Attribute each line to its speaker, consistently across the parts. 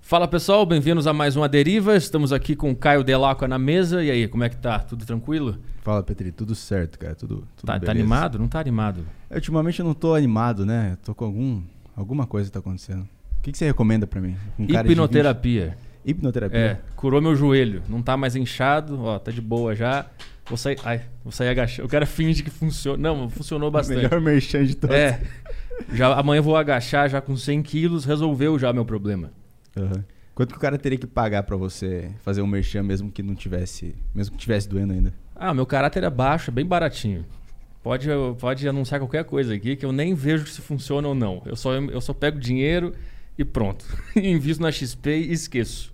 Speaker 1: Fala pessoal, bem-vindos a mais uma Deriva. Estamos aqui com o Caio Delacqua na mesa. E aí, como é que tá? Tudo tranquilo?
Speaker 2: Fala, Petri, tudo certo, cara? Tudo, tudo
Speaker 1: Tá, tá
Speaker 2: beleza.
Speaker 1: animado? Não tá animado?
Speaker 2: É, Ultimamente eu não tô animado, né? Eu tô com algum. Alguma coisa tá acontecendo. O que, que você recomenda pra mim? Um cara de
Speaker 1: Hipnoterapia.
Speaker 2: 20 Hipnoterapia.
Speaker 1: É, curou meu joelho. Não tá mais inchado, ó, tá de boa já. Vou sair. Ai, vou sair agachado. O cara finge que funciona. Não, funcionou bastante.
Speaker 2: Melhor merchan de todos.
Speaker 1: É. Já, amanhã eu vou agachar já com 100 quilos, resolveu já meu problema.
Speaker 2: Aham. Quanto que o cara teria que pagar pra você fazer um merchan mesmo que não tivesse. Mesmo que tivesse doendo ainda?
Speaker 1: Ah, meu caráter é baixo, é bem baratinho. Pode, pode anunciar qualquer coisa aqui que eu nem vejo se funciona ou não. Eu só, eu só pego dinheiro e pronto. Invisto na XP e esqueço.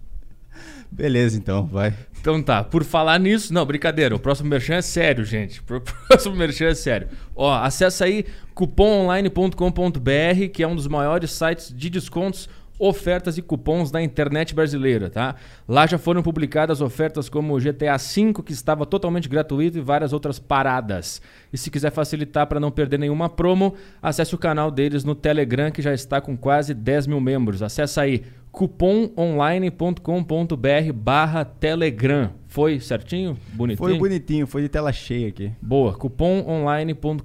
Speaker 2: Beleza, então, vai.
Speaker 1: Então tá, por falar nisso, não, brincadeira, o próximo merchan é sério, gente. O próximo merchan é sério. Ó, acessa aí cupomonline.com.br, que é um dos maiores sites de descontos, ofertas e cupons da internet brasileira, tá? Lá já foram publicadas ofertas como o GTA V, que estava totalmente gratuito, e várias outras paradas. E se quiser facilitar para não perder nenhuma promo, acesse o canal deles no Telegram, que já está com quase 10 mil membros. Acessa aí cupomonline.com.br barra Telegram. Foi certinho? Bonitinho?
Speaker 2: Foi bonitinho, foi de tela cheia aqui.
Speaker 1: Boa, cupomonline.com.br.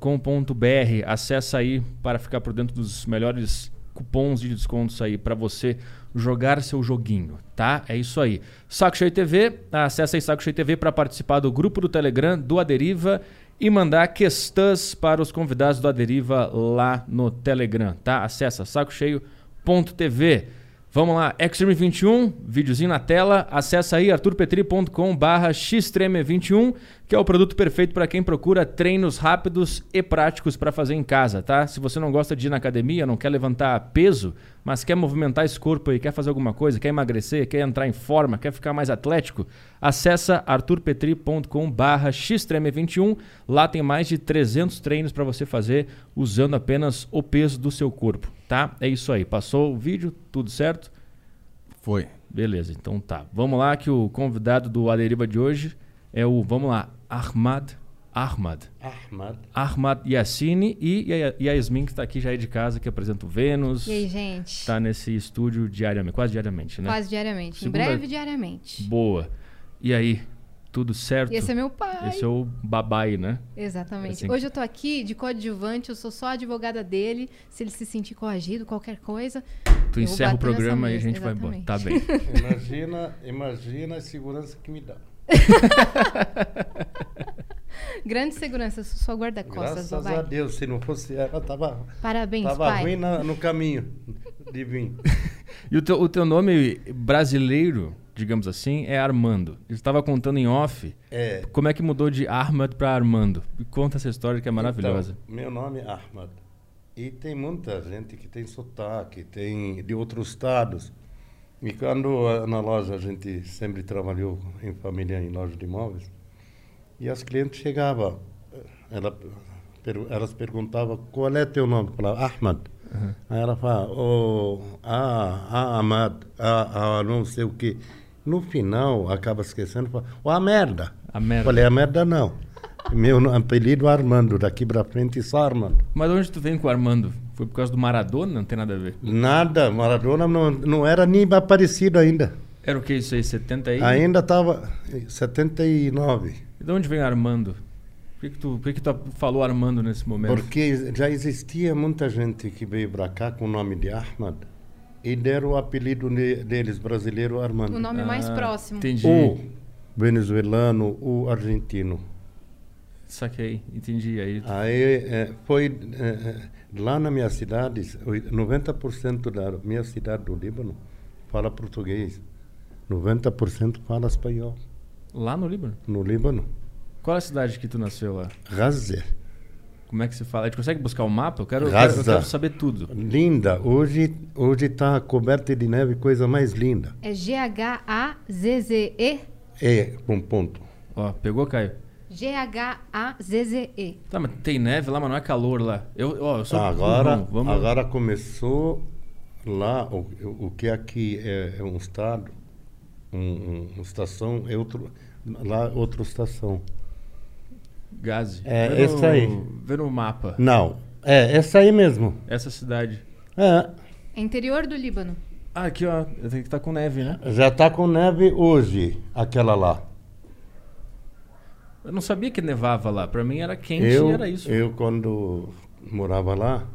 Speaker 1: Acessa aí para ficar por dentro dos melhores cupons de descontos aí para você jogar seu joguinho, tá? É isso aí. Saco Cheio TV, acessa aí Saco Cheio TV para participar do grupo do Telegram do Aderiva e mandar questões para os convidados do Aderiva lá no Telegram, tá? Acessa sacocheio.tv. Vamos lá, Xtreme 21, videozinho na tela, acessa aí arturpetri.com barra xtreme21, que é o produto perfeito para quem procura treinos rápidos e práticos para fazer em casa, tá? Se você não gosta de ir na academia, não quer levantar peso, mas quer movimentar esse corpo aí, quer fazer alguma coisa, quer emagrecer, quer entrar em forma, quer ficar mais atlético, acessa arturpetri.com barra xtreme21, lá tem mais de 300 treinos para você fazer usando apenas o peso do seu corpo, tá? É isso aí, passou o vídeo, tudo certo?
Speaker 2: Foi.
Speaker 1: Beleza, então tá. Vamos lá que o convidado do Aderiva de hoje é o, vamos lá, Ahmad, Ahmad,
Speaker 3: Ahmad.
Speaker 1: Ahmad Yassine e Ya- Yasmin que está aqui já é de casa, que apresenta o Vênus.
Speaker 4: E aí, gente?
Speaker 1: Tá nesse estúdio diariamente, quase diariamente, né?
Speaker 4: Quase diariamente.
Speaker 1: Segunda-
Speaker 4: Em breve, diariamente.
Speaker 1: Boa. E aí, tudo certo?
Speaker 4: E esse é meu pai.
Speaker 1: Esse é o babai, né?
Speaker 4: Exatamente.
Speaker 1: Assim.
Speaker 4: Hoje eu tô aqui de coadjuvante, eu sou só advogada dele. Se ele se sentir corrigido, qualquer coisa.
Speaker 1: Tu
Speaker 4: eu
Speaker 1: encerra o
Speaker 4: bato nessa
Speaker 1: programa e a
Speaker 4: mesa,
Speaker 1: gente vai embora.
Speaker 4: exatamente.
Speaker 1: Tá bem.
Speaker 3: Imagina, imagina a segurança que me dá.
Speaker 4: Grande segurança, eu sou sua guarda-costas,
Speaker 3: Graças
Speaker 4: vai.
Speaker 3: a Deus, se não fosse ela, tava,
Speaker 4: Parabéns,
Speaker 3: tava
Speaker 4: pai.
Speaker 3: ruim né? na- no caminho de vir.
Speaker 1: E o teu, o teu nome brasileiro, digamos assim, é Armando. Eu estava contando em off
Speaker 3: É.
Speaker 1: como é que mudou de Ahmad para Armando. E Conta essa história que é maravilhosa.
Speaker 3: Então, meu nome é Ahmad. E tem muita gente que tem sotaque, tem de outros estados. E quando ah, na loja a gente sempre trabalhou em família em loja de imóveis, e as clientes chegavam, eh, ela, per, elas perguntavam qual é teu nome, falava Ahmad. Aí ela fala, oh, ah, ah, Ahmad, ah, ah, não sei o quê. No final, acaba esquecendo, fala, oh, a merda.
Speaker 1: A merda.
Speaker 3: Falei, a merda não. Meu no- apelido é Armando, daqui pra frente só Armando.
Speaker 1: Mas onde tu vem com o Armando? Foi por causa do Maradona? Não tem nada a ver.
Speaker 3: Nada, Maradona não, não era nem aparecido ainda.
Speaker 1: Era o que isso aí? 70 aí?
Speaker 3: Ainda estava 79.
Speaker 1: E de onde vem Armando? Por que, que, tu, por que, que tu falou Armando nesse momento?
Speaker 3: Porque já existia muita gente que veio pra cá com o nome de Ahmad e deram o apelido ne- deles, brasileiro Armando.
Speaker 4: O nome mais
Speaker 1: Ah,
Speaker 4: próximo.
Speaker 1: Entendi.
Speaker 3: O venezuelano, o argentino.
Speaker 1: Saquei, entendi. Aí
Speaker 3: Aí eh, foi eh, lá na minha cidade, oi- 90% da minha cidade do Líbano fala português, 90% fala espanhol
Speaker 1: Lá no Líbano?
Speaker 3: no Líbano.
Speaker 1: Qual é a cidade que tu nasceu lá?
Speaker 3: Gaza,
Speaker 1: Como é que se fala? A gente consegue buscar o mapa? Eu quero, eu quero, eu
Speaker 3: Gaza.
Speaker 1: quero saber tudo.
Speaker 3: linda. Hoje hoje está coberta de neve, coisa mais linda.
Speaker 4: É G-H-A-Z-Z-E.
Speaker 3: É um ponto.
Speaker 1: Ó, pegou, Caio?
Speaker 4: G-H-A-Z-Z-E.
Speaker 1: Tá, mas tem neve lá, mas não é calor lá. Eu, ó, eu sou
Speaker 3: agora
Speaker 1: burrão, um vamos-
Speaker 3: agora começou lá o, o que aqui é, é um estado, um, um- uma estação é outro lá outra estação.
Speaker 1: Gaze.
Speaker 3: É,
Speaker 1: Vê no-
Speaker 3: esse aí.
Speaker 1: Vê no mapa.
Speaker 3: Não, é essa aí mesmo.
Speaker 1: Essa cidade.
Speaker 3: É.
Speaker 4: É interior do Líbano.
Speaker 1: Ah, aqui, ó. Tem que estar com neve, né?
Speaker 3: Já está com neve hoje, aquela lá.
Speaker 1: Eu não sabia que nevava lá. Pra mim era quente e era isso.
Speaker 3: Eu, quando morava lá,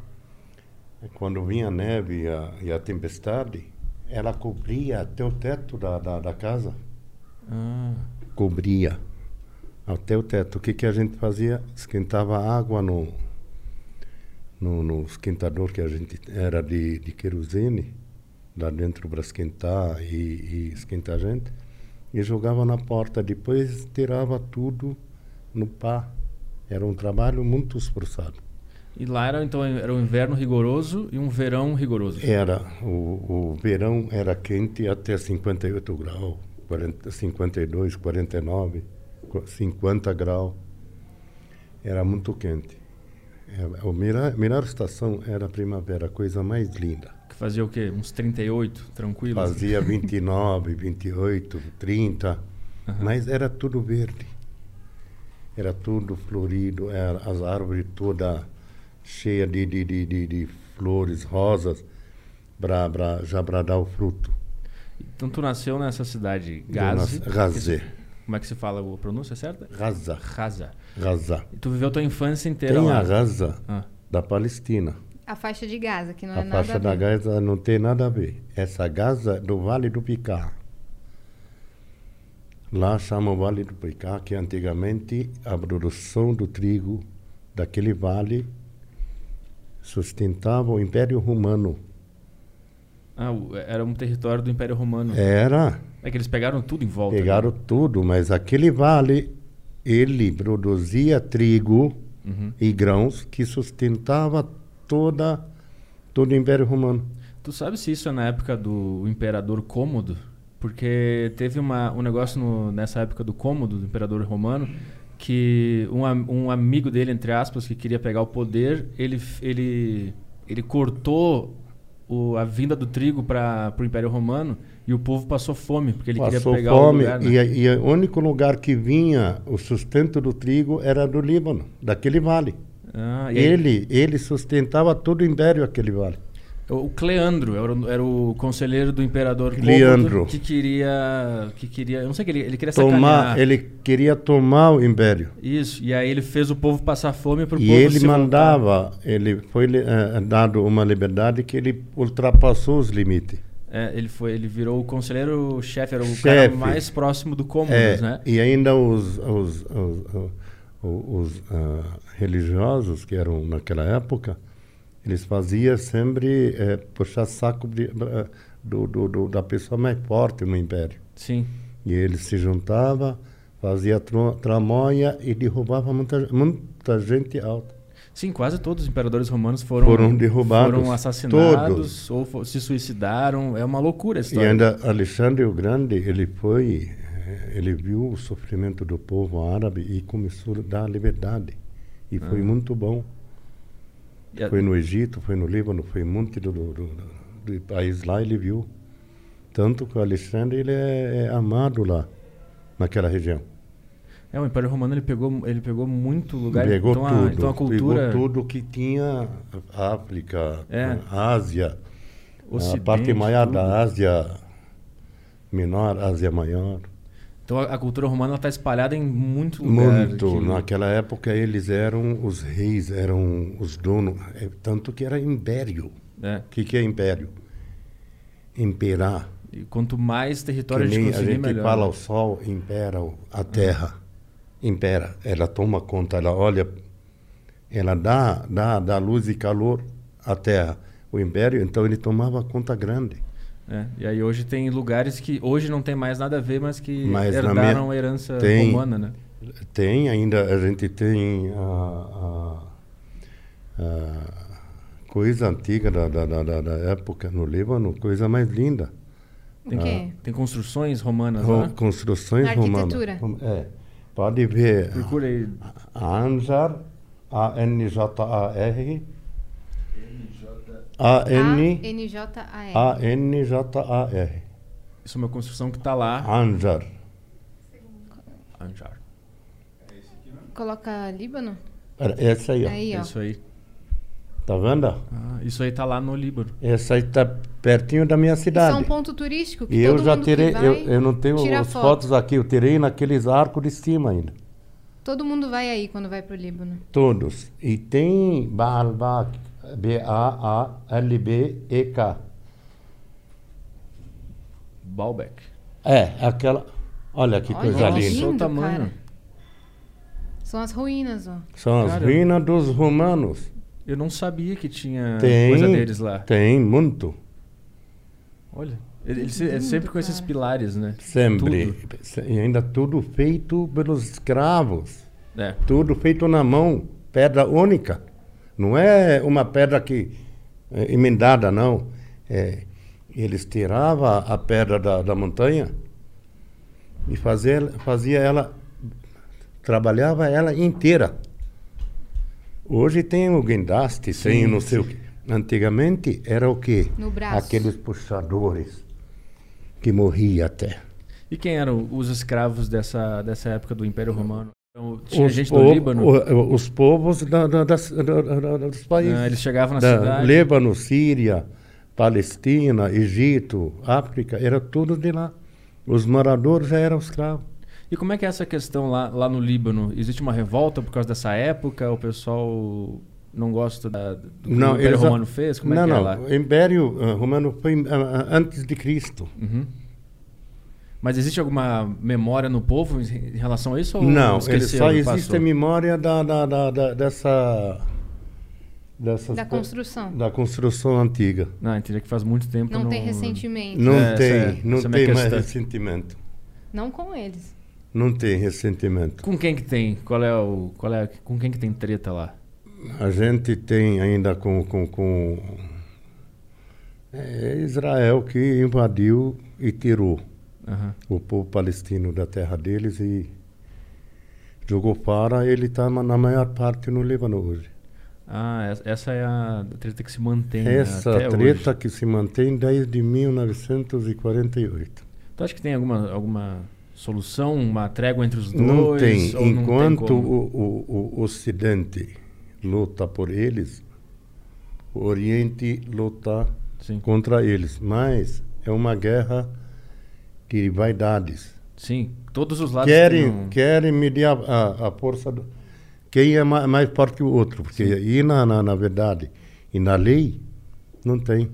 Speaker 3: quando vinha a neve e a, e a tempestade, ela cobria até o teto da, da, da casa.
Speaker 1: Ah,
Speaker 3: Cobria até o teto. O que, que a gente fazia? Esquentava água no, no, no esquentador que a gente era de, de querosene, lá dentro para esquentar e, e esquentar a gente, e jogava na porta. Depois tirava tudo no pá. Era um trabalho muito esforçado.
Speaker 1: e lá era, então, era um inverno rigoroso e um verão rigoroso.
Speaker 3: Era, o, o verão era quente até 58 graus, 40, 52, 49, qu- 50 graus. Era muito quente. Era, o melhor, melhor estação era a primavera, a coisa mais linda.
Speaker 1: Que fazia o quê? Uns 38, tranquilo?
Speaker 3: Fazia 29, 28, 30, mas era tudo verde. Era tudo florido, era as árvores toda cheia de, de, de, de, de flores, rosas, pra, pra, já para dar o fruto.
Speaker 1: Então tu nasceu nessa cidade, Gazi.
Speaker 3: Nossa, Gazê.
Speaker 1: Como é que se fala a pronúncia certa?
Speaker 3: Gaza.
Speaker 1: Gaza.
Speaker 3: Gaza.
Speaker 1: E tu viveu tua infância inteira
Speaker 3: Tem
Speaker 1: lá.
Speaker 3: a Gaza
Speaker 1: Ah.
Speaker 3: da Palestina.
Speaker 4: A faixa de Gaza, que não é
Speaker 3: a
Speaker 4: nada.
Speaker 3: faixa da Gaza não tem nada a ver. Essa Gaza é do Vale do Picá. Lá chama o Vale do Picá, que antigamente a produção do trigo daquele vale sustentava o Império Romano.
Speaker 1: Ah, o- era um território do Império Romano.
Speaker 3: Era,
Speaker 1: É que eles pegaram tudo em volta. né?
Speaker 3: pegaram tudo, mas aquele vale, ele produzia trigo e grãos que sustentava toda, todo o Império Romano.
Speaker 1: Tu sabe se isso é na época do imperador Cômodo? Porque teve uma, um negócio no- nessa época do Cômodo, do imperador romano, que um, am- um amigo dele, entre aspas, que queria pegar o poder, ele, f- ele, ele cortou o- a vinda do trigo para o Império Romano e o povo passou fome, porque ele
Speaker 3: Passou
Speaker 1: queria pegar o
Speaker 3: fome
Speaker 1: lugar. né?
Speaker 3: e, é a- e o único lugar que vinha o sustento do trigo era do Líbano, daquele vale.
Speaker 1: Ah, e aí-
Speaker 3: Ele, ele sustentava todo o império aquele vale.
Speaker 1: O Cleandro era o, era o conselheiro do imperador Cômodo,
Speaker 3: Cleandro.
Speaker 1: que queria que queria, eu não sei o que ele, ele queria
Speaker 3: Tomar,
Speaker 1: sacanear.
Speaker 3: ele queria tomar o império.
Speaker 1: Isso, e aí ele fez o povo passar fome pro
Speaker 3: E
Speaker 1: povo se
Speaker 3: ele
Speaker 1: voltar.
Speaker 3: mandava, ele foi lhe, eh, dado uma liberdade que ele ultrapassou os limites.
Speaker 1: É, ele foi, ele virou o conselheiro chefe, era o cara
Speaker 3: Chefe.
Speaker 1: mais próximo do Cômodos,
Speaker 3: É,
Speaker 1: né?
Speaker 3: E ainda os, os, os, o- o- os, ah, religiosos que eram naquela época, eles faziam sempre eh, puxar saco de- ah, do, do, do- da pessoa mais forte no império.
Speaker 1: Sim.
Speaker 3: E eles se juntavam, faziam tro- tramoia e derrubavam muita, muita gente alta.
Speaker 1: Sim, quase todos os imperadores romanos foram
Speaker 3: Foram derrubados,
Speaker 1: foram assassinados
Speaker 3: todos.
Speaker 1: ou fo- se suicidaram. É uma loucura a
Speaker 3: E
Speaker 1: história.
Speaker 3: ainda Alexandre o Grande, ele foi, eh, ele viu o sofrimento do povo árabe e começou a dar liberdade. E foi
Speaker 1: Ah.
Speaker 3: muito bom.
Speaker 1: E a-
Speaker 3: Foi no Egito, foi no Líbano, foi em monte do, do, do, do país lá, ele viu. Tanto que o Alexandre ele é, é amado lá, naquela região.
Speaker 1: É, o Império Romano ele pegou, ele pegou muito lugar,
Speaker 3: pegou
Speaker 1: então,
Speaker 3: tudo,
Speaker 1: a, então a cultura
Speaker 3: pegou tudo que tinha África,
Speaker 1: É.
Speaker 3: Ásia,
Speaker 1: ocidente,
Speaker 3: a parte maior
Speaker 1: tudo.
Speaker 3: da Ásia Menor, Ásia Maior.
Speaker 1: Então a, a cultura romana está espalhada em muito Um lugar.
Speaker 3: Muito.
Speaker 1: que-
Speaker 3: Naquela época eles eram os reis, eram os donos, é, tanto que era império.
Speaker 1: É.
Speaker 3: O que, que é império? Imperar.
Speaker 1: E quanto mais território a
Speaker 3: que
Speaker 1: gente
Speaker 3: nem a
Speaker 1: conseguir,
Speaker 3: gente
Speaker 1: é melhor. né?
Speaker 3: fala o sol impera o- a terra impera ela toma conta ela olha ela dá dá dá luz e calor à terra o império então ele tomava conta grande
Speaker 1: É, e aí hoje tem lugares que hoje não tem mais nada a ver, mas que
Speaker 3: Mas na
Speaker 1: herdaram
Speaker 3: me-
Speaker 1: a herança
Speaker 3: tem-
Speaker 1: romana, né?
Speaker 3: tem ainda a gente tem a, a- a coisa antiga da, da, da, da- da época no Líbano coisa mais linda
Speaker 4: O quê?
Speaker 1: Tem construções romanas né?
Speaker 3: Ro-
Speaker 1: lá.
Speaker 3: construções
Speaker 4: Na
Speaker 3: romanas
Speaker 4: arquitetura.
Speaker 3: é pode ver
Speaker 1: Procura aí.
Speaker 3: Anjar, A-N-J-A-R. A-N-J-A-R.
Speaker 4: A-N-J-A-R.
Speaker 1: Isso é uma construção que está lá.
Speaker 3: Anjar.
Speaker 1: Anjar.
Speaker 4: Coloca Líbano?
Speaker 3: Era Essa aí, ó.
Speaker 4: Aí, ó.
Speaker 1: Isso aí.
Speaker 3: Tá vendo?
Speaker 1: Ah, isso aí tá lá no Líbaro.
Speaker 3: Essa aí tá pertinho da minha
Speaker 4: Isso é um
Speaker 3: cidade.
Speaker 4: ponto turístico que
Speaker 3: E eu
Speaker 4: todo
Speaker 3: já
Speaker 4: mundo
Speaker 3: tirei,
Speaker 4: que vai,
Speaker 3: eu, eu não tenho
Speaker 4: tira
Speaker 3: as
Speaker 4: foto.
Speaker 3: fotos aqui, eu tirei naqueles arcos de cima ainda.
Speaker 4: Todo mundo vai aí quando vai pro Líbano.
Speaker 3: Todos. E tem Baalbek, B-A-A-L-B-E-K.
Speaker 1: Baalbek.
Speaker 3: É, aquela. Olha que
Speaker 4: Olha,
Speaker 3: coisa
Speaker 4: nossa.
Speaker 1: olha
Speaker 3: linda.
Speaker 1: o
Speaker 4: Lindo,
Speaker 1: tamanho.
Speaker 4: cara. São as ruínas, ó.
Speaker 3: São as
Speaker 1: Cara.
Speaker 3: ruínas dos romanos.
Speaker 1: Eu não sabia que tinha
Speaker 3: Tem.
Speaker 1: É, coisa deles lá.
Speaker 3: Tem muito.
Speaker 1: Olha. Ele, ele se- é sempre com esses
Speaker 4: cara.
Speaker 1: pilares, né?
Speaker 3: Sempre.
Speaker 1: Tudo.
Speaker 3: E ainda tudo feito pelos escravos.
Speaker 1: É.
Speaker 3: Tudo feito na mão, pedra única. Não é uma pedra que é, emendada, não. É, eles tiravam a pedra da, da montanha e fazia, fazia ela, trabalhava ela inteira. Hoje tem o guindaste, tem não sei o quê. Antigamente era o quê?
Speaker 4: No braço.
Speaker 3: Aqueles puxadores que morria até.
Speaker 1: E quem eram os escravos dessa, dessa época do Império Romano? Então, tinha gente do
Speaker 3: po-
Speaker 1: Líbano?
Speaker 3: Uhum. o- os povos da- da- das- da- da- da- dos países.
Speaker 1: Ah, eles chegavam na
Speaker 3: da
Speaker 1: cidade.
Speaker 3: Líbano, Síria, Palestina, Egito, África, era tudo de lá. Os moradores já eram escravos.
Speaker 1: E como é que é essa questão lá, lá no Líbano? Existe uma revolta por causa dessa época? O pessoal não gosta da, do que o Império
Speaker 3: eles-
Speaker 1: Romano fez? Como
Speaker 3: não,
Speaker 1: é que
Speaker 3: não.
Speaker 1: é lá?
Speaker 3: O Império ah, Romano foi ah, ah, antes de Cristo.
Speaker 1: Uhum. Mas existe alguma memória no povo em em relação a isso? Ou
Speaker 3: não, ele
Speaker 1: esqueceu,
Speaker 3: só
Speaker 1: e
Speaker 3: existe
Speaker 1: passou?
Speaker 3: a memória da, da- da- da- dessa, dessas
Speaker 4: Da
Speaker 3: co-
Speaker 4: construção.
Speaker 3: da construção antiga.
Speaker 1: Não, entendi é que faz muito tempo.
Speaker 4: Não, tem ressentimento.
Speaker 3: Não
Speaker 1: É, essa
Speaker 3: tem,
Speaker 1: é-
Speaker 3: não
Speaker 1: essa é a minha
Speaker 3: tem mais
Speaker 1: questão.
Speaker 3: ressentimento.
Speaker 4: Não com eles.
Speaker 3: Não tem ressentimento.
Speaker 1: Com quem que tem? Qual é o. Qual é, com quem que tem treta lá?
Speaker 3: A gente tem ainda com, com, com é Israel que invadiu e tirou
Speaker 1: Aham.
Speaker 3: o povo palestino da terra deles e jogou para ele está na maior parte no Líbano hoje.
Speaker 1: Ah, essa- essa é a treta que se mantém. né,
Speaker 3: Essa
Speaker 1: até
Speaker 3: treta
Speaker 1: Hoje.
Speaker 3: que se mantém desde 1948.
Speaker 1: Tu acha que tem alguma, alguma solução, uma trégua entre os dois?
Speaker 3: não tem.
Speaker 1: ou não tem
Speaker 3: Enquanto
Speaker 1: como?
Speaker 3: o, o, o Ocidente luta por eles, o Oriente luta
Speaker 1: Sim.
Speaker 3: contra eles, mas é uma guerra de vaidades.
Speaker 1: Sim, todos os lados
Speaker 3: Querem,
Speaker 1: têm um-
Speaker 3: querem medir a, a, a força, do, quem é ma- mais forte que o outro, porque aí na, na, na verdade e na lei não tem.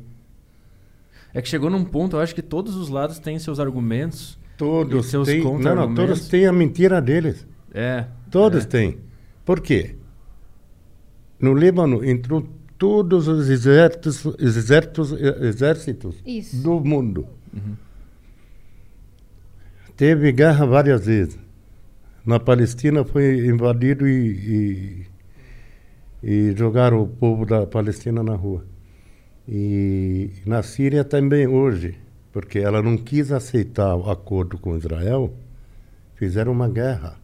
Speaker 1: É que chegou num ponto, eu acho que todos os lados têm seus argumentos.
Speaker 3: Todos
Speaker 1: E seus
Speaker 3: têm, não, não,
Speaker 1: contra-argumentos?
Speaker 3: todos têm a mentira deles.
Speaker 1: É.
Speaker 3: Todos
Speaker 1: é.
Speaker 3: têm. Por quê? No Líbano entrou todos os exércitos, exércitos, exércitos
Speaker 4: Isso.
Speaker 3: do mundo. Teve guerra várias vezes. Na Palestina foi invadido e, e, e jogaram o povo da Palestina na rua. E na Síria também hoje, porque ela não quis aceitar o acordo com Israel, fizeram uma guerra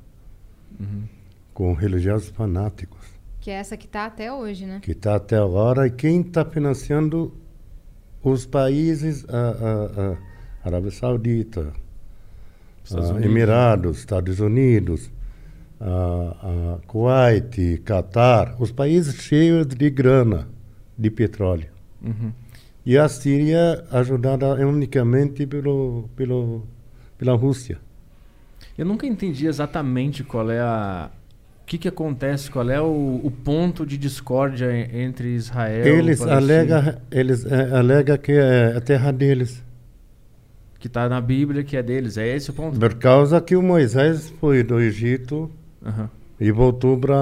Speaker 3: com religiosos fanáticos,
Speaker 4: Que é essa que tá até hoje, né?
Speaker 3: que está até agora. E quem está financiando os países, a, a, a Arábia Saudita,
Speaker 1: Estados
Speaker 3: a
Speaker 1: Unidos. né?
Speaker 3: Emirados, Estados Unidos, a, a Kuwait, Catar, os países cheios de grana, de petróleo.
Speaker 1: Uhum.
Speaker 3: E a Síria ajudada unicamente pelo, pelo, pela Rússia.
Speaker 1: Eu nunca entendi exatamente qual é a. O que, que acontece? Qual é o, o ponto de discórdia en- entre Israel
Speaker 3: eles
Speaker 1: e Palestina?
Speaker 3: alegam eles, eh, alega que é a terra deles.
Speaker 1: Que está na Bíblia, que é deles. É esse o ponto?
Speaker 3: Por causa que o Moisés foi do Egito
Speaker 1: Aham.
Speaker 3: e voltou para.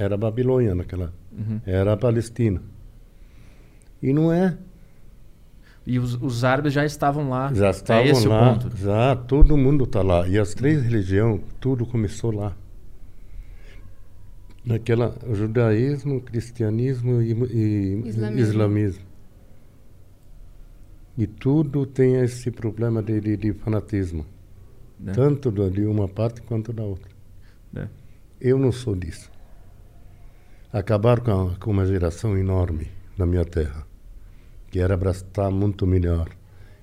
Speaker 3: Era Babilônia naquela.
Speaker 1: Uhum.
Speaker 3: Era a Palestina. E não é.
Speaker 1: E os, os árabes já estavam lá.
Speaker 3: Já
Speaker 1: é
Speaker 3: estavam
Speaker 1: esse
Speaker 3: lá.
Speaker 1: o ponto.
Speaker 3: Já todo mundo está lá. E as três religiões, tudo começou lá. Naquela. o Judaísmo, cristianismo e, mu- e
Speaker 4: Islamismo.
Speaker 3: islamismo. E tudo tem esse problema de, de, de fanatismo.
Speaker 1: né?
Speaker 3: Tanto da- de uma parte quanto da outra.
Speaker 1: É.
Speaker 3: Eu não sou disso. Acabar com, a- com uma geração enorme na minha terra, que era para estar muito melhor.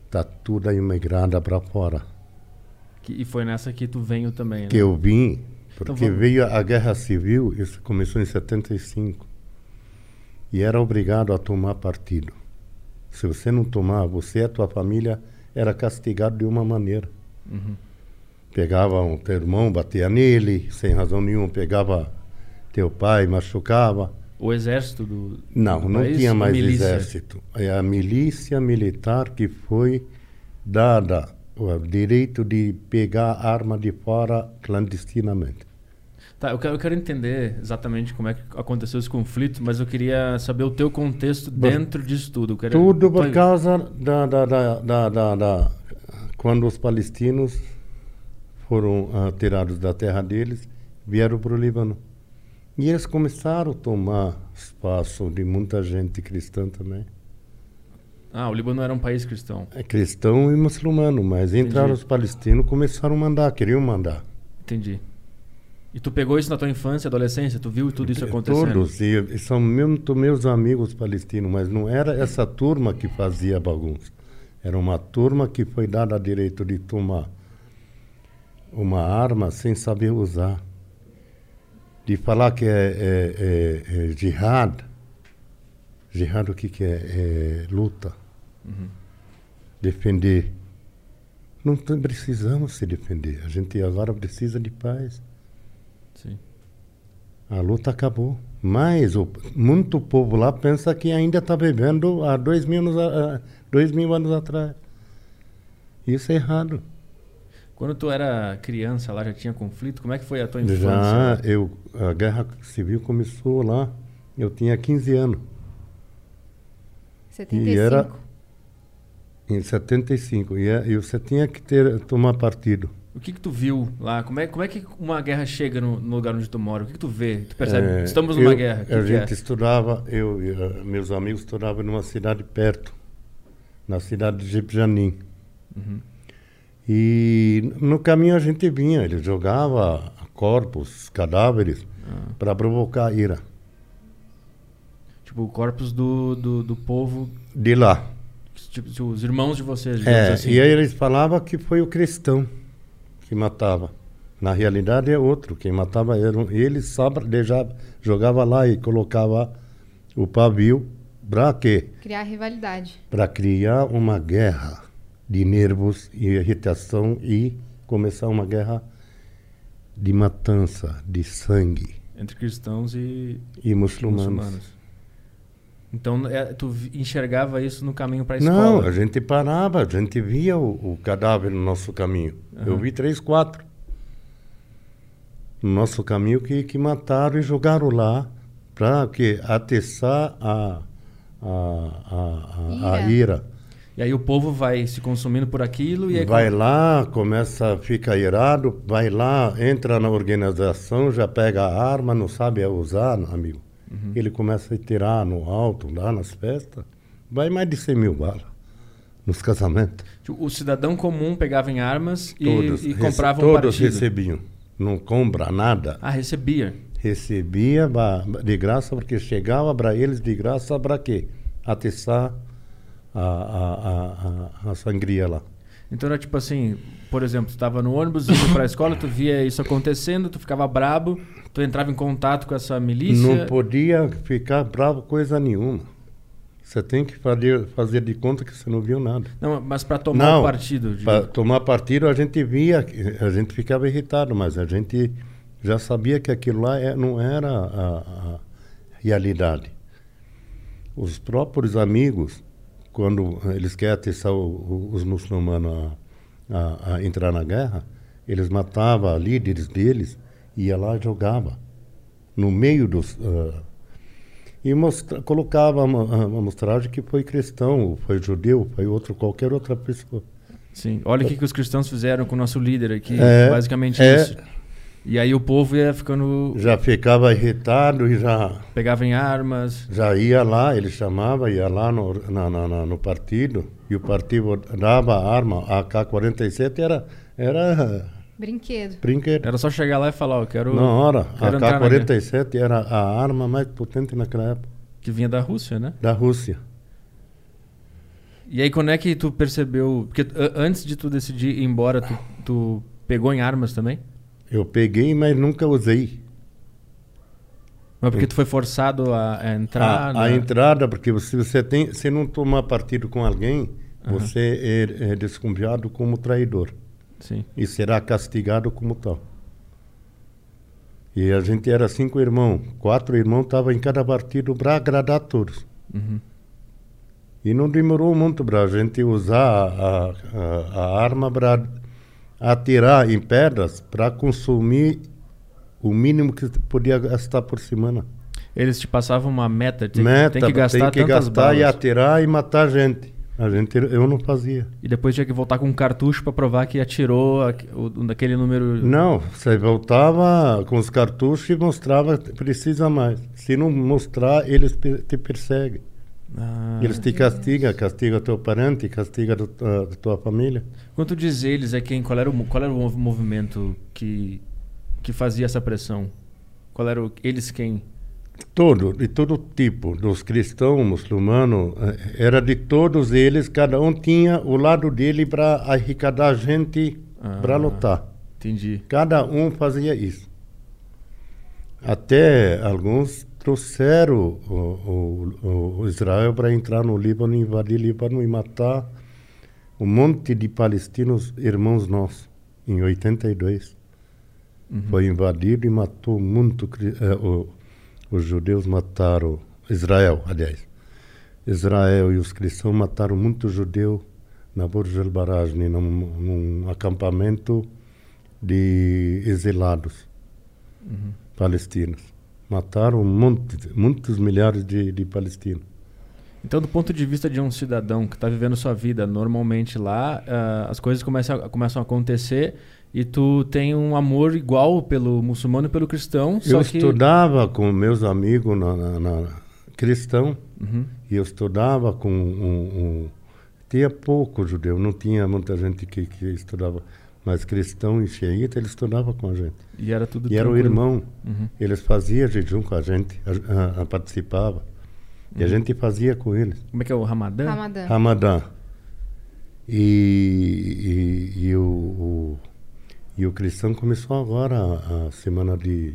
Speaker 3: Está tudo imigrada para fora.
Speaker 1: Que- e foi nessa que tu veio também. né?
Speaker 3: Que eu vim,
Speaker 1: Então
Speaker 3: porque
Speaker 1: vamos-
Speaker 3: veio a guerra civil, isso começou em 75. e era obrigado a tomar partido. Se você não tomar, você e a tua família era castigado de uma maneira.
Speaker 1: Uhum.
Speaker 3: Pegava um teu irmão, batia nele, sem razão nenhuma, pegava teu pai, machucava.
Speaker 1: O exército do.
Speaker 3: Não,
Speaker 1: do
Speaker 3: não
Speaker 1: país,
Speaker 3: tinha
Speaker 1: a
Speaker 3: mais
Speaker 1: milícia.
Speaker 3: exército. É a milícia militar que foi dada o direito de pegar arma de fora clandestinamente.
Speaker 1: Tá, eu quero, eu quero entender exatamente como é que aconteceu esse conflito, mas eu queria saber o teu contexto dentro disso tudo. Eu quero-
Speaker 3: Tudo por
Speaker 1: Tô-
Speaker 3: causa da, da, da, da, da, da- Quando os palestinos foram ah, tirados da terra deles, vieram para o Líbano. E eles começaram a tomar espaço de muita gente cristã também.
Speaker 1: Ah, o Líbano era um país cristão.
Speaker 3: É cristão e muçulmano, mas entraram
Speaker 1: Entendi.
Speaker 3: os palestinos, começaram a mandar, queriam mandar.
Speaker 1: Entendi. E tu pegou isso na tua infância, adolescência? Tu viu tudo isso acontecendo?
Speaker 3: Todos, e, e são muito meus amigos palestinos, mas não era essa turma que fazia bagunça. Era uma turma que foi dada direito de tomar uma arma sem saber usar. De falar que é, é, é, é jihad. Jihad o que, que é? É luta.
Speaker 1: Uhum.
Speaker 3: Defender. Não tem- precisamos se defender. A gente agora precisa de paz.
Speaker 1: Sim.
Speaker 3: A luta acabou. Mas o, muito povo lá pensa que ainda está vivendo há dois mil, anos, a- a- dois mil anos atrás. Isso é errado.
Speaker 1: Quando tu era criança lá, já tinha conflito? Como é que foi a tua
Speaker 3: Já
Speaker 1: infância? né?
Speaker 3: eu, a guerra civil começou lá, eu tinha 15 anos,
Speaker 4: 75.
Speaker 3: era- em 75. E, é- e você tinha que ter, tomar partido.
Speaker 1: O que que tu viu lá? Como é, como é que uma guerra chega no, no lugar onde tu mora? O que que tu vê? Tu percebe?
Speaker 3: É,
Speaker 1: Estamos numa
Speaker 3: eu-
Speaker 1: guerra. O que
Speaker 3: a
Speaker 1: que
Speaker 3: gente
Speaker 1: é?
Speaker 3: estudava, eu e ah, meus amigos estudavam numa cidade perto, na cidade de Jibjanim.
Speaker 1: Uhum.
Speaker 3: E no caminho a gente vinha, ele jogava corpos, cadáveres,
Speaker 1: Ah.
Speaker 3: para provocar a ira.
Speaker 1: Tipo, corpos do, do, do povo,
Speaker 3: De lá.
Speaker 1: tipo, se os irmãos de vocês, digamos
Speaker 3: É,
Speaker 1: assim.
Speaker 3: E aí eles falavam que foi o cristão que matava. Na realidade é outro, quem matava eram eles, sabe, deixava, jogava lá e colocava o pavio. Pra quê?
Speaker 4: Criar rivalidade.
Speaker 3: para criar uma guerra de nervos e irritação e começar uma guerra de matança, de sangue
Speaker 1: Entre cristãos e
Speaker 3: e muçulmanos.
Speaker 1: muçulmanos. Então, é, tu vi- enxergava isso no caminho pra
Speaker 3: Não,
Speaker 1: escola?
Speaker 3: a gente parava, a gente via o, o cadáver no nosso caminho. Eu vi três, quatro no nosso caminho que, que mataram e jogaram lá para que atiçar a, a, a, a, a
Speaker 4: Ira.
Speaker 3: ira.
Speaker 1: E aí o povo vai se consumindo por aquilo e aí
Speaker 3: Vai lá, começa, fica irado, vai lá, entra na organização, já pega a arma, não sabe usar, amigo.
Speaker 1: Uhum.
Speaker 3: Ele começa a tirar no alto, lá nas festas, vai mais de 100 mil balas nos casamentos.
Speaker 1: tipo, o cidadão comum pegava em armas e,
Speaker 3: todos
Speaker 1: e
Speaker 3: rece-
Speaker 1: comprava um
Speaker 3: todos
Speaker 1: partido.
Speaker 3: recebiam. Não compra nada.
Speaker 1: Ah, recebia.
Speaker 3: Recebia ba- de graça, porque chegava para eles de graça para quê? Atiçar a, a, a, a, a sangria lá.
Speaker 1: Então era tipo assim, por exemplo, tu tava no ônibus indo pra escola, tu via isso acontecendo, tu ficava brabo, tu entrava em contato com essa milícia.
Speaker 3: Não podia ficar bravo coisa nenhuma. Você tem que fazer, fazer de conta que você não viu nada.
Speaker 1: Não, mas pra tomar
Speaker 3: não,
Speaker 1: o partido. de-
Speaker 3: Para tomar partido a gente via, a gente ficava irritado, mas a gente já sabia que aquilo lá é- não era a, a realidade. Os próprios amigos, quando eles querem atiçar o- o- os muçulmanos a, a- a entrar na guerra, eles matavam líderes deles, ia lá e jogava no meio dos... ah, e mostra, colocava uma, uma mostragem que foi cristão, foi judeu, foi outro qualquer outra pessoa.
Speaker 1: Sim. Olha o que, que os cristãos fizeram com o nosso líder aqui.
Speaker 3: É,
Speaker 1: basicamente
Speaker 3: é.
Speaker 1: isso. E aí o povo ia ficando.
Speaker 3: Já ficava irritado e já,
Speaker 1: pegava em armas.
Speaker 3: já ia lá, ele chamava, ia lá no, na, na- na- no partido, e o partido dava a arma, a AK-47 era, era
Speaker 4: Brinquedo.
Speaker 3: brinquedo.
Speaker 1: Era só chegar lá e falar, ó, quero.
Speaker 3: Na hora, a
Speaker 1: quero entrar na guerra.
Speaker 3: AK-47 era a arma mais potente naquela época,
Speaker 1: Que vinha da Rússia, né?
Speaker 3: da Rússia.
Speaker 1: E aí, quando é que tu percebeu. Porque a- antes de tu decidir ir embora, tu, tu pegou em armas também?
Speaker 3: Eu peguei, mas nunca usei.
Speaker 1: Mas porque tu foi forçado a, a
Speaker 3: A,
Speaker 1: entrar?
Speaker 3: a
Speaker 1: né?
Speaker 3: entrada, porque se você tem, se não tomar partido com alguém, você é, é desconfiado como traidor
Speaker 1: Sim.
Speaker 3: e será castigado como tal. E a gente era cinco irmãos, quatro irmãos estavam em cada partido para agradar a todos.
Speaker 1: Uhum.
Speaker 3: E não demorou muito para a gente usar a, a- a arma para atirar em pedras para consumir o mínimo que podia gastar por semana.
Speaker 1: Eles te passavam uma meta, tem, que-
Speaker 3: Meta,
Speaker 1: tem que gastar
Speaker 3: tem que
Speaker 1: tantas
Speaker 3: gastar
Speaker 1: balas.
Speaker 3: e
Speaker 1: E,
Speaker 3: atirar e matar gente. A gente eu não fazia.
Speaker 1: depois tinha que voltar com um cartucho pra provar que atirou aque- o- daquele número.
Speaker 3: Não, você voltava com os cartuchos e mostrava que precisa mais. Se não mostrar, eles pe- te perseguem.
Speaker 1: Ah.
Speaker 3: Eles te castigam, castigam teu parente, castigam tu- a tua família.
Speaker 1: Quanto diz eles é quem? Qual era o, mo- qual era o mov- movimento que, que fazia essa pressão? Qual era o, eles quem?
Speaker 3: Todo, de todo tipo, dos cristãos, muçulmanos, eh, era de todos eles, cada um tinha o lado dele para arrecadar gente para
Speaker 1: Ah.
Speaker 3: lutar.
Speaker 1: Entendi.
Speaker 3: Cada um fazia isso. Até alguns trouxeram o, o- o Israel para entrar no Líbano, invadir Líbano e matar um monte de palestinos irmãos nossos, em 82.
Speaker 1: Uhum.
Speaker 3: Foi invadido e matou muito. cri- eh, o- os judeus mataram. Israel, aliás. Israel e os cristãos mataram muito judeu na Burj al Barajni, num, num acampamento de exilados
Speaker 1: Uhum.
Speaker 3: palestinos. Mataram muitos, muitos milhares de, de palestinos.
Speaker 1: Então, do ponto de vista de um cidadão que está vivendo sua vida normalmente lá, ah, as coisas começam a, começam a acontecer e tu tem um amor igual pelo muçulmano e pelo cristão, só
Speaker 3: eu
Speaker 1: que...
Speaker 3: estudava com meus amigos na, na, na cristão
Speaker 1: Uhum.
Speaker 3: e eu estudava com um, um- tinha pouco judeu, não tinha muita gente que, que estudava, mas cristão e xiita ele estudava com a gente.
Speaker 1: E era tudo
Speaker 3: E era o
Speaker 1: tranquilo.
Speaker 3: irmão.
Speaker 1: Uhum.
Speaker 3: Eles faziam jejum com a gente, a, a- a participava. E a gente fazia com eles.
Speaker 1: Como é que é o Ramadã?
Speaker 4: Ramadã.
Speaker 3: Ramadã. E, e, e o, o, e o cristão começou agora a, a semana de.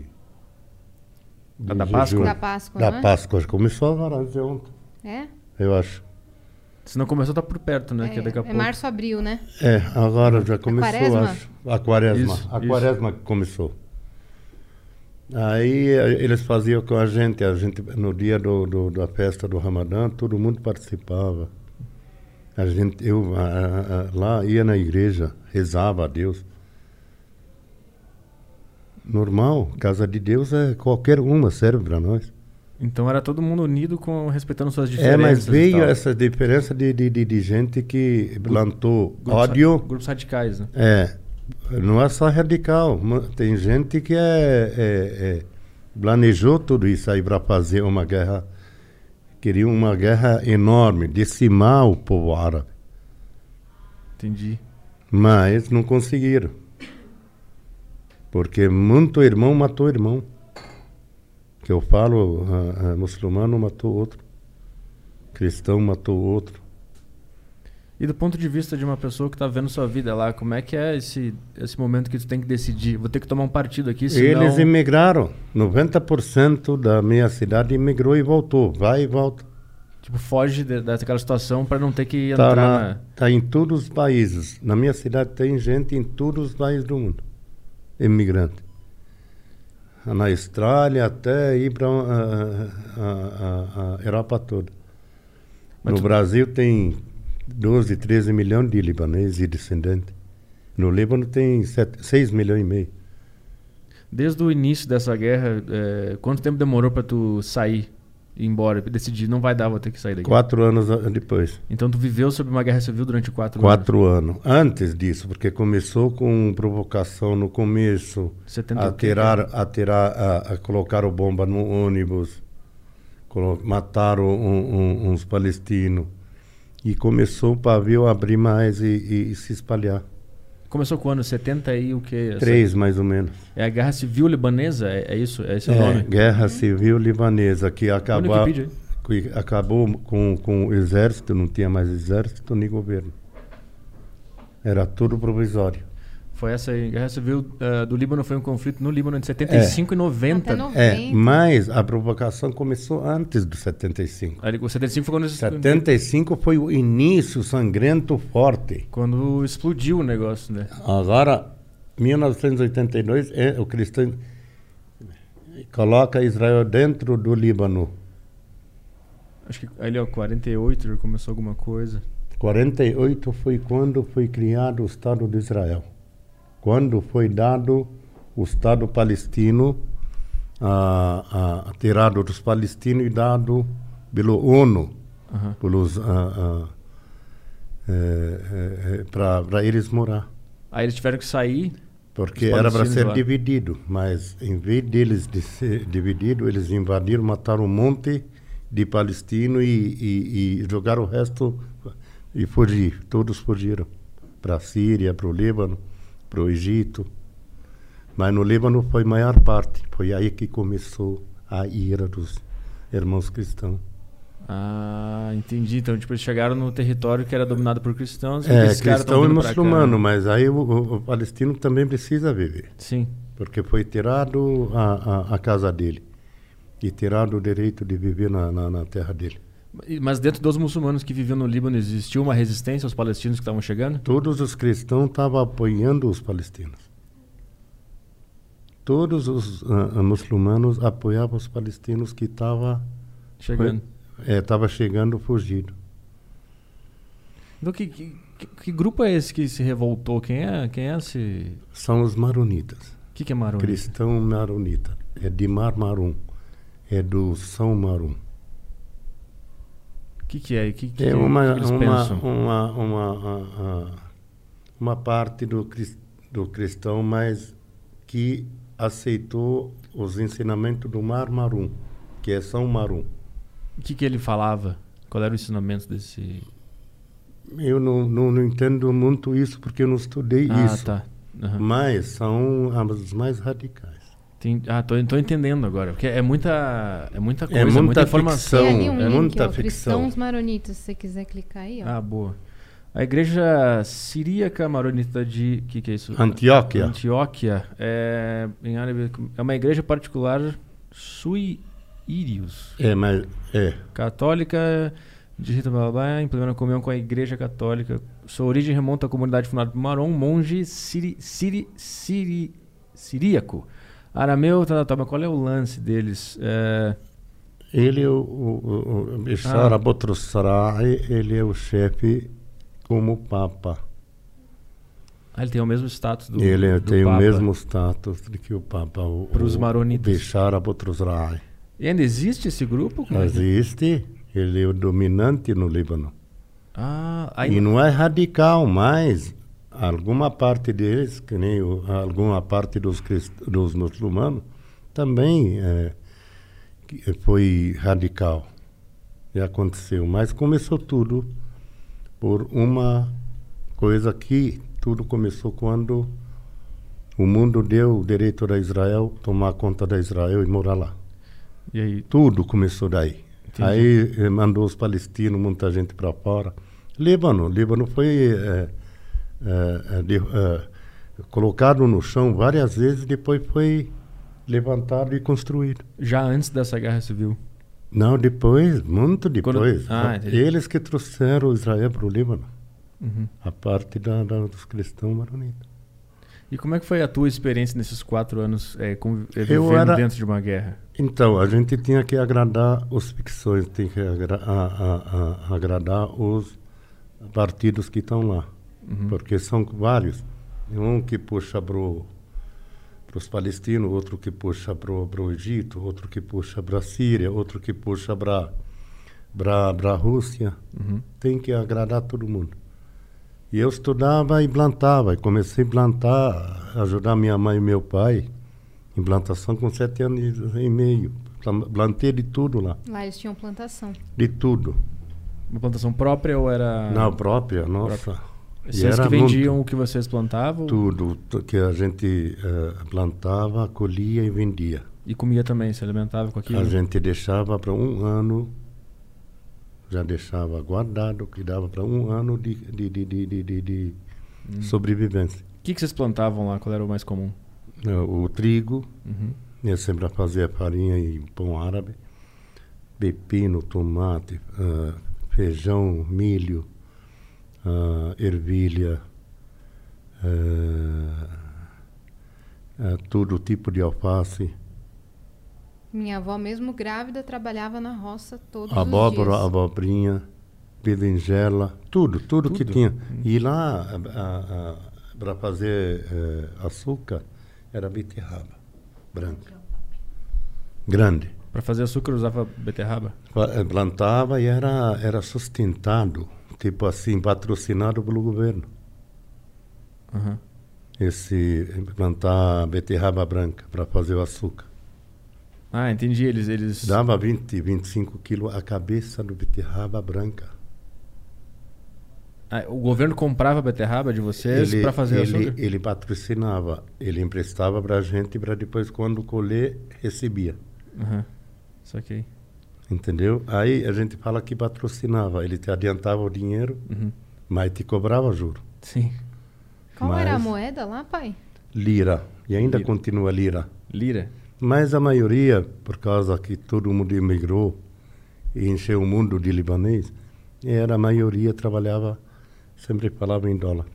Speaker 1: Da-
Speaker 3: de
Speaker 1: da Páscoa?
Speaker 3: jejum.
Speaker 4: Da Páscoa,
Speaker 3: Da
Speaker 4: não é?
Speaker 3: Páscoa. Começou agora, ontem, ontem,
Speaker 4: É?
Speaker 3: eu acho.
Speaker 1: Se não começou, tá por perto, né? que
Speaker 4: É,
Speaker 1: daqui a
Speaker 4: é
Speaker 1: pouco...
Speaker 4: março, abril, né?
Speaker 3: É, agora já começou,
Speaker 4: quaresma?
Speaker 3: acho. A quaresma.
Speaker 1: Isso,
Speaker 3: a
Speaker 1: isso.
Speaker 3: quaresma que começou. Aí eh, eles faziam com a gente, a gente no dia do, do- da festa do Ramadã, todo mundo participava. A gente, eu ah, ah, ah, lá ia na igreja, rezava a Deus. Normal, casa de Deus é qualquer uma serve para nós.
Speaker 1: Então era todo mundo unido, com respeitando suas
Speaker 3: É,
Speaker 1: diferenças
Speaker 3: mas
Speaker 1: e
Speaker 3: veio
Speaker 1: tal.
Speaker 3: essa diferença de, de, de, de gente que plantou
Speaker 1: Grupos ra-
Speaker 3: ódio.
Speaker 1: Grupos radicais, né?
Speaker 3: É, não é só radical. ma- Tem gente que é, é- é- planejou tudo isso aí para fazer uma guerra. Queria uma guerra enorme, decimar o povo árabe.
Speaker 1: Entendi.
Speaker 3: Mas não conseguiram. Porque muito irmão matou irmão. Que eu falo, ah, ah, muçulmano matou outro. Cristão matou outro.
Speaker 1: E do ponto de vista de uma pessoa que tá vendo sua vida lá, como é que é esse, esse momento que tu tem que decidir? Vou ter que tomar um partido aqui, senão...
Speaker 3: Eles emigraram. 90% da minha cidade emigrou e voltou. Vai e volta.
Speaker 1: Tipo, foge de, daquela situação pra não ter que
Speaker 3: Está
Speaker 1: entrar na...
Speaker 3: Tá em todos os países. Na minha cidade tem gente em todos os países do mundo. Imigrante. Na Austrália até ir ah, para ah, a Europa toda.
Speaker 1: Mas
Speaker 3: no
Speaker 1: tu-
Speaker 3: Brasil tem 12, 13 milhões de libaneses e descendentes. No Líbano tem 6 milhões e meio.
Speaker 1: Desde o início dessa guerra, é, quanto tempo demorou pra tu sair e ir embora? Decidir, não vai dar, vou ter que sair daqui.
Speaker 3: Quatro anos a- depois.
Speaker 1: Então tu viveu sob uma guerra civil durante quatro,
Speaker 3: Quatro anos. Antes disso, porque começou com provocação no começo,
Speaker 1: anos. 70 e o quê,
Speaker 3: atirar,
Speaker 1: cara?
Speaker 3: atirar, a, a colocaram bomba no ônibus, colo- mataram um- um- uns palestinos. E começou o pavio a abrir mais e, e- e se espalhar.
Speaker 1: Começou quando? 70 e o quê? Essa-
Speaker 3: Três, mais ou menos.
Speaker 1: É a guerra civil libanesa? É, é isso? É esse o
Speaker 3: É,
Speaker 1: nome?
Speaker 3: Guerra Civil Libanesa, que, acaba,
Speaker 1: Wikipedia, hein?
Speaker 3: que acabou com, com o exército, não tinha mais exército nem governo. Era tudo provisório.
Speaker 1: Foi essa aí. Guerra Civil eh, do Líbano foi um conflito no Líbano entre 75 e 90.
Speaker 4: Até no-
Speaker 3: É,
Speaker 4: 90.
Speaker 3: mas a provocação começou antes do 75.
Speaker 1: Ali, o 75 foi quando,
Speaker 3: 75 foi o início sangrento forte.
Speaker 1: quando explodiu o negócio, né?
Speaker 3: Agora, 1982, é, o cristão coloca Israel dentro do Líbano.
Speaker 1: Acho que ali, ó, 48 já começou alguma coisa.
Speaker 3: 48 foi quando foi criado o Estado de Israel. Quando foi dado o Estado palestino, ah, ah, tirado dos palestinos e dado pelo ONU,
Speaker 1: Aham.
Speaker 3: pelos é, para é, eles morar.
Speaker 1: Aí eles tiveram que sair.
Speaker 3: Porque
Speaker 1: Os
Speaker 3: era para
Speaker 1: palestinos
Speaker 3: ser
Speaker 1: lá.
Speaker 3: dividido, mas em vez deles de ser dividido, eles invadiram, mataram um monte de palestinos e, e, e jogaram o resto e fugir. Todos fugiram para a Síria, para o Líbano, para o Egito. Mas no Líbano foi a maior parte. Foi aí que começou a ira dos irmãos cristãos.
Speaker 1: Ah, entendi. Então, tipo, eles chegaram no território que era dominado por cristãos. e
Speaker 3: É,
Speaker 1: esses caras tão
Speaker 3: cristão e
Speaker 1: vindo pra cá, né?
Speaker 3: muçulmano, mas aí o- o- o palestino também precisa viver.
Speaker 1: Sim.
Speaker 3: porque foi tirado a, a, a casa dele e tirado o direito de viver na, na, na terra dele.
Speaker 1: E- Mas dentro dos muçulmanos que viviam no Líbano, existiu uma resistência aos palestinos que estavam chegando?
Speaker 3: Todos os cristãos estavam apoiando os palestinos. Todos os ah, ah, muçulmanos apoiavam os palestinos que estavam
Speaker 1: Chegando.
Speaker 3: é, tava chegando fugido.
Speaker 1: Então, que, que, que- que grupo é esse que se revoltou? Quem é, quem é esse?
Speaker 3: São os maronitas,
Speaker 1: O que, que é Maroni?
Speaker 3: cristão maronita. É de Mar Marum, é do São Marum.
Speaker 1: O que, que é? O que, que,
Speaker 3: É uma,
Speaker 1: que eles
Speaker 3: uma,
Speaker 1: pensam?
Speaker 3: uma, uma, a- a- uma parte do, cris- do cristão, mas que aceitou os ensinamentos do Mar Marum, que é São Marum.
Speaker 1: O que, que ele falava? Qual era o ensinamento desse.
Speaker 3: Eu não, não, não entendo muito isso, porque eu não estudei
Speaker 1: ah,
Speaker 3: isso.
Speaker 1: tá. Aham.
Speaker 3: Mas são as mais radicais.
Speaker 1: Tem- Ah, tô, tô entendendo agora. Porque é muita. É muita coisa,
Speaker 3: É muita
Speaker 1: informação.
Speaker 3: Então,
Speaker 4: Tem ali um
Speaker 3: é
Speaker 4: link,
Speaker 3: muita
Speaker 4: ó,
Speaker 3: ficção.
Speaker 4: Cristãos Maronitas, se você quiser clicar aí, ó.
Speaker 1: Ah, boa. A igreja siríaca maronita de. O que, que é isso?
Speaker 3: Antioquia.
Speaker 1: Antioquia. É, em árabe, é uma igreja particular sui irius.
Speaker 3: É, mas é.
Speaker 1: Católica de rito blá, blá, blá, em plena comunhão com a igreja católica. Sua origem remonta à comunidade fundada por Maron, monge siri, siri, siri, siríaco. Arameu, tá, tá, tá, mas qual é o lance deles? É,
Speaker 3: Ele, é o, o, o Bishara
Speaker 1: Ah.
Speaker 3: Botrossarai, ele é o chefe como Papa.
Speaker 1: ah, ele tem o mesmo status do
Speaker 3: ele
Speaker 1: do
Speaker 3: tem
Speaker 1: Papa.
Speaker 3: o mesmo status de que o Papa. o-
Speaker 1: Pros
Speaker 3: o-
Speaker 1: maronitas.
Speaker 3: O Bishar Abotrosrai.
Speaker 1: E ainda existe esse grupo? Como é que-
Speaker 3: Existe, ele é o dominante no Líbano.
Speaker 1: Ah,
Speaker 3: E
Speaker 1: aí,
Speaker 3: não é radical, mas alguma parte deles, que nem o- alguma parte dos, crist- dos muçulmanos, também eh, que- é, foi radical. E aconteceu. Mas começou tudo por uma coisa que tudo começou quando o mundo deu o direito da Israel tomar conta da Israel e morar lá.
Speaker 1: e aí?
Speaker 3: Tudo começou daí.
Speaker 1: Entendi.
Speaker 3: Aí eh, mandou os palestinos, muita gente para fora. Líbano, Líbano foi eh, eh, eh, de- eh, colocado no chão várias vezes, depois foi levantado e construído.
Speaker 1: Já antes dessa guerra civil.
Speaker 3: Não, depois, muito
Speaker 1: Quando-
Speaker 3: depois.
Speaker 1: Ah, entendi.
Speaker 3: eles que trouxeram Israel para o Líbano,
Speaker 1: Uhum.
Speaker 3: a parte da, da- dos cristãos maronitas.
Speaker 1: E como é que foi a tua experiência nesses quatro anos é, conv- é,
Speaker 3: Eu
Speaker 1: vivendo
Speaker 3: era-
Speaker 1: dentro de uma guerra?
Speaker 3: Então, a gente tinha que agradar os ficções, tem que agra a- a- a- agradar os partidos que estão lá.
Speaker 1: Uhum.
Speaker 3: Porque são vários. Um que puxa para os palestinos, outro que puxa para o Egito, outro que puxa para a Síria, outro que puxa para a Rússia.
Speaker 1: Uhum.
Speaker 3: Tem que agradar todo mundo. E eu estudava e plantava. E comecei a plantar, ajudar minha mãe e meu pai em plantação com sete anos e meio. Plan- Plantei de tudo lá,
Speaker 4: Lá eles tinham plantação.
Speaker 3: de tudo.
Speaker 1: Uma plantação própria ou era.
Speaker 3: Na própria, nossa. E
Speaker 1: Vocês que
Speaker 3: era
Speaker 1: vendiam
Speaker 3: muito.
Speaker 1: o que vocês plantavam
Speaker 3: Tudo tu- que a gente eh, plantava, colhia e vendia.
Speaker 1: e comia também, se alimentava com aquilo.
Speaker 3: A gente deixava para um ano, já
Speaker 1: Hum.
Speaker 3: deixava guardado, que dava para um ano de, de, de, de, de, de- de sobrevivência.
Speaker 1: Uhum. O que, que vocês plantavam lá? Qual era o mais comum?
Speaker 3: É, O trigo,
Speaker 1: Uhum.
Speaker 3: eu sempre fazia farinha e pão árabe, pepino, tomate, ah, feijão, milho, ah, ervilha, ah, ah, todo tipo de alface,
Speaker 4: Minha avó, mesmo grávida, trabalhava na roça todos
Speaker 3: abóbora,
Speaker 4: os dias.
Speaker 3: abobrinha, berinjela, tudo, tudo, que
Speaker 1: Tudo?
Speaker 3: tinha. E lá, para fazer eh, açúcar, era beterraba branca, grande.
Speaker 1: Para fazer açúcar usava beterraba?
Speaker 3: Pa- eh, Plantava e era, era sustentado, tipo assim, patrocinado pelo governo.
Speaker 1: Aham.
Speaker 3: Esse eh, plantar beterraba branca para fazer o açúcar.
Speaker 1: Ah, entendi. Eles. eles...
Speaker 3: Dava 20, 25 quilos a cabeça do beterraba branca.
Speaker 1: Ah, o governo comprava beterraba de vocês para fazer
Speaker 3: ele,
Speaker 1: açúcar?
Speaker 3: ele patrocinava, ele emprestava para a gente para depois, quando colher, recebia.
Speaker 1: Aham. Saquei.
Speaker 3: Entendeu? Aí a gente fala que patrocinava, ele te adiantava o dinheiro,
Speaker 1: Uhum.
Speaker 3: mas te cobrava juro.
Speaker 1: Sim.
Speaker 4: Qual era a
Speaker 3: Mas-
Speaker 4: moeda lá, pai?
Speaker 3: Lira, e ainda
Speaker 1: Lira.
Speaker 3: continua lira.
Speaker 1: Lira.
Speaker 3: Mas a maioria, por causa que todo mundo emigrou e encheu o mundo de libanês, era a maioria trabalhava, sempre falava em dólar.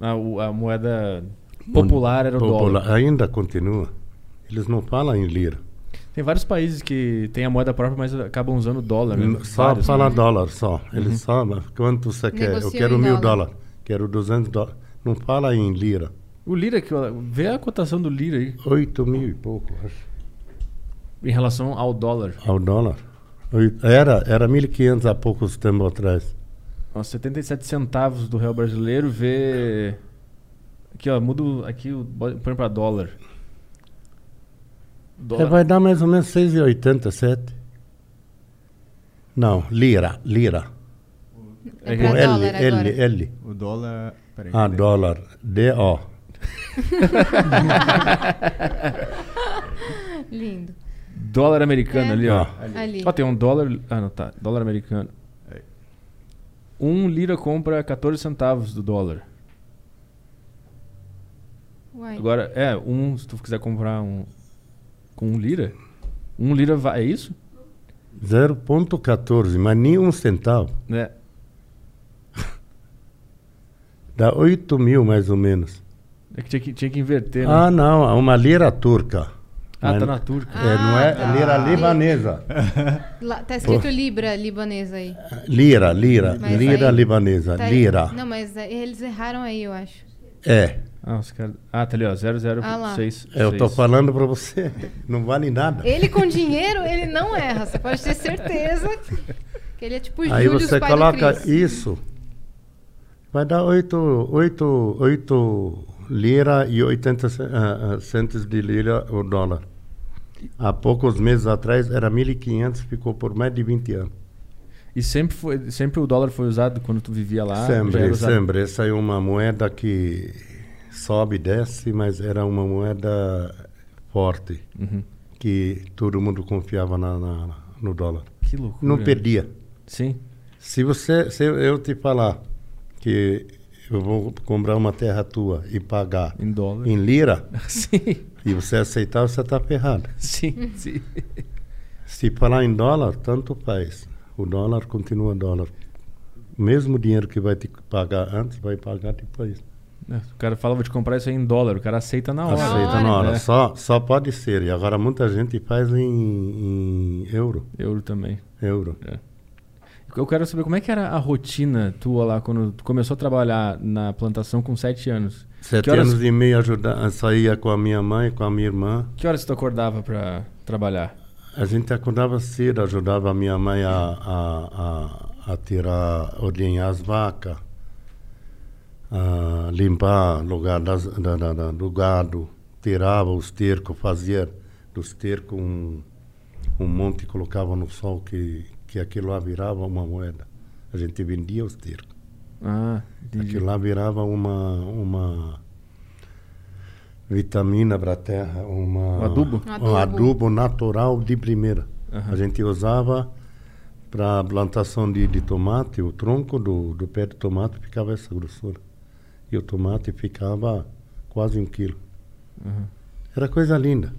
Speaker 1: Ah, o- a moeda popular era o dólar.
Speaker 3: Popular- Ainda continua. Eles não falam em lira.
Speaker 1: Tem vários países que têm a moeda própria, mas acabam usando dólar. Né?
Speaker 3: Só
Speaker 1: Vários,
Speaker 3: Hum, fala
Speaker 1: né?
Speaker 3: dólar só. Eles falam quanto você quer.
Speaker 4: Negociam
Speaker 3: Eu quero
Speaker 4: em
Speaker 3: mil
Speaker 4: dólar.
Speaker 3: dólares. Quero 200 dólares. Não fala em lira.
Speaker 1: O lira, que vê a cotação do lira aí
Speaker 3: Oito mil e pouco, acho.
Speaker 1: em relação ao dólar.
Speaker 3: Ao dólar. Oito- Era, era 1.500 há poucos tempos atrás.
Speaker 1: Ó, 77 centavos do real brasileiro vê... Aqui, ó, muda o- aqui, o- põe pra dólar.
Speaker 3: É,
Speaker 1: Dólar.
Speaker 3: vai dar mais ou menos 6,80, 7. Não, lira, lira.
Speaker 4: É
Speaker 1: É
Speaker 4: pra
Speaker 1: com
Speaker 3: L,
Speaker 4: dólar agora.
Speaker 3: L, L.
Speaker 2: O dólar. Peraí.
Speaker 3: Ah,
Speaker 2: cadê?
Speaker 3: dólar. D-O.
Speaker 4: Lindo.
Speaker 1: Dólar americano
Speaker 4: É.
Speaker 1: ali, ó.
Speaker 3: Ah.
Speaker 2: Ali.
Speaker 4: Ali.
Speaker 1: Ó, tem um dólar... Ah, não, tá. Dólar americano.
Speaker 2: Aí.
Speaker 1: Um lira compra 14 centavos do dólar.
Speaker 4: Uai.
Speaker 1: Agora, é, um... Se tu quiser comprar um... Com um lira... Um lira vai... É isso?
Speaker 3: 0,14, mas nem um centavo.
Speaker 1: Né?
Speaker 3: Dá 8 mil mais ou menos.
Speaker 1: É que tinha que, tinha que inverter, né?
Speaker 3: Ah, não, é uma lira turca.
Speaker 1: Ah,
Speaker 3: Mas-
Speaker 1: tá na turca.
Speaker 3: É, não é
Speaker 4: Ah, tá.
Speaker 3: lira libanesa.
Speaker 4: Lá, tá escrito Libra libanesa aí.
Speaker 3: Lira, lira,
Speaker 4: Mas
Speaker 3: lira
Speaker 4: aí-
Speaker 3: libanesa,
Speaker 4: Tá aí.
Speaker 3: lira.
Speaker 4: Não, mas é, eles erraram aí, eu acho.
Speaker 3: É,
Speaker 1: Ah, os caras... Ah, tá ali, ó. 006.
Speaker 4: Ah lá.
Speaker 3: eu tô falando pra você, não vale nada.
Speaker 4: Ele com dinheiro, ele não erra. Você pode ter certeza que ele é tipo Júlio,
Speaker 3: Aí você
Speaker 4: pai
Speaker 3: coloca
Speaker 4: do Cris.
Speaker 3: isso, vai dar 8, oito, oito lira e 80 ce- ah, ah, centos de lira o dólar. Há poucos meses atrás era 1.500, ficou por mais de 20 anos.
Speaker 1: E sempre, foi, sempre o dólar foi usado quando tu vivia lá? Ah, já era
Speaker 3: sempre,
Speaker 1: usado.
Speaker 3: sempre. Essa é uma moeda que sobe e desce, mas era uma moeda forte.
Speaker 1: Uhum.
Speaker 3: que todo mundo confiava na, na- na- no dólar.
Speaker 1: Que loucura. né?
Speaker 3: Não perdia.
Speaker 1: Sim.
Speaker 3: Se você, se eu te falar que eu vou comprar uma terra tua e pagar
Speaker 1: Em dólar.
Speaker 3: em lira
Speaker 1: Sim,
Speaker 3: e você aceitar, você está ferrado.
Speaker 1: sim,
Speaker 3: Uhum.
Speaker 1: sim.
Speaker 3: Se falar em dólar, tanto faz. O dólar continua dólar. O mesmo dinheiro que vai te pagar antes, vai pagar depois.
Speaker 1: É, O cara fala, vou te comprar isso aí em dólar. O cara aceita na hora.
Speaker 3: Aceita na hora.
Speaker 1: É.
Speaker 3: Só, só pode ser. E agora muita gente faz em, em euro.
Speaker 1: É, Euro também. é.
Speaker 3: Euro.
Speaker 1: Eu quero saber como é que era a rotina tua lá quando tu começou a trabalhar na plantação com sete anos.
Speaker 3: Sete
Speaker 1: que horas,
Speaker 3: anos e meio ajuda, saía com a minha mãe, com a minha irmã.
Speaker 1: Que horas tu acordava pra trabalhar?
Speaker 3: A gente acordava cedo, ajudava a minha mãe a, a, a, a tirar, ordenhar as vacas, a limpar o lugar das, da, da- da- do gado, tirava os tercos, fazia dos tercos um, um monte e colocava no sol, que, que aquilo lá virava uma moeda. A gente vendia os tercos.
Speaker 1: Ah, entendi.
Speaker 3: Aquilo lá virava uma, uma vitamina para a terra, uma,
Speaker 1: Um adubo?
Speaker 3: um
Speaker 4: Adubo.
Speaker 3: adubo natural de primeira.
Speaker 1: Aham.
Speaker 3: A gente usava para plantação de, de tomate, o tronco do, do pé de tomate ficava essa grossura. E o tomate ficava quase um quilo. Era coisa linda.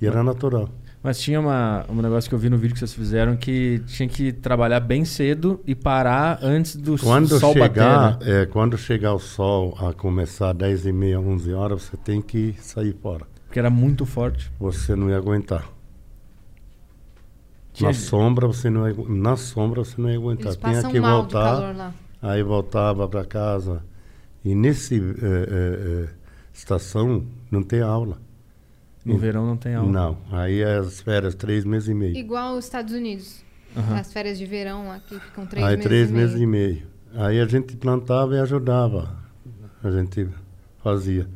Speaker 3: E era natural.
Speaker 1: Mas tinha uma, um negócio que eu vi no vídeo que vocês fizeram que tinha que trabalhar bem cedo e parar antes do s-
Speaker 3: Quando
Speaker 1: sol
Speaker 3: chegar,
Speaker 1: bater. né?
Speaker 3: é, quando chegar o sol a começar 10 e meia, 11 horas, você tem que sair fora.
Speaker 1: Porque era muito forte.
Speaker 3: Você não ia aguentar.
Speaker 1: Tinha-
Speaker 3: Na sombra você não ia, agu- na sombra você não ia aguentar.
Speaker 4: Eles
Speaker 3: Tinha
Speaker 4: passam um
Speaker 3: que
Speaker 4: mal do
Speaker 3: voltar.
Speaker 4: calor lá.
Speaker 3: Aí voltava para casa. E nesse eh, eh, eh, estação não tem aula.
Speaker 1: No verão não tem aula.
Speaker 3: Não. Aí é as férias, três meses e meio.
Speaker 4: Igual os Estados Unidos.
Speaker 1: Aham.
Speaker 4: As férias de verão lá, que ficam três
Speaker 3: Aí
Speaker 4: meses
Speaker 3: três
Speaker 4: e
Speaker 3: meses
Speaker 4: meio.
Speaker 3: e meio. Aí a gente plantava e ajudava. A gente fazia.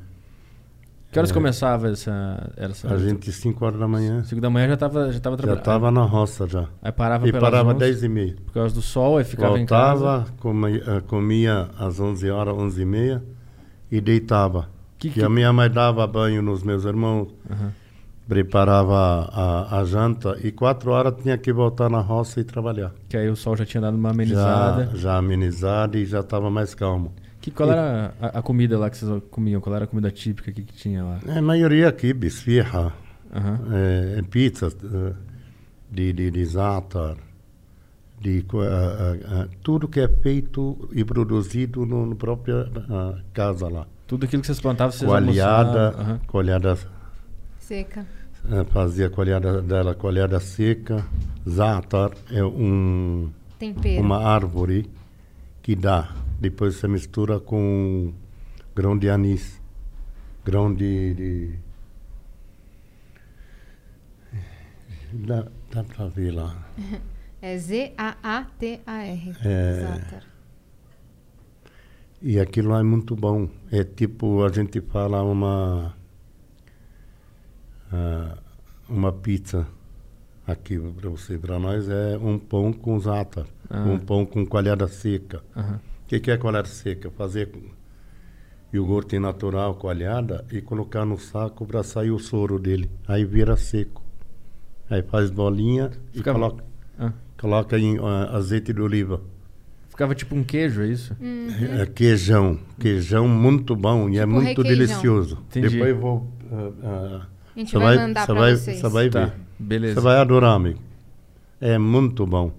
Speaker 1: Que horas
Speaker 3: É.
Speaker 1: começava essa. Era essa
Speaker 3: A gente cinco horas da manhã.
Speaker 1: Cinco da manhã já tava, já tava
Speaker 3: Já
Speaker 1: trabalhando.
Speaker 3: estava na roça já.
Speaker 1: Aí parava
Speaker 3: E
Speaker 1: pelas
Speaker 3: parava
Speaker 1: 11,
Speaker 3: dez e meia.
Speaker 1: por causa do sol, aí ficava em casa.
Speaker 3: Voltava, comia, eh, comia às 11 horas, 11 e meia e deitava.
Speaker 1: Que-
Speaker 3: Que,
Speaker 1: que-
Speaker 3: a minha mãe dava banho nos meus irmãos,
Speaker 1: Aham.
Speaker 3: preparava a, a janta e quatro horas tinha que voltar na roça e trabalhar.
Speaker 1: Que aí o sol já tinha dado uma
Speaker 3: Já,
Speaker 1: amenizada.
Speaker 3: já amenizado e já estava mais calmo.
Speaker 1: Que, qual era a, a comida lá que vocês comiam? Qual era a comida típica que, que tinha lá?
Speaker 3: A maioria aqui, bisfirra,
Speaker 1: Aham.
Speaker 3: eh, pizza eh, de, de, de zaatar, de, co- ah, ah, ah, tudo que é feito e produzido no, no própria ah, casa lá.
Speaker 1: Tudo aquilo que vocês plantavam, vocês
Speaker 3: coalhada,
Speaker 1: almoçavam. Aham.
Speaker 3: coalhada
Speaker 4: Seca.
Speaker 3: eh, fazia coalhada dela, coalhada seca, zaatar é um
Speaker 4: Tempero.
Speaker 3: uma árvore que dá, depois você mistura com grão de anis, grão de, de... Dá, dá para ver lá.
Speaker 4: É Z-A-A-T-A-R.
Speaker 3: É.
Speaker 4: Zatar.
Speaker 3: E aquilo lá é muito bom. É tipo, a gente fala uma. ah, uma pizza. Aqui para você, para nós, é um pão com zata.
Speaker 1: Ah.
Speaker 3: Um pão com coalhada seca.
Speaker 1: Aham.
Speaker 3: O que, que é coalhada seca? Fazer com iogurte natural, coalhada, e colocar no saco para sair o soro dele. Aí vira seco. Aí faz bolinha
Speaker 1: Fica-
Speaker 3: e coloca,
Speaker 1: Ah.
Speaker 3: coloca em ah, azeite de oliva.
Speaker 1: Ficava tipo um queijo, é isso?
Speaker 4: Hum.
Speaker 3: É queijão, queijão muito bom e é
Speaker 4: Tipo
Speaker 3: muito
Speaker 4: requeijão.
Speaker 3: delicioso.
Speaker 1: Entendi.
Speaker 3: Depois eu vou. ah, ah,
Speaker 4: A gente
Speaker 3: você
Speaker 4: vai, mandar
Speaker 3: você
Speaker 4: pra
Speaker 3: vai,
Speaker 4: vocês.
Speaker 3: Você vai
Speaker 1: Tá,
Speaker 3: ver.
Speaker 1: beleza.
Speaker 3: Você vai adorar, amigo. É muito bom.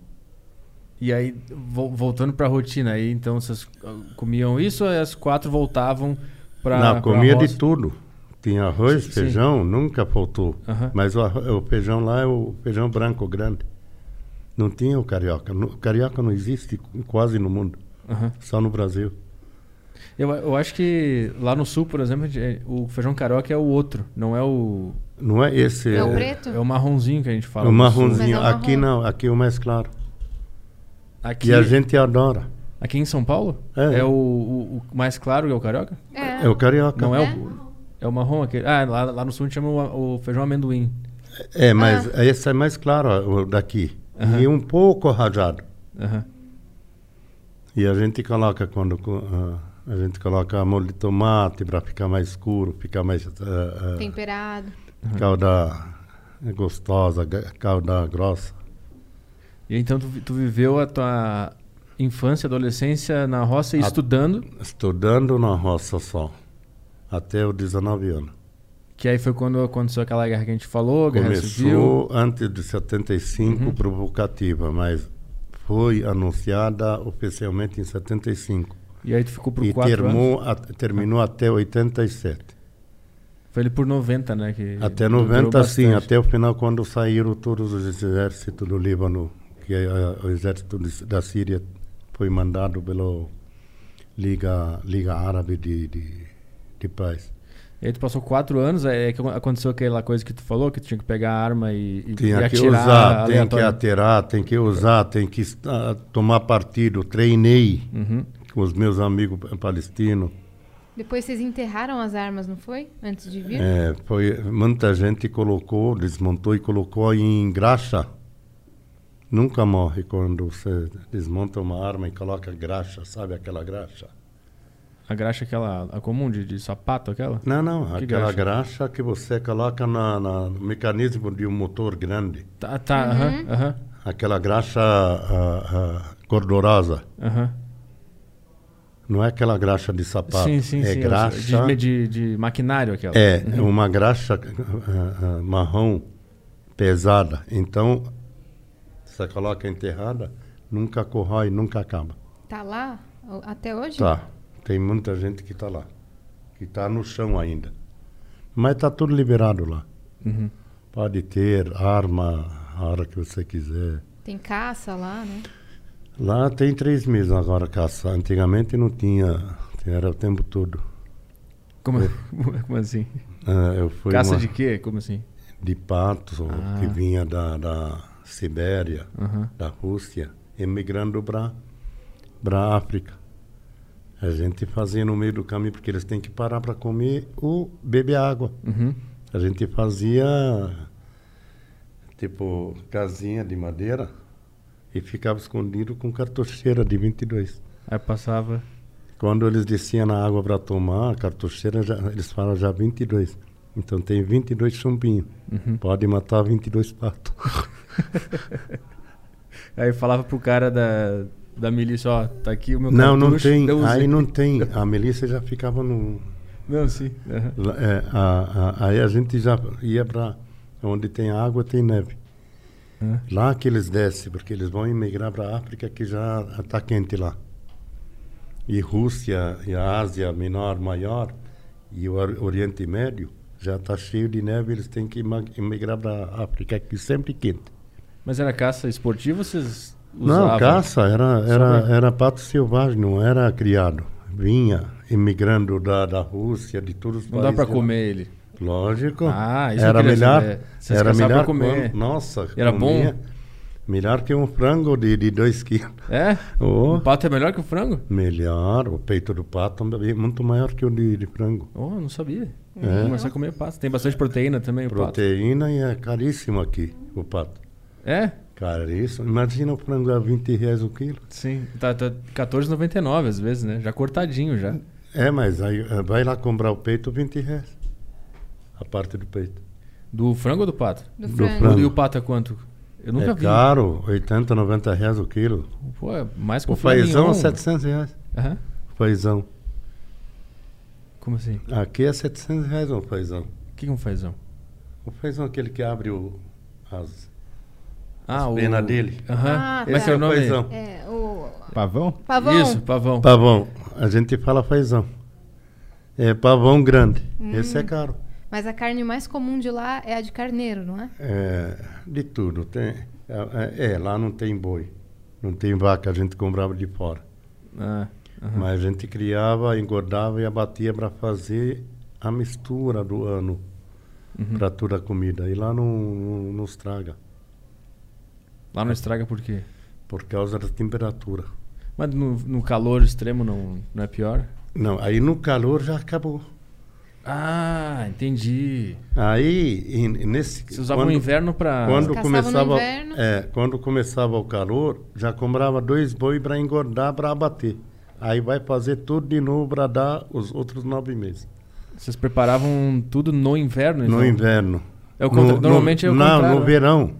Speaker 1: E aí, vo- voltando pra rotina, aí então vocês ah, comiam isso ou as quatro voltavam pra.
Speaker 3: Na
Speaker 1: pra
Speaker 3: comia
Speaker 1: roça?
Speaker 3: de tudo. Tinha arroz,
Speaker 1: Sim, sim.
Speaker 3: feijão, nunca faltou.
Speaker 1: Aham.
Speaker 3: Mas o, arro- o feijão lá é o feijão branco grande. Não tinha o carioca. No- O carioca não existe quase no mundo,
Speaker 1: Aham.
Speaker 3: só no Brasil.
Speaker 1: Eu, eu acho que lá no sul, por exemplo, a gente- é- o feijão carioca é o outro, não é o.
Speaker 3: Não é esse.
Speaker 4: É o
Speaker 3: é-
Speaker 4: preto?
Speaker 1: É o marronzinho que a gente fala.
Speaker 3: o
Speaker 1: no sul.
Speaker 4: Mas é
Speaker 3: marronzinho.
Speaker 4: o
Speaker 3: Aqui
Speaker 4: marrom.
Speaker 3: não, aqui é o mais claro.
Speaker 1: Aqui,
Speaker 3: E a gente adora.
Speaker 1: aqui em São Paulo?
Speaker 3: É.
Speaker 1: o, o- o mais claro que é o carioca?
Speaker 4: É.
Speaker 3: É o carioca.
Speaker 1: Não é,
Speaker 4: É.
Speaker 1: o. É o marrom aquele. Ah, lá, lá no sul a gente chama o, o feijão amendoim.
Speaker 3: É, mas esse é mais claro ó, o daqui. E um pouco rajado.
Speaker 1: Aham.
Speaker 3: E a gente coloca quando co- ah, a gente coloca molho de tomate para ficar mais escuro, ficar mais ah, ah,
Speaker 4: Temperado.
Speaker 3: calda gostosa, ga- calda grossa.
Speaker 1: E então tu, vi- tu viveu a tua infância, adolescência na roça e
Speaker 3: A-
Speaker 1: estudando,
Speaker 3: Estudando na roça só até os 19 anos.
Speaker 1: que aí foi quando aconteceu aquela guerra que a gente falou, guerra civil.
Speaker 3: Começou antes de 75
Speaker 1: Uhum.
Speaker 3: provocativa, mas foi anunciada oficialmente em 75
Speaker 1: E aí tu ficou por
Speaker 3: e
Speaker 1: quatro anos.
Speaker 3: terminou, at- terminou até 87.
Speaker 1: Foi ele por 90, né? que
Speaker 3: Até
Speaker 1: durou
Speaker 3: 90, sim,
Speaker 1: bastante.
Speaker 3: até o final, quando saíram todos os exércitos do Líbano, que eh, o exército de- da Síria foi mandado pela Liga, Liga Árabe de, de, de Paz.
Speaker 1: E aí tu passou quatro anos, é que aconteceu aquela coisa que tu falou, que tu tinha que pegar a arma e, e, e
Speaker 3: Tinha que
Speaker 1: atirar
Speaker 3: usar, tem que
Speaker 1: aleatório.
Speaker 3: atirar, tem que usar, tem que estar- tomar partido. Treinei
Speaker 1: Uhum.
Speaker 3: com os meus amigos palestinos.
Speaker 4: Depois vocês enterraram as armas, não foi? Antes de vir?
Speaker 3: É, foi, muita gente colocou, desmontou e colocou em graxa. Nunca morre quando você desmonta uma arma e coloca graxa, sabe aquela graxa?
Speaker 1: A graxa aquela, a comum de, de sapato aquela?
Speaker 3: Não, não,
Speaker 1: Que
Speaker 3: aquela
Speaker 1: graxa?
Speaker 3: graxa? que você coloca na, na- no mecanismo de um motor grande.
Speaker 1: Tá, tá, aham, aham,
Speaker 3: Aquela graxa ah, ah, cordorosa.
Speaker 1: aham.
Speaker 3: Não é aquela graxa de sapato.
Speaker 1: sim, sim,
Speaker 3: é
Speaker 1: sim.
Speaker 3: graxa.
Speaker 1: De, de, de maquinário aquela. Uhum.
Speaker 3: É, uma graxa ah, ah, marrom pesada. Então, você coloca enterrada, nunca corrói, nunca acaba.
Speaker 4: Tá lá o- até hoje?
Speaker 3: Tá. Tem muita gente que está lá. Que está no chão ainda. Mas está tudo liberado lá.
Speaker 1: Uhum.
Speaker 3: Pode ter arma, a hora que você quiser.
Speaker 4: Tem caça lá, né?
Speaker 3: Lá tem três meses agora caça. Antigamente não tinha. Era o tempo todo.
Speaker 1: Como, como assim?
Speaker 3: Ah, eu fui
Speaker 1: Caça
Speaker 3: uma-
Speaker 1: de quê? Como assim?
Speaker 3: de patos
Speaker 1: Ah.
Speaker 3: que vinha da, da Sibéria,
Speaker 1: Aham.
Speaker 3: da Rússia, emigrando para a África. A gente fazia no meio do caminho, porque eles têm que parar para comer ou beber água.
Speaker 1: Uhum.
Speaker 3: A gente fazia tipo casinha de madeira e ficava escondido com cartucheira de 22.
Speaker 1: Aí passava.
Speaker 3: Quando eles desciam na água para tomar, a cartucheira, já, eles falam já 22. Então tem 22 chumbinhos. Pode matar 22 patos.
Speaker 1: Aí falava pro cara da, da milícia, ó, tá aqui o meu
Speaker 3: Não, não
Speaker 1: cartucho, um
Speaker 3: tem.
Speaker 1: eu usei.
Speaker 3: Aí não tem. A milícia já ficava no.
Speaker 1: Não, sim. aham.
Speaker 3: lá, é, a- a- aí a gente já ia para. Onde tem água, tem neve.
Speaker 1: Hã?
Speaker 3: Lá que eles descem, porque eles vão emigrar para a África, que já está quente lá. E Rússia e a Ásia Menor, Maior e o Or- Oriente Médio já está cheio de neve, eles têm que ima- emigrar para a África, que sempre quente.
Speaker 1: Mas era caça esportiva ou vocês usavam?
Speaker 3: Não, caça era,
Speaker 1: Só
Speaker 3: era, era pato selvagem, não era criado. Vinha imigrando da, da Rússia, de todos os
Speaker 1: Não dá
Speaker 3: países.
Speaker 1: pra
Speaker 3: lá.
Speaker 1: comer ele.
Speaker 3: Lógico.
Speaker 1: Ah, isso
Speaker 3: era
Speaker 1: eu queria
Speaker 3: melhor.
Speaker 1: saber. Vocês
Speaker 3: Era
Speaker 1: caçavam pra
Speaker 3: melhor
Speaker 1: comer.
Speaker 3: quando- Nossa,
Speaker 1: Era
Speaker 3: comia.
Speaker 1: bom?
Speaker 3: Melhor que um frango de 2 quilos.
Speaker 1: É?
Speaker 3: Oh,
Speaker 1: O pato é melhor que o frango?
Speaker 3: melhor, o peito do pato é muito maior que o de, de frango.
Speaker 1: Oh, não sabia.
Speaker 3: É.
Speaker 1: Vou começar a comer pato. Tem bastante proteína também, o
Speaker 3: Proteína e é caríssimo aqui, o pato.
Speaker 1: pato. É?
Speaker 3: Caríssimo. Imagina o frango a 20 reais o quilo.
Speaker 1: Sim. Tá, tá 14,99 às vezes, né? Já cortadinho já.
Speaker 3: É, mas aí eh, vai lá comprar o peito, 20 reais. A parte do peito.
Speaker 1: Do frango ou do pato?
Speaker 4: Do
Speaker 3: Do
Speaker 4: frango.
Speaker 3: frango.
Speaker 1: E o pato é quanto? Eu nunca
Speaker 3: é
Speaker 1: vi.
Speaker 3: caro, 80, 90 reais o quilo.
Speaker 1: Pô, é mais que
Speaker 3: O
Speaker 1: o Flamingo.
Speaker 3: paizão é 700 reais.
Speaker 1: Aham.
Speaker 3: O paizão.
Speaker 1: Como assim?
Speaker 3: Aqui é 700 reais um paizão.
Speaker 1: O que que é um fazão?
Speaker 3: O paizão é aquele que abre o, as...
Speaker 1: Ah,
Speaker 3: pena dele.
Speaker 1: Aham.
Speaker 4: Ah,
Speaker 1: Como é que
Speaker 4: tá.
Speaker 1: é o nome?
Speaker 3: Paizão.
Speaker 4: É, o...
Speaker 2: Pavão?
Speaker 4: Pavão.
Speaker 1: Isso, pavão.
Speaker 3: Pavão. A gente fala paizão. É pavão grande.
Speaker 1: Hum.
Speaker 3: Esse é caro.
Speaker 4: Mas a carne mais comum de lá é a de carneiro, não é?
Speaker 3: É, de tudo. Tem, é, é, lá não tem boi. Não tem vaca, a gente comprava de fora.
Speaker 1: Ah, aham.
Speaker 3: Mas a gente criava, engordava e abatia para fazer a mistura do ano
Speaker 1: Uhum.
Speaker 3: para toda a comida. E lá não, não, não estraga,
Speaker 1: Lá não estraga por quê?
Speaker 3: por causa da temperatura.
Speaker 1: Mas no, no calor extremo não, não é pior?
Speaker 3: Não, aí no calor já acabou.
Speaker 1: Ah, entendi.
Speaker 3: Aí, em- nesse.
Speaker 1: Você usava o inverno pra.
Speaker 3: Quando
Speaker 4: Caçava no
Speaker 3: começava,
Speaker 4: inverno.
Speaker 3: é, quando começava o calor, já comprava dois boi para engordar, para abater. Aí vai fazer tudo de novo para dar os outros nove meses.
Speaker 1: Vocês preparavam tudo no inverno? então?
Speaker 3: No inverno.
Speaker 1: É o contra-
Speaker 3: No-
Speaker 1: Normalmente é
Speaker 3: no,
Speaker 1: o
Speaker 3: Não,
Speaker 1: contrário,
Speaker 3: no
Speaker 1: né?
Speaker 3: verão.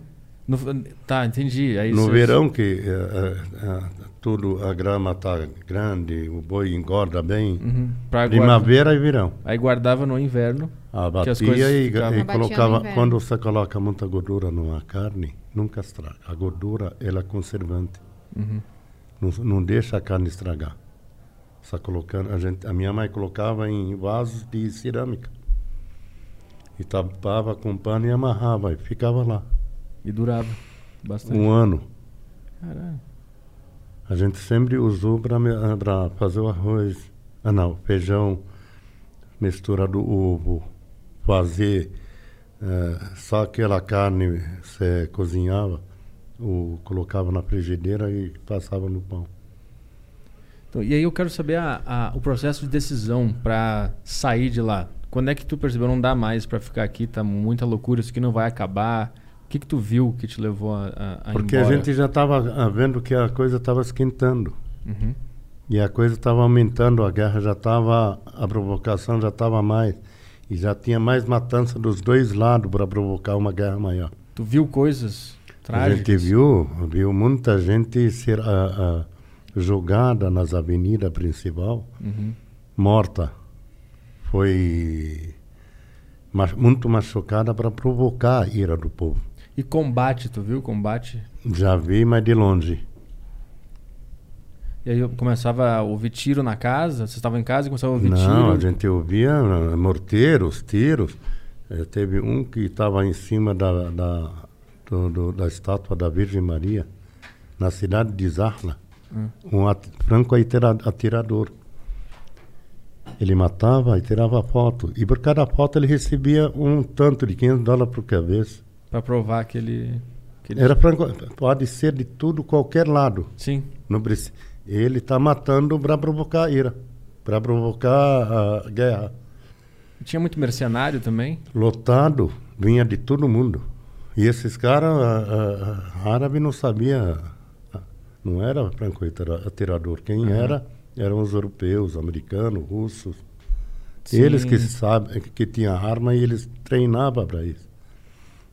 Speaker 1: No- Tá, entendi. Aí
Speaker 3: No
Speaker 1: vocês-
Speaker 3: verão que eh, eh, eh, tudo, a grama tá grande, o boi engorda bem.
Speaker 1: Uhum, pra guarda-
Speaker 3: Primavera e verão.
Speaker 1: Aí guardava no inverno. as coisas
Speaker 3: Abatia Ah, e,
Speaker 1: ficavam-
Speaker 3: e
Speaker 4: Abatia no
Speaker 3: colocava.
Speaker 4: inverno.
Speaker 3: Quando você coloca muita gordura numa carne, nunca estraga. A gordura ela é conservante.
Speaker 1: Uhum.
Speaker 3: Não, não deixa a carne estragar. Só colocando, a, gente, a minha mãe colocava em vasos de cerâmica. E tapava com pano e amarrava. E ficava lá.
Speaker 1: E durava bastante.
Speaker 3: Um ano.
Speaker 1: Caralho.
Speaker 3: A gente sempre usou para fazer o arroz, ah não, feijão, mistura do ovo, fazer eh, só aquela carne você cozinhava, ou colocava na frigideira e passava no pão.
Speaker 1: Então, e aí eu quero saber a- a- o processo de decisão pra sair de lá. Quando é que tu percebeu não dá mais pra ficar aqui? Tá muita loucura, isso aqui não vai acabar. O que que tu viu que te levou a, a, a
Speaker 3: Porque
Speaker 1: embora?
Speaker 3: a gente já estava vendo que a coisa estava esquentando.
Speaker 1: Uhum.
Speaker 3: E a coisa estava aumentando, a guerra já estava, a provocação já estava mais. E já tinha mais matança dos dois lados para provocar uma guerra maior.
Speaker 1: Tu viu coisas
Speaker 3: A
Speaker 1: trágicas?
Speaker 3: gente viu, viu muita gente ser ah, ah, jogada nas avenidas principal,
Speaker 1: Uhum.
Speaker 3: morta. Foi ma- muito machucada para provocar a ira do povo.
Speaker 1: E combate, tu viu? Combate.
Speaker 3: Já vi, mas de longe.
Speaker 1: E aí eu começava a ouvir tiro na casa. Vocês estavam em casa e começava a ouvir
Speaker 3: Não,
Speaker 1: tiro.
Speaker 3: a gente ouvia eh, morteiros, tiros. Eh, teve um que estava em cima da, da, do- do- da estátua da Virgem Maria, na cidade de Zarla. Um at- franco atira- atirador. Ele matava e tirava foto. E por cada foto ele recebia um tanto de 500 dólares por cabeça.
Speaker 1: Pra provar que ele. que ele-
Speaker 3: Era franco, pode ser de tudo, qualquer lado.
Speaker 1: Sim.
Speaker 3: Não preci- Ele está matando para provocar a ira, para provocar a guerra.
Speaker 1: E Tinha muito mercenário também.
Speaker 3: lotado, vinha de todo mundo. E esses caras, ah, ah, árabe não sabia, ah, não era franco atira- atirador. Quem era, eram os europeus, americanos, russos. Eles que
Speaker 1: Sim.
Speaker 3: sabem que tinha arma e eles treinavam para isso.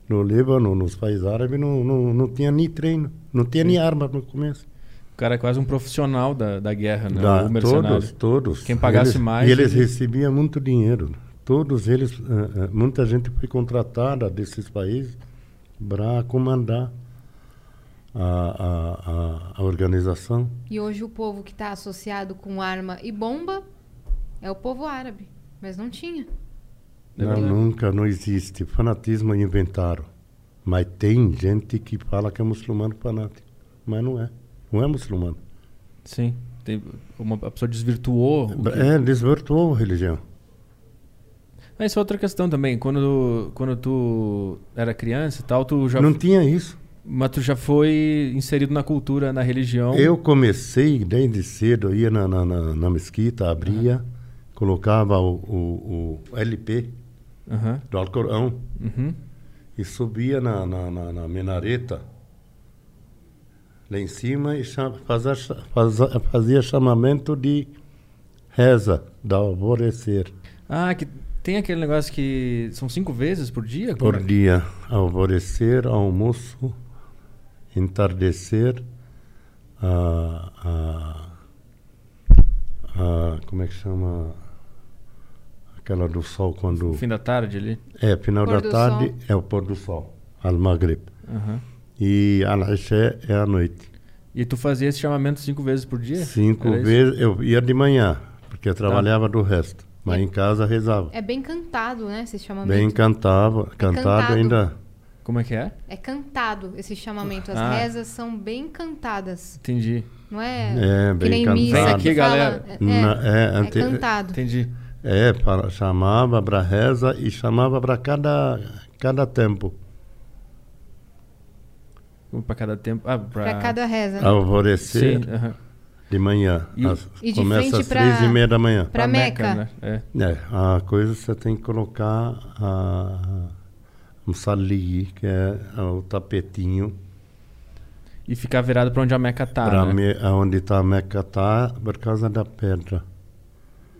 Speaker 3: No Líbano, nos países árabes, não, não, não tinha nem treino, não tinha nem arma no começo.
Speaker 1: O cara é quase um profissional da, da guerra, né?
Speaker 3: Da-
Speaker 1: o mercenário.
Speaker 3: todos, todos.
Speaker 1: Quem pagasse
Speaker 3: Eles-
Speaker 1: mais,
Speaker 3: E eles
Speaker 1: ele-
Speaker 3: recebiam muito dinheiro. Todos eles, eh, eh, muita gente foi contratada desses países para comandar a, a, a, a organização.
Speaker 4: E hoje o povo que está associado com arma e bomba é o povo árabe. Mas não tinha.
Speaker 1: É
Speaker 3: Não,
Speaker 1: verdade.
Speaker 3: nunca, não existe. Fanatismo inventaram. Mas tem gente que fala que é muçulmano fanático. Mas não é. Não é muçulmano.
Speaker 1: Sim. Tem- uma, a pessoa desvirtuou. o que-
Speaker 3: É, desvirtuou a religião.
Speaker 1: Mas isso é outra questão também. Quando, quando tu era criança e tal, tu já.
Speaker 3: Não tinha isso.
Speaker 1: Mas tu já foi inserido na cultura, na religião.
Speaker 3: Eu comecei desde cedo, eu ia na, na, na- na mesquita, abria, colocava o, o- o LP
Speaker 1: Aham.
Speaker 3: do Alcorão
Speaker 1: Uhum.
Speaker 3: e subia na, na, na- na minareta lá em cima e cha- fazia, cha- fazia, fazia chamamento de reza, do alvorecer.
Speaker 1: Ah, que tem aquele negócio que são cinco vezes por dia?
Speaker 3: Por
Speaker 1: Como é?
Speaker 3: dia, alvorecer, almoço, entardecer, a, a, a, como é que chama? Aquela do sol quando.
Speaker 1: Fim da tarde ali.
Speaker 3: É, final
Speaker 4: Pôr
Speaker 3: da
Speaker 4: do
Speaker 3: tarde
Speaker 4: sol.
Speaker 3: é o pôr do sol, al-maghrib.
Speaker 1: Aham.
Speaker 3: E al-isha é a noite.
Speaker 1: E tu fazia esse chamamento cinco vezes por
Speaker 4: É,
Speaker 1: dia?
Speaker 3: Cinco
Speaker 1: Era isso?
Speaker 3: vezes, eu ia de manhã, porque eu trabalhava do resto, mas
Speaker 4: Tá. É.
Speaker 3: em casa rezava.
Speaker 4: É bem cantado, né? Esse chamamento.
Speaker 3: Bem cantava, cantado
Speaker 4: cantado.
Speaker 3: ainda.
Speaker 1: Como é que é?
Speaker 4: É cantado esse chamamento. As
Speaker 1: Ah.
Speaker 4: rezas são bem cantadas.
Speaker 1: Entendi.
Speaker 4: Não é?
Speaker 3: É,
Speaker 4: que
Speaker 3: bem
Speaker 4: nem
Speaker 3: cantado.
Speaker 4: missa
Speaker 1: Vem aqui,
Speaker 4: que fala-
Speaker 1: galera.
Speaker 4: É,
Speaker 3: Na- é,
Speaker 4: é
Speaker 3: ante-
Speaker 4: cantado.
Speaker 1: Entendi.
Speaker 3: É, para, chamava para reza e chamava para cada, cada tempo.
Speaker 1: Um Pra cada tempo. Ah, pra...
Speaker 4: Para cada reza. Né?
Speaker 1: Sim,
Speaker 3: Alvorecer
Speaker 1: aham.
Speaker 3: de manhã.
Speaker 1: E o-
Speaker 3: As-
Speaker 4: E de
Speaker 3: começa
Speaker 4: frente
Speaker 3: às
Speaker 4: pra-
Speaker 3: três e meia da manhã.
Speaker 4: Pra Meca.
Speaker 1: né? É.
Speaker 3: É, a coisa você tem que colocar a msali, que é o tapetinho,
Speaker 1: E ficar virado pra onde a Meca tá.
Speaker 3: para
Speaker 1: né?
Speaker 3: onde está a meca tá, por causa da pedra.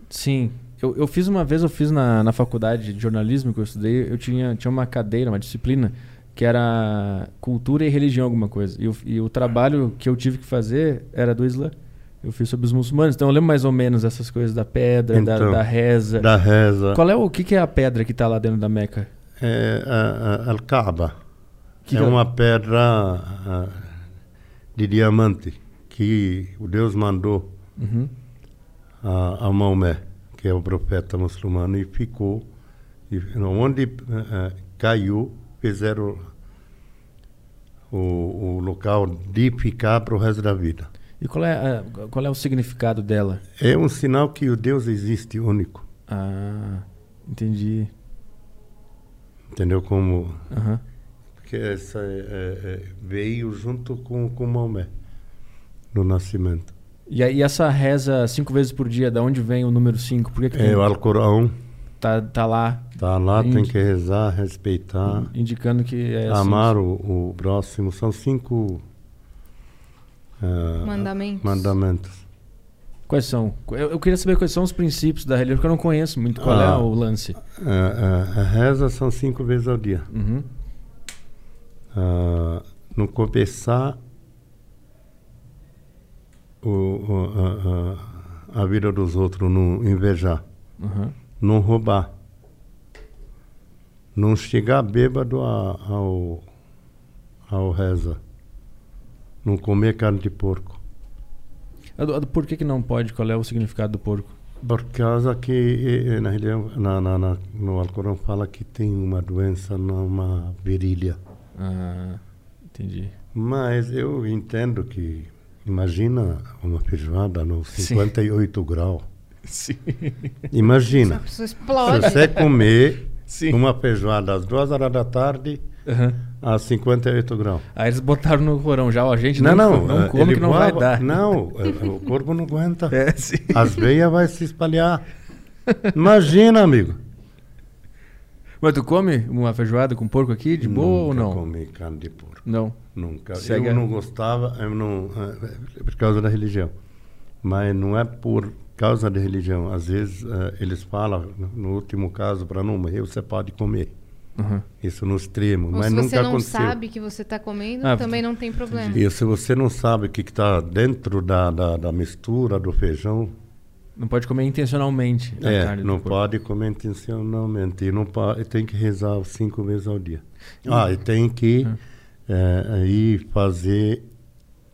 Speaker 1: Sim. Eu, eu fiz uma vez, eu fiz na, na faculdade de jornalismo que eu estudei, eu tinha, tinha uma cadeira, uma disciplina, que era cultura e religião, alguma coisa. E o, e o trabalho que eu tive que fazer era do Islã. Eu fiz sobre os muçulmanos. Então eu lembro mais ou menos essas coisas da pedra, da,
Speaker 3: Então,
Speaker 1: da reza.
Speaker 3: Da reza.
Speaker 1: Qual é o que, que é a pedra que tá lá dentro da Meca?
Speaker 3: É a, a, Al-Kaaba.
Speaker 1: Que
Speaker 3: é
Speaker 1: que-
Speaker 3: uma pedra ah, de diamante que o Deus mandou
Speaker 1: Uhum.
Speaker 3: a, a Maomé, que é o profeta muçulmano, e ficou. E onde eh, eh, caiu, fizeram o, o local de ficar para o resto da vida.
Speaker 1: E qual é, a- qual é o significado dela?
Speaker 3: É um sinal que o Deus existe único.
Speaker 1: Ah, entendi.
Speaker 3: Entendeu como
Speaker 1: Aham.
Speaker 3: que essa eh, eh, eh, veio junto com com Maomé no nascimento.
Speaker 1: E aí essa reza cinco vezes por dia, da onde vem o número cinco? Por que, que
Speaker 3: É o Alcorão
Speaker 1: tá, tá lá
Speaker 3: tá lá, tem
Speaker 1: Entendi.
Speaker 3: que rezar, respeitar.
Speaker 1: indicando que é assim.
Speaker 3: amar o, o próximo. São cinco ah,
Speaker 4: né? Mandamentos.
Speaker 3: mandamentos.
Speaker 1: Quais são? Eu, eu queria saber quais são os princípios da religião, porque eu não conheço muito. Qual é
Speaker 3: Ah.
Speaker 1: o lance?
Speaker 3: Ah, ah, a reza são cinco vezes ao dia.
Speaker 1: Uhum.
Speaker 3: Ah, no começar, o, o- a, a- a vida dos outros, não invejar,
Speaker 1: Uhum.
Speaker 3: não roubar, não chegar bêbado a- ao, ao reza, não comer carne de porco.
Speaker 1: Eduardo, Por que, que não pode? Qual é o significado do porco?
Speaker 3: Por causa que eh, eh, na religião, na, na, na, no Alcorão fala que tem uma doença numa virilha.
Speaker 1: Ah, entendi.
Speaker 3: Mas eu entendo que, imagina uma feijoada nos
Speaker 1: Sim.
Speaker 3: 58 graus.
Speaker 1: Sim.
Speaker 4: A
Speaker 3: Imagina,
Speaker 4: pessoa
Speaker 3: se
Speaker 4: explode.
Speaker 3: você comer
Speaker 1: Sim.
Speaker 3: uma feijoada às 2 horas da tarde a 58 graus.
Speaker 1: Uhum. Aí eles botaram no corão já, ó, a gente
Speaker 3: Não, não,
Speaker 1: não
Speaker 3: eh,
Speaker 1: come
Speaker 3: ele
Speaker 1: que não vai
Speaker 3: voava-
Speaker 1: dar.
Speaker 3: Não, eh, o corpo não aguenta.
Speaker 1: É, sim.
Speaker 3: As veias vai se espalhar. Imagina, amigo.
Speaker 1: Mas tu come uma feijoada com porco aqui, de boa ou
Speaker 3: Nunca
Speaker 1: não?
Speaker 3: comi carne de porco.
Speaker 1: Não.
Speaker 3: Nunca.
Speaker 1: Segue a-
Speaker 3: Eu não gostava, eu não, eh, por causa da religião. Mas não é por causa da religião. Às vezes eh, eles falam, no- no último caso, para não morrer, você pode comer.
Speaker 1: Uhum.
Speaker 3: Isso no extremo.
Speaker 4: Ou
Speaker 3: mas
Speaker 4: se
Speaker 3: nunca
Speaker 4: você não
Speaker 3: aconteceu.
Speaker 4: sabe né? que você está comendo,
Speaker 1: Ah,
Speaker 4: também não tem problema.
Speaker 3: E se você não sabe o que está dentro da, da, da mistura do feijão,
Speaker 1: Não pode comer intencionalmente a
Speaker 3: é,
Speaker 1: carne do
Speaker 3: não
Speaker 1: porco.
Speaker 3: pode comer intencionalmente. E não pode, tem que rezar cinco vezes ao dia. Ah, e tem que
Speaker 1: Hum.
Speaker 3: eh, ir fazer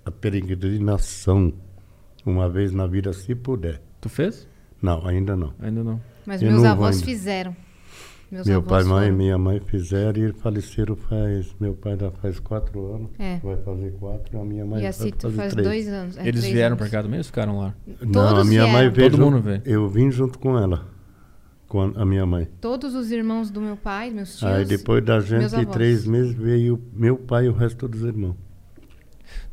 Speaker 3: a peregrinação uma vez na vida, se puder.
Speaker 1: Tu fez?
Speaker 3: Não, ainda não.
Speaker 1: Ainda não.
Speaker 4: Mas
Speaker 3: Eu
Speaker 4: meus
Speaker 3: não
Speaker 4: avós
Speaker 3: vou ainda.
Speaker 4: fizeram. Meus
Speaker 3: meu
Speaker 4: avós
Speaker 3: pai, mãe e
Speaker 4: foram.
Speaker 3: minha mãe fizeram e faleceram faz. Meu pai já faz quatro anos,
Speaker 4: É.
Speaker 3: vai fazer quatro, a minha mãe
Speaker 4: E a
Speaker 3: vai
Speaker 4: Cito
Speaker 3: fazer
Speaker 4: faz
Speaker 3: três.
Speaker 4: dois anos. é,
Speaker 1: eles
Speaker 4: três
Speaker 1: vieram
Speaker 4: anos.
Speaker 1: pra cá também? Eles ficaram lá?
Speaker 3: Não, a
Speaker 4: Todos
Speaker 3: minha mãe
Speaker 4: vieram.
Speaker 3: veio.
Speaker 1: Todo
Speaker 3: junto-
Speaker 1: mundo veio.
Speaker 3: Eu vim junto com ela, com a a minha mãe.
Speaker 4: Todos os irmãos do meu pai, meus tios.
Speaker 3: Aí depois da
Speaker 4: meus
Speaker 3: gente,
Speaker 4: avós.
Speaker 3: três meses, veio meu pai e o resto dos irmãos.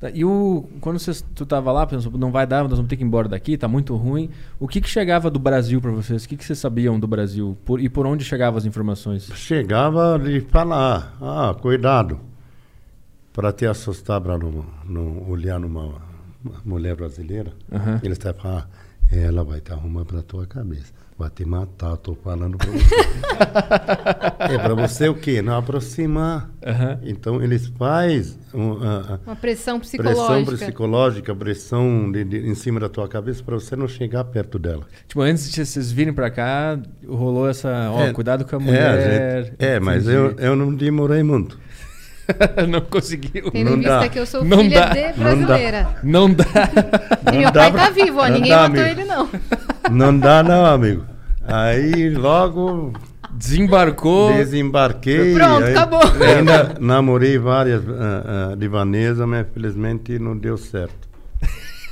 Speaker 1: Tá, E o, quando vocês, tu tava lá, pensou, não vai dar, nós vamos ter que ir embora daqui, tá muito ruim. O que, que chegava do Brasil pra vocês? O que, que vocês sabiam do Brasil? Por- e por onde chegavam as informações?
Speaker 3: Chegava e falar, ah, cuidado, para te assustar, para não, não olhar numa mulher brasileira.
Speaker 1: Aham.
Speaker 3: Eles até falam, ah, ela vai te arrumar para tua cabeça, vai te matar, tô falando para você. é para você o quê? Não aproximar.
Speaker 1: Aham.
Speaker 3: Então eles fazem um, ah, ah,
Speaker 4: Uma pressão
Speaker 3: pressão
Speaker 4: psicológica.
Speaker 3: psicológica, pressão de- de- em cima da tua cabeça para você não chegar perto dela.
Speaker 1: Tipo, antes de vocês virem pra cá, rolou essa. Ó,
Speaker 3: É,
Speaker 1: cuidado com a
Speaker 3: É, a
Speaker 1: mulher.
Speaker 3: gente- é, mas
Speaker 1: Entendi.
Speaker 3: eu, eu não demorei muito.
Speaker 1: não conseguiu.
Speaker 4: Tendo em
Speaker 3: Não
Speaker 4: vista
Speaker 3: dá.
Speaker 4: que eu sou
Speaker 1: Não
Speaker 4: filha
Speaker 1: dá.
Speaker 4: de
Speaker 3: Não dá.
Speaker 4: brasileira.
Speaker 1: Não dá.
Speaker 4: E meu
Speaker 3: dá
Speaker 4: pai
Speaker 3: pra-
Speaker 4: tá vivo, ó.
Speaker 3: não
Speaker 4: Ninguém
Speaker 3: dá,
Speaker 4: matou
Speaker 3: amigo.
Speaker 4: ele, não.
Speaker 3: Não dá não, amigo. Aí logo
Speaker 1: Desembarcou.
Speaker 3: desembarquei.
Speaker 4: Pronto,
Speaker 3: aí-
Speaker 4: acabou.
Speaker 3: Ainda namorei várias ah, ah, libanesas, mas infelizmente não deu certo.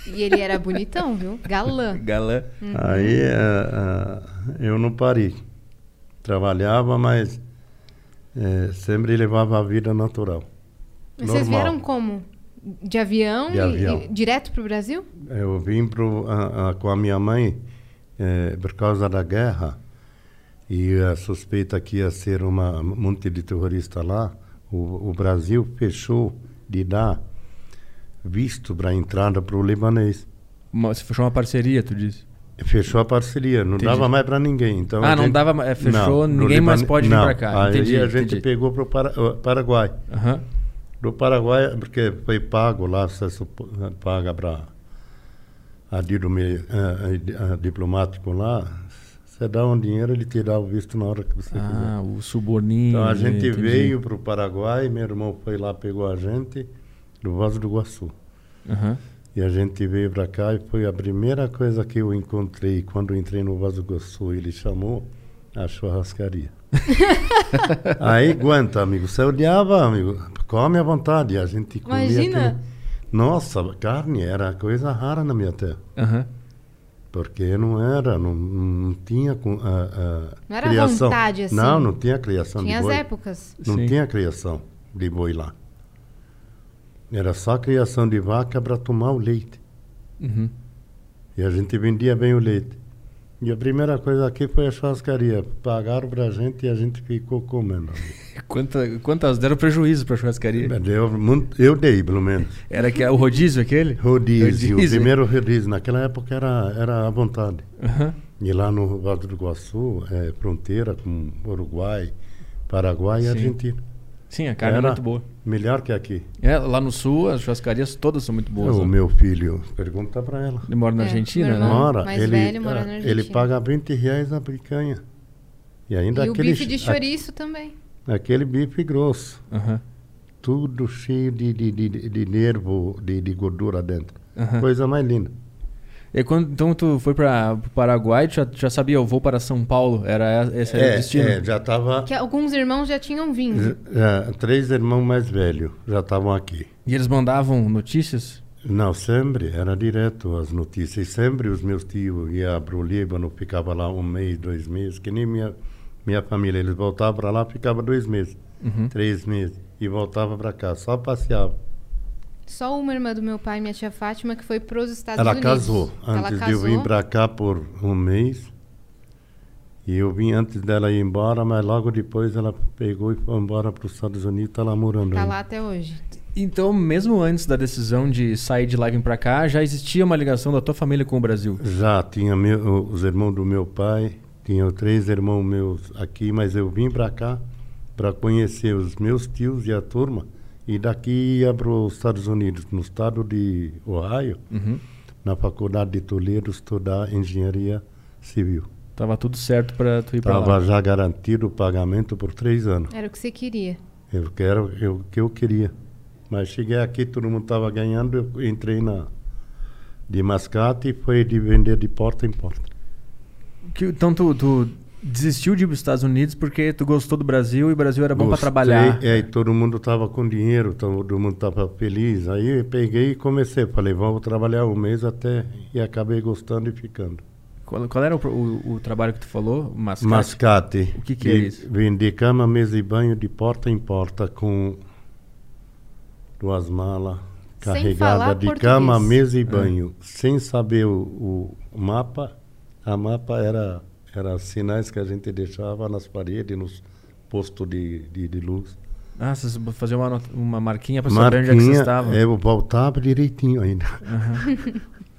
Speaker 4: E ele era bonitão, viu? Galã.
Speaker 1: Galã.
Speaker 4: Uhum.
Speaker 3: Aí ah, ah, eu não parei. Trabalhava, mas eh, sempre levava a vida natural.
Speaker 4: Mas Vocês
Speaker 3: Normal.
Speaker 4: vieram como? De avião,
Speaker 3: De
Speaker 4: e-
Speaker 3: avião.
Speaker 4: e direto pro Brasil?
Speaker 3: Eu vim pro, a, a, com a minha mãe eh, por causa da guerra e a suspeita que ia ser uma um monte de terrorista lá. O, o Brasil fechou de dar visto para entrada para o libanês.
Speaker 1: Uma- Você fechou uma parceria, tu disse.
Speaker 3: Fechou a parceria, não
Speaker 1: Entendi.
Speaker 3: dava mais para ninguém. Então
Speaker 1: Ah,
Speaker 3: a
Speaker 1: não dava mais, é, fechou,
Speaker 3: no
Speaker 1: ninguém mais
Speaker 3: Libane-
Speaker 1: pode vir
Speaker 3: não.
Speaker 1: pra cá.
Speaker 3: Aí
Speaker 1: Entendi,
Speaker 3: a gente
Speaker 1: entendi.
Speaker 3: pegou para o Para- Paraguai.
Speaker 1: Aham.
Speaker 3: Do Paraguai, porque foi pago lá, você supo- paga para eh, diplomático lá, você dá um dinheiro, ele te dá o visto na hora que você quiser.
Speaker 1: Ah, o suborninho.
Speaker 3: Uhum. Então a gente
Speaker 1: entendi.
Speaker 3: veio para o Paraguai, meu irmão foi lá, pegou a gente, do Vaso do Iguaçu.
Speaker 1: Aham.
Speaker 3: E a gente veio para cá e foi a primeira coisa que eu encontrei quando eu entrei no Vaso do Iguaçu. Ele chamou a churrascaria. Aí aguenta, amigo. Você olhava, amigo, come à vontade. A gente comia.
Speaker 4: Imagina.
Speaker 3: aquele- Nossa, carne era coisa rara na minha terra.
Speaker 1: Aham.
Speaker 3: Porque não era, não, não tinha com- a- a
Speaker 4: Não era
Speaker 3: criação.
Speaker 4: vontade, assim.
Speaker 3: Não, não tinha criação
Speaker 4: Tinha
Speaker 3: de
Speaker 4: as
Speaker 3: boi.
Speaker 4: épocas.
Speaker 3: Não
Speaker 1: Sim.
Speaker 3: tinha criação de boi lá. Era só criação de vaca para tomar o leite.
Speaker 1: Uhum.
Speaker 3: E a gente vendia bem o leite. E a primeira coisa aqui foi a churrascaria. Pagaram pra gente e a gente ficou comendo.
Speaker 1: Quanta- quantas deram prejuízo pra churrascaria?
Speaker 3: Deu muito- eu dei, pelo menos.
Speaker 1: Era que, o rodízio aquele?
Speaker 3: Rodízio, o
Speaker 1: Rodízio.
Speaker 3: primeiro rodízio. Naquela época era, era à vontade.
Speaker 1: Aham.
Speaker 3: E lá no Vale do Iguaçu, é fronteira com Uruguai, Paraguai e
Speaker 1: Sim.
Speaker 3: Argentina.
Speaker 1: Sim, a carne
Speaker 3: Era
Speaker 1: é muito boa.
Speaker 3: Melhor que aqui.
Speaker 1: É, lá no sul, as churrascarias todas são muito boas.
Speaker 3: É, o
Speaker 1: né?
Speaker 3: meu filho, pergunta para ela.
Speaker 1: Ele mora na
Speaker 4: É,
Speaker 1: Argentina,
Speaker 4: meu
Speaker 1: né?
Speaker 4: irmão.
Speaker 3: Mora,
Speaker 4: mais
Speaker 3: ele,
Speaker 4: velho mora
Speaker 3: ah,
Speaker 4: na Argentina.
Speaker 3: ele paga 20 reais na picanha. E ainda
Speaker 4: e o
Speaker 3: aquele,
Speaker 4: bife de
Speaker 3: a-
Speaker 4: chouriço também.
Speaker 3: aquele bife grosso.
Speaker 1: Aham.
Speaker 3: Tudo cheio de, de, de, de- de nervo, de, de gordura dentro.
Speaker 1: Aham.
Speaker 3: Coisa mais linda.
Speaker 1: E quando, então tu foi para o Paraguai, tu já, já sabia, eu vou para São Paulo. Era e- esse era o destino.
Speaker 3: é, já estava.
Speaker 4: Que alguns irmãos já tinham
Speaker 3: É.
Speaker 4: vindo.
Speaker 3: três irmãos mais velhos já estavam aqui.
Speaker 1: E eles mandavam notícias?
Speaker 3: Não, sempre era direto as notícias. Sempre os meus tios iam para o Líbano, ficava lá um mês, dois meses, que nem minha, minha família. Eles voltavam para lá, ficava dois meses,
Speaker 1: Uhum.
Speaker 3: três meses, e voltava para cá, só passeava.
Speaker 4: Só uma irmã do meu pai, minha tia Fátima, que foi pros Estados
Speaker 3: Ela
Speaker 4: Unidos.
Speaker 3: casou
Speaker 4: Ela
Speaker 3: antes de eu
Speaker 4: casou.
Speaker 3: vir para cá por um mês. E eu vim antes dela ir embora, mas logo depois ela pegou e foi embora para os Estados Unidos, está lá morando.
Speaker 4: Tá
Speaker 3: ainda.
Speaker 4: lá até hoje.
Speaker 1: Então, mesmo antes da decisão de sair de lá e vir para cá, já existia uma ligação da tua família com o Brasil.
Speaker 3: Já tinha meu- os irmãos do meu pai, tinha três irmãos meus aqui, mas eu vim para cá para conhecer os meus tios e a turma. E daqui ia para os Estados Unidos, no estado de Ohio,
Speaker 1: Uhum.
Speaker 3: na faculdade de Toledo, estudar engenharia civil.
Speaker 1: Tava tudo certo para tu ir para
Speaker 3: Estava
Speaker 1: lá.
Speaker 3: já garantido o pagamento por três anos.
Speaker 4: Era o que você queria.
Speaker 3: Eu quero eu- o que eu queria. Mas cheguei aqui, todo mundo estava ganhando, eu entrei na de mascate e foi de vender de porta em porta.
Speaker 1: Que- então, tu, tu desistiu de ir para os Estados Unidos porque tu gostou do Brasil e o Brasil era bom para
Speaker 3: Gostei,
Speaker 1: trabalhar.
Speaker 3: É, e todo mundo estava com dinheiro, todo mundo estava feliz. Aí eu peguei e comecei. Falei, vamos trabalhar um mês até. E acabei gostando e ficando.
Speaker 1: Qual, qual era o, pro- o- o trabalho que tu falou? Mascate?
Speaker 3: Mascate.
Speaker 1: O que que é
Speaker 3: De-
Speaker 1: isso?
Speaker 3: Vendi cama, mesa e banho de porta em porta com duas malas
Speaker 4: Sem falar
Speaker 3: carregada de
Speaker 4: português.
Speaker 3: cama,
Speaker 1: É.
Speaker 3: mesa e banho. Sem saber o, o mapa, a mapa era, era sinais que a gente deixava nas paredes, nos postos de, de, de luz.
Speaker 1: Ah, vocês faziam uma, anota- uma marquinha pra saber onde é que vocês
Speaker 3: Marquinha,
Speaker 1: estavam.
Speaker 3: eu voltava direitinho ainda.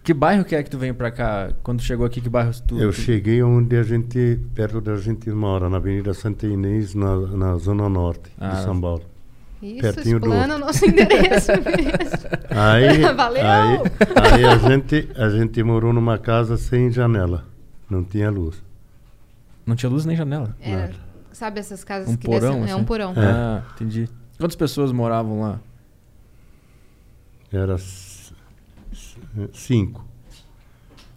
Speaker 1: Que bairro que é que tu veio pra cá? Quando chegou aqui, que bairro tu...
Speaker 3: Eu
Speaker 1: tu-
Speaker 3: cheguei onde a gente, perto da gente mora, na Avenida Santa Inês, na, na zona norte
Speaker 1: Ah.
Speaker 3: de São Paulo.
Speaker 4: Isso,
Speaker 3: Pertinho do
Speaker 4: explana o nosso endereço mesmo.
Speaker 3: Aí,
Speaker 4: Valeu!
Speaker 3: aí, aí a gente, a gente morou numa casa sem janela, não tinha luz.
Speaker 1: Não tinha luz nem janela.
Speaker 4: Era- É,
Speaker 3: Né?
Speaker 4: sabe essas casas
Speaker 1: Um
Speaker 4: que
Speaker 1: porão,
Speaker 4: descem? É
Speaker 1: assim?
Speaker 4: um porão.
Speaker 1: Ah, entendi. Quantas pessoas moravam lá?
Speaker 3: Era c- c- cinco.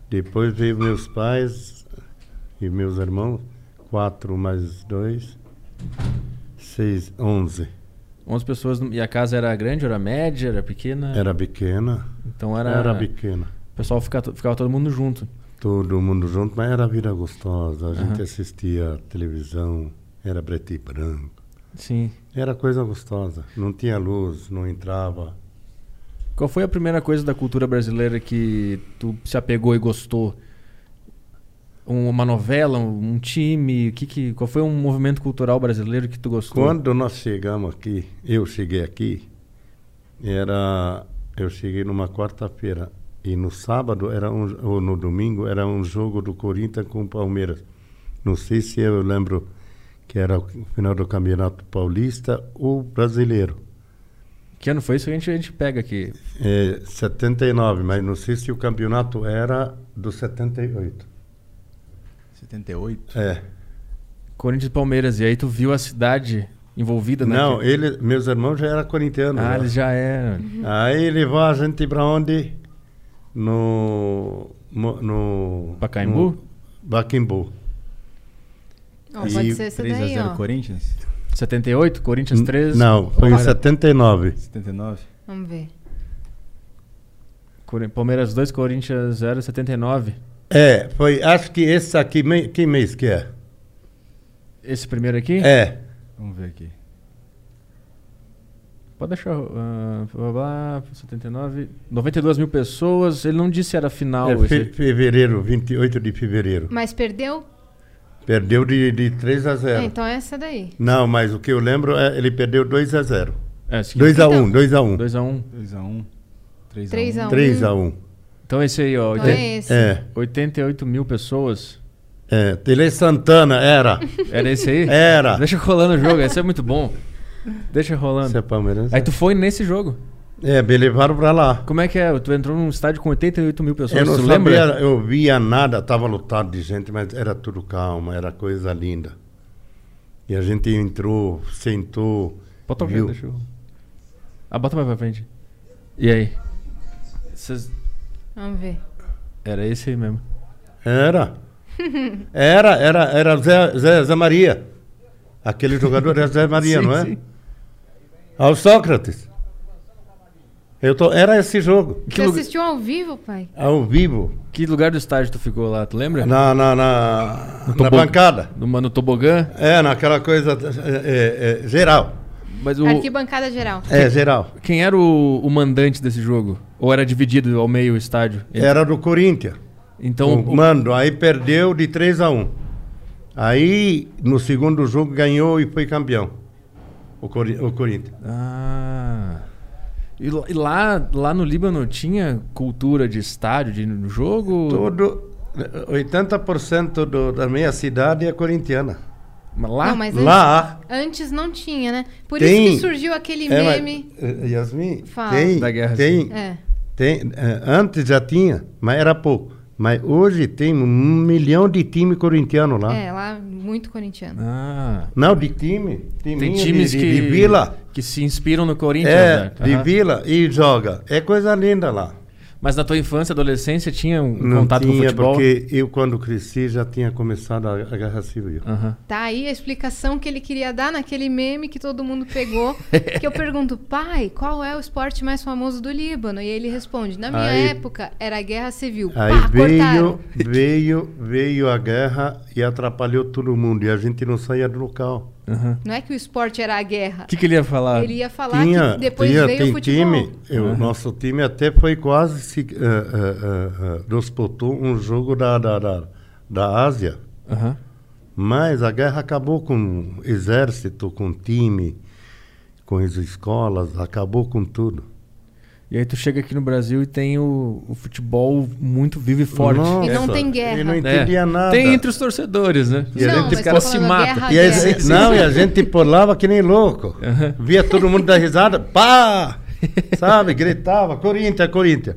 Speaker 3: Depois veio meus pais e meus irmãos, quatro mais dois, seis, onze.
Speaker 1: 11 pessoas. no- E a casa era grande, era média, era pequena?
Speaker 3: Era pequena,
Speaker 1: Então era...
Speaker 3: era, pequena.
Speaker 1: O pessoal fica- ficava todo mundo junto.
Speaker 3: Todo mundo junto, mas era vida gostosa. A gente
Speaker 1: Aham.
Speaker 3: assistia televisão, era preto e branco.
Speaker 1: Sim.
Speaker 3: Era coisa gostosa. Não tinha luz, não entrava.
Speaker 1: Qual foi a primeira coisa da cultura brasileira que tu se apegou e gostou? Um- Uma novela, um um time, o que que, qual foi um movimento cultural brasileiro que tu gostou?
Speaker 3: Quando nós chegamos aqui, eu cheguei aqui, era eu cheguei numa quarta-feira e no sábado era um, ou no domingo era um jogo do Corinthians com o Palmeiras. Não sei se eu lembro que era o final do Campeonato Paulista ou Brasileiro.
Speaker 1: Que ano foi isso? A gente, a gente pega aqui.
Speaker 3: É, 79, mas não sei se o campeonato era do 78.
Speaker 2: 78?
Speaker 3: É.
Speaker 1: Corinthians e Palmeiras. E aí tu viu a cidade envolvida naquele-
Speaker 3: Não, ele, meus irmãos já eram corintianos. né?
Speaker 1: Ah,
Speaker 3: já.
Speaker 1: eles já eram.
Speaker 3: Aí levou a gente pra onde? No. mo- no
Speaker 1: Pacaembu?
Speaker 3: no Pacaembu.
Speaker 4: Ó, pode ser essa
Speaker 2: 3
Speaker 4: daí,
Speaker 2: a 0
Speaker 4: ó.
Speaker 2: Corinthians?
Speaker 1: 78, Corinthians 13.
Speaker 3: Não, foi em
Speaker 1: Palmeiras-
Speaker 3: 79.
Speaker 2: 79?
Speaker 4: Vamos ver.
Speaker 1: Cori- Palmeiras 2, Corinthians 0, 79.
Speaker 3: É, foi. Acho que esse aqui. me- Que mês que é?
Speaker 1: Esse primeiro aqui?
Speaker 3: É.
Speaker 2: Vamos ver aqui.
Speaker 1: Pode deixar. ah, blá, blá, blá, 79. 92 mil pessoas. Ele não disse se era final.
Speaker 3: é
Speaker 1: esse-
Speaker 3: fe- fevereiro, 28 de fevereiro.
Speaker 4: Mas perdeu?
Speaker 3: Perdeu de, de 3 a
Speaker 4: Ah,
Speaker 3: 0.
Speaker 4: então é essa daí.
Speaker 3: Não, mas o que eu lembro é ele perdeu 2 a 0.
Speaker 1: É, esse aqui.
Speaker 3: 2 a
Speaker 4: Então-
Speaker 3: 1, 2 a 1.
Speaker 1: 2 a 1.
Speaker 2: 2x1. 3x1.
Speaker 4: 3 a 1.
Speaker 3: 3 a 1.
Speaker 1: Então esse aí, ó.
Speaker 4: Não
Speaker 1: oitenta-
Speaker 4: é esse.
Speaker 3: É.
Speaker 1: 88 mil pessoas.
Speaker 3: É, Tele Santana era.
Speaker 1: Era esse aí?
Speaker 3: Era.
Speaker 1: Deixa colando o jogo, esse é muito bom. Deixa rolando.
Speaker 3: Você é palmeirense?
Speaker 1: Aí tu foi nesse jogo.
Speaker 3: É, me levaram pra lá.
Speaker 1: Como é que é? Tu entrou num estádio com 88 mil pessoas,
Speaker 3: eu não
Speaker 1: tu
Speaker 3: sabia,
Speaker 1: lembra?
Speaker 3: eu via nada, tava lotado de gente, mas era tudo calma, era coisa linda. E a gente entrou, sentou.
Speaker 1: Bota o
Speaker 3: viu?
Speaker 1: deixa eu. Ah, bota mais pra frente. E aí? Cês-
Speaker 4: Vamos ver.
Speaker 1: Era esse aí mesmo.
Speaker 3: Era. Era, era, era Zé, Zé, Zé Maria. Aquele jogador era Zé Maria,
Speaker 1: Sim,
Speaker 3: não é?
Speaker 1: sim.
Speaker 3: Ao Sócrates. Eu tô, era esse jogo,
Speaker 1: Que,
Speaker 4: Você
Speaker 1: lugar,
Speaker 4: assistiu ao vivo, pai?
Speaker 3: ao vivo,
Speaker 1: que lugar do estádio tu ficou lá, tu lembra?
Speaker 3: na, na, na, na
Speaker 1: tobogã.
Speaker 3: bancada.
Speaker 1: No, no tobogã.
Speaker 3: É, naquela coisa é, é, é, geral.
Speaker 1: Mas o,
Speaker 4: Arquibancada geral.
Speaker 3: É, geral.
Speaker 1: quem era o, o mandante desse jogo? Ou era dividido ao meio o estádio?
Speaker 3: Era do Corinthians.
Speaker 1: Então,
Speaker 3: É, O
Speaker 1: o-
Speaker 3: Mando, aí perdeu de 3 a 1. Aí, no segundo jogo, ganhou e foi campeão. O, Cori o Corinthians.
Speaker 1: Ah. E l- e lá, lá no Líbano tinha cultura de estádio, de ir no jogo?
Speaker 3: É Todo, 80% do, da minha cidade é corintiana.
Speaker 1: Mas Lá?
Speaker 4: Não, mas é assim. antes,
Speaker 3: Lá,
Speaker 4: antes não tinha, né? Por
Speaker 3: Tem.
Speaker 4: isso que surgiu aquele
Speaker 3: é, mas-
Speaker 4: meme.
Speaker 3: eh, Yasmin,
Speaker 4: Fala.
Speaker 3: tem,
Speaker 1: Da guerra
Speaker 3: tem,
Speaker 4: É.
Speaker 3: tem, eh, antes já tinha, mas era pouco. Mas hoje tem um milhão de time corintiano lá.
Speaker 4: É, lá muito corintiano.
Speaker 1: Ah.
Speaker 3: Não, de time.
Speaker 1: Tem
Speaker 3: timinho de-
Speaker 1: times
Speaker 3: de,
Speaker 1: que,
Speaker 3: de vila.
Speaker 1: que se inspiram no Corinthians,
Speaker 3: É,
Speaker 1: né?
Speaker 3: de
Speaker 1: Aham.
Speaker 3: vila e joga. É coisa linda lá.
Speaker 1: Mas na tua infância, adolescência, tinha um
Speaker 3: Não
Speaker 1: contato com
Speaker 3: tinha,
Speaker 1: futebol?
Speaker 3: porque eu, quando cresci, já tinha começado a, a Guerra Civil.
Speaker 1: Aham.
Speaker 4: Tá aí a explicação que ele queria dar naquele meme que todo mundo pegou. que eu pergunto, pai, qual é o esporte mais famoso do Líbano? E ele responde, na minha
Speaker 3: Aí-
Speaker 4: época era a guerra civil.
Speaker 3: Aí
Speaker 4: Pá,
Speaker 3: veio,
Speaker 4: Ah, cortaram.
Speaker 3: veio, veio a guerra e atrapalhou todo mundo. E a gente não saía do local.
Speaker 1: aham.
Speaker 4: Não é que o esporte era a guerra.
Speaker 1: O que, que ele ia falar?
Speaker 4: Ele ia falar que depois
Speaker 3: tinha,
Speaker 4: veio
Speaker 3: tem
Speaker 4: o futebol.
Speaker 3: time. eu- Nosso time até foi quase se eh, eh, eh, eh, disputou um jogo da, da, da, da Ásia.
Speaker 1: Aham.
Speaker 3: Mas a guerra acabou com o exército, com o time, com as escolas, acabou com tudo.
Speaker 1: E aí tu chega aqui no Brasil e tem o, o futebol muito vivo e forte.
Speaker 3: Nossa,
Speaker 4: E não tem guerra.
Speaker 3: Eu não
Speaker 1: É.
Speaker 3: entendia nada.
Speaker 1: Tem entre os torcedores, né?
Speaker 3: E a gente
Speaker 4: Não, mas
Speaker 3: pô-
Speaker 4: tá
Speaker 1: caras se
Speaker 4: falando
Speaker 1: matam.
Speaker 4: guerra,
Speaker 3: E a
Speaker 4: guerra.
Speaker 3: gente, não, e a gente pulava que nem louco. Via todo mundo dar risada, pá! Sabe, gritava, Corinthians, Corinthians.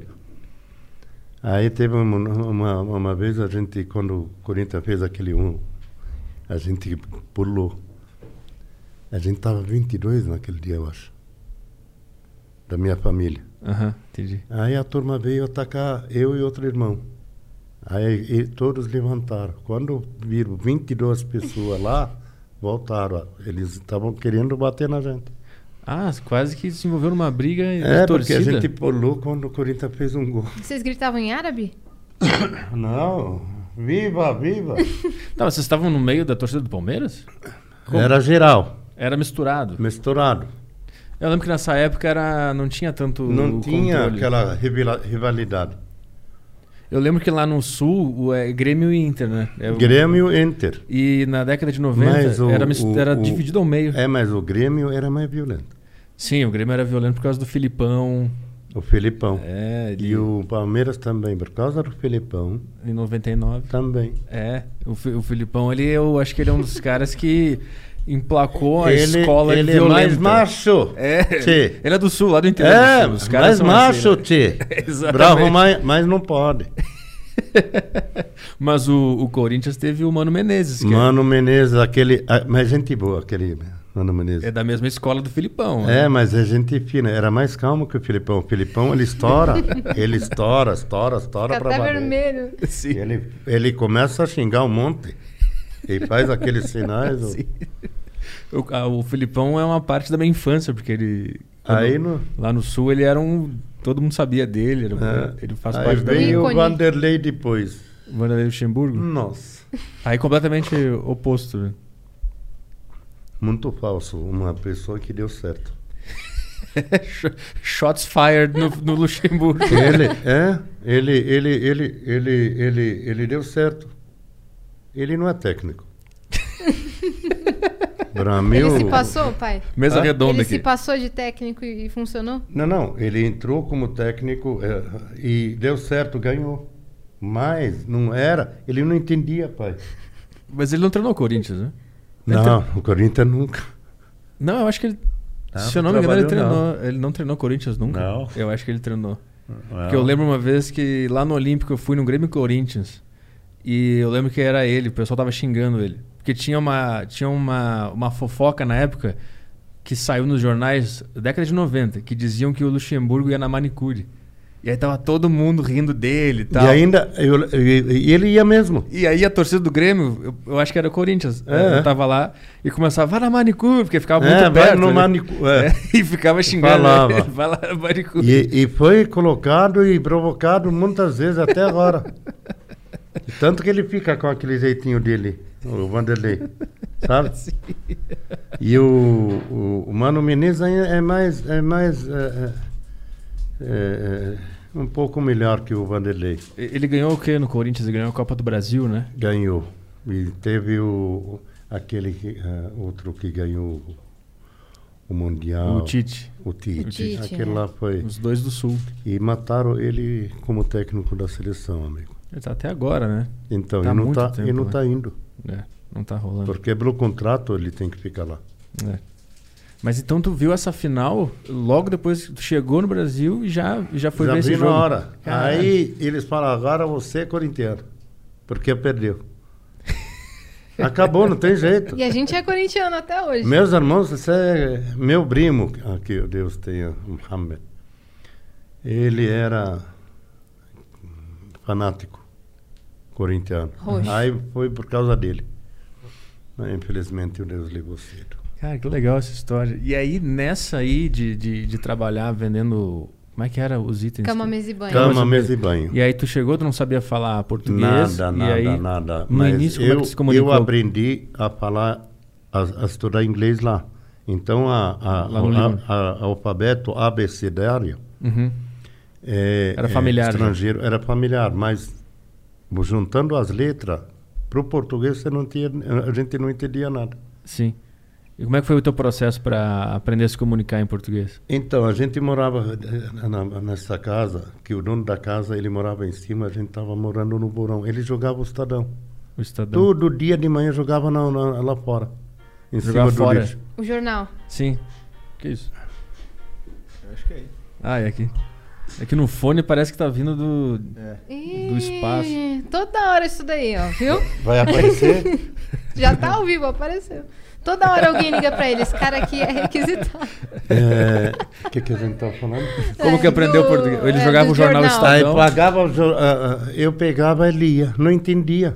Speaker 3: Aí teve uma, uma, uma vez a gente, quando o Corinthians fez aquele um, a gente pulou. A gente tava 22 naquele dia, eu acho. Da minha família.
Speaker 1: Aham, entendi.
Speaker 3: Aí a turma veio atacar eu e outro irmão. Aí e- todos levantaram. Quando viram 22 pessoas lá, voltaram. Eles estavam querendo bater na gente.
Speaker 1: Ah, quase que se envolveu numa briga
Speaker 3: É,
Speaker 1: de
Speaker 3: porque
Speaker 1: torcida.
Speaker 3: a gente pulou quando o Corinthians fez um gol.
Speaker 4: Vocês gritavam em árabe?
Speaker 3: Não, viva, viva.
Speaker 1: Tá, mas vocês estavam no meio da torcida do Palmeiras?
Speaker 3: Era geral,
Speaker 1: Era misturado.
Speaker 3: misturado.
Speaker 1: Eu lembro que nessa época era, não tinha tanto.
Speaker 3: Não tinha
Speaker 1: controle.
Speaker 3: aquela rivila- rivalidade.
Speaker 1: Eu lembro que lá no sul o, é Grêmio e Inter, né? É o-
Speaker 3: Grêmio, Inter.
Speaker 1: E na década de 90
Speaker 3: o-
Speaker 1: era, mis-
Speaker 3: o-
Speaker 1: era
Speaker 3: o-
Speaker 1: dividido ao meio.
Speaker 3: É, mas o Grêmio era mais violento.
Speaker 1: Sim, o Grêmio era violento por causa do Filipão.
Speaker 3: O Felipão.
Speaker 1: É, ele,
Speaker 3: E o Palmeiras também, por causa do Felipão,
Speaker 1: em 99.
Speaker 3: também.
Speaker 1: É, o, Fi- o Filipão, ele, eu acho que ele é um dos caras que emplacou a
Speaker 3: ele,
Speaker 1: escola
Speaker 3: ele é
Speaker 1: violenta.
Speaker 3: mais macho.
Speaker 1: É,
Speaker 3: Tchê.
Speaker 1: ele é do sul, lá do interior.
Speaker 3: É,
Speaker 1: do sul. Os caras
Speaker 3: mais
Speaker 1: são assim,
Speaker 3: macho,
Speaker 1: né?
Speaker 3: tchê.
Speaker 1: Exatamente.
Speaker 3: Bravo, mas, mas não pode.
Speaker 1: Mas o, o Corinthians teve o Mano Menezes, que é-
Speaker 3: Mano Menezes, aquele. ah, Mas gente boa, aquele Mano
Speaker 1: é,
Speaker 3: Menezes.
Speaker 1: da mesma escola do Filipão. né?
Speaker 3: É, mas é gente fina. Era mais calmo que o Filipão. O Filipão, ele estoura. ele estoura, estoura, estoura
Speaker 4: Fica
Speaker 3: pra
Speaker 4: até
Speaker 3: valer.
Speaker 4: vermelho.
Speaker 1: Sim.
Speaker 3: Ele, ele começa a xingar um monte. E faz aqueles sinais. ó.
Speaker 1: Sim. O, a- o Filipão é uma parte da minha infância, porque ele.
Speaker 3: Aí
Speaker 1: quando-
Speaker 3: no-
Speaker 1: Lá no sul ele era um. Todo mundo sabia dele, era um-
Speaker 3: É.
Speaker 1: ele faz
Speaker 3: Aí
Speaker 1: parte da minha.
Speaker 3: veio o Hum.
Speaker 4: Ícone.
Speaker 3: Vanderlei depois.
Speaker 1: Vanderlei Luxemburgo.
Speaker 3: Nossa.
Speaker 1: Aí completamente oposto, né?
Speaker 3: Muito falso, uma pessoa que deu certo.
Speaker 1: Sh- Shots fired no, no Luxemburgo.
Speaker 3: Ele, é, ele, ele, ele, ele, ele, ele deu certo. Ele não é técnico. Pra mim,
Speaker 4: Ele
Speaker 3: o-
Speaker 4: se passou, pai?
Speaker 1: Mesa
Speaker 3: Ah?
Speaker 1: redonda Tá
Speaker 4: Ele
Speaker 1: aqui.
Speaker 4: se passou de técnico e, e funcionou?
Speaker 3: Não, não, ele entrou como técnico é, e deu certo, ganhou. Mas não era, ele não entendia, pai.
Speaker 1: Mas ele não treinou o Corinthians, né?
Speaker 4: Então
Speaker 3: Não, o Corinthians nunca.
Speaker 1: Não, eu acho que ele. Tá? Se eu não me engano, ele treinou. Ele não treinou Corinthians nunca.
Speaker 3: Ah, Não.
Speaker 1: Eu acho que ele treinou.
Speaker 3: Não.
Speaker 1: Porque eu lembro uma vez que lá no Olímpico eu fui no Grêmio Corinthians. E eu lembro que era ele, o pessoal tava xingando ele. Porque tinha uma, tinha uma, uma fofoca na época que saiu nos jornais da década de 90, que diziam que o Luxemburgo ia na manicure. E aí tava todo mundo rindo dele e tal.
Speaker 3: E ainda, eu- e- e ele ia mesmo.
Speaker 1: E aí a torcida do Grêmio, eu, eu acho que era o Corinthians, né?
Speaker 3: É.
Speaker 1: eu tava lá e começava, vai na manicure, porque ficava muito
Speaker 3: É, vai
Speaker 1: perto.
Speaker 3: no
Speaker 1: né?
Speaker 3: manicure, é.
Speaker 1: e ficava xingando
Speaker 3: Falava.
Speaker 1: ele, vai lá na manicure.
Speaker 3: E, e foi colocado e provocado muitas vezes até agora. E Tanto que ele fica com aquele jeitinho dele, o Vanderlei. Sabe? E o, o, o Mano Menezes ainda é mais. É mais é, é, é, um pouco melhor que o Vanderlei.
Speaker 1: Ele ganhou o quê no Corinthians? Ele ganhou a Copa do Brasil, né?
Speaker 3: Ganhou. E teve o, aquele que, ah, outro que ganhou o- o Mundial.
Speaker 1: O Tite.
Speaker 3: O Tite.
Speaker 4: O Tite,
Speaker 3: Aquele
Speaker 4: é.
Speaker 3: lá foi.
Speaker 1: Os dois do Sul.
Speaker 3: E mataram ele como técnico da seleção, amigo.
Speaker 1: Ele tá até agora, né?
Speaker 3: Então,
Speaker 1: Tá
Speaker 3: ele não
Speaker 1: muito
Speaker 3: está
Speaker 1: tempo, né?
Speaker 3: tá indo.
Speaker 1: É, não tá rolando.
Speaker 3: Porque pelo contrato ele tem que ficar lá.
Speaker 1: É. Mas então tu viu essa final logo depois que tu chegou no Brasil e já, e já foi
Speaker 3: Já
Speaker 1: ver esse
Speaker 3: vi
Speaker 1: jogo.
Speaker 3: na hora.
Speaker 1: Caralho.
Speaker 3: Aí eles falam, agora você é corintiano. Porque perdeu. Acabou, não tem jeito.
Speaker 4: E a gente é corintiano até hoje.
Speaker 3: Meus irmãos, esse é meu primo, ah, que Deus tenha, Muhammad. Ele era fanático corintiano.
Speaker 4: Roxo.
Speaker 3: Aí foi por causa dele. Mas, Infelizmente, o Deus levou cedo.
Speaker 1: Cara, que legal essa história. E aí, nessa aí de, de, de trabalhar vendendo. Como é que era os itens?
Speaker 4: Cama,
Speaker 1: que-
Speaker 4: mesa e banho.
Speaker 3: Cama, mesa e banho.
Speaker 1: E aí tu chegou, tu não sabia falar português.
Speaker 3: Nada,
Speaker 1: e
Speaker 3: nada,
Speaker 1: aí,
Speaker 3: nada.
Speaker 1: No
Speaker 3: Mas
Speaker 1: início,
Speaker 3: eu,
Speaker 1: como é que tu se comunicou?
Speaker 3: eu aprendi a falar, a, a estudar inglês lá. Então, a, a,
Speaker 1: Lá no
Speaker 3: a-
Speaker 1: Líbano.
Speaker 3: a- a- alfabeto abecedário
Speaker 1: Uhum.
Speaker 3: é,
Speaker 1: Era
Speaker 3: é
Speaker 1: familiar, né? já.
Speaker 3: estrangeiro, era familiar, mas juntando as letras para o português você não tinha, a gente não entendia nada.
Speaker 1: Sim. E como é que foi o teu processo pra aprender a se comunicar em português?
Speaker 3: Então, a gente morava eh, na, nessa casa, que o dono da casa, ele morava em cima, a gente estava morando no Borão. Ele jogava o Estadão.
Speaker 1: O Estadão.
Speaker 3: Todo dia de manhã jogava na, na- lá fora. Em
Speaker 1: Jogava
Speaker 3: cima
Speaker 1: fora.
Speaker 3: do lixo.
Speaker 4: O jornal.
Speaker 1: Sim. Que isso?
Speaker 2: Eu acho que é aí.
Speaker 1: Ah, é aqui. É que no fone parece que tá vindo do.
Speaker 2: É.
Speaker 1: Do espaço.
Speaker 4: Ih, Toda hora isso daí, ó, viu?
Speaker 3: Vai aparecer?
Speaker 4: Já tá ao vivo, apareceu. Toda hora alguém liga pra ele, esse cara aqui é requisitado.
Speaker 3: É, O que, que a gente estava falando?
Speaker 1: Como que aprendeu
Speaker 4: É, do-
Speaker 1: português? Ele
Speaker 4: é,
Speaker 1: jogava
Speaker 4: do
Speaker 1: o jornal,
Speaker 4: jornal.
Speaker 1: Estadão.
Speaker 3: Aí pagava, o jo- ah, ah, eu pegava e lia, não entendia.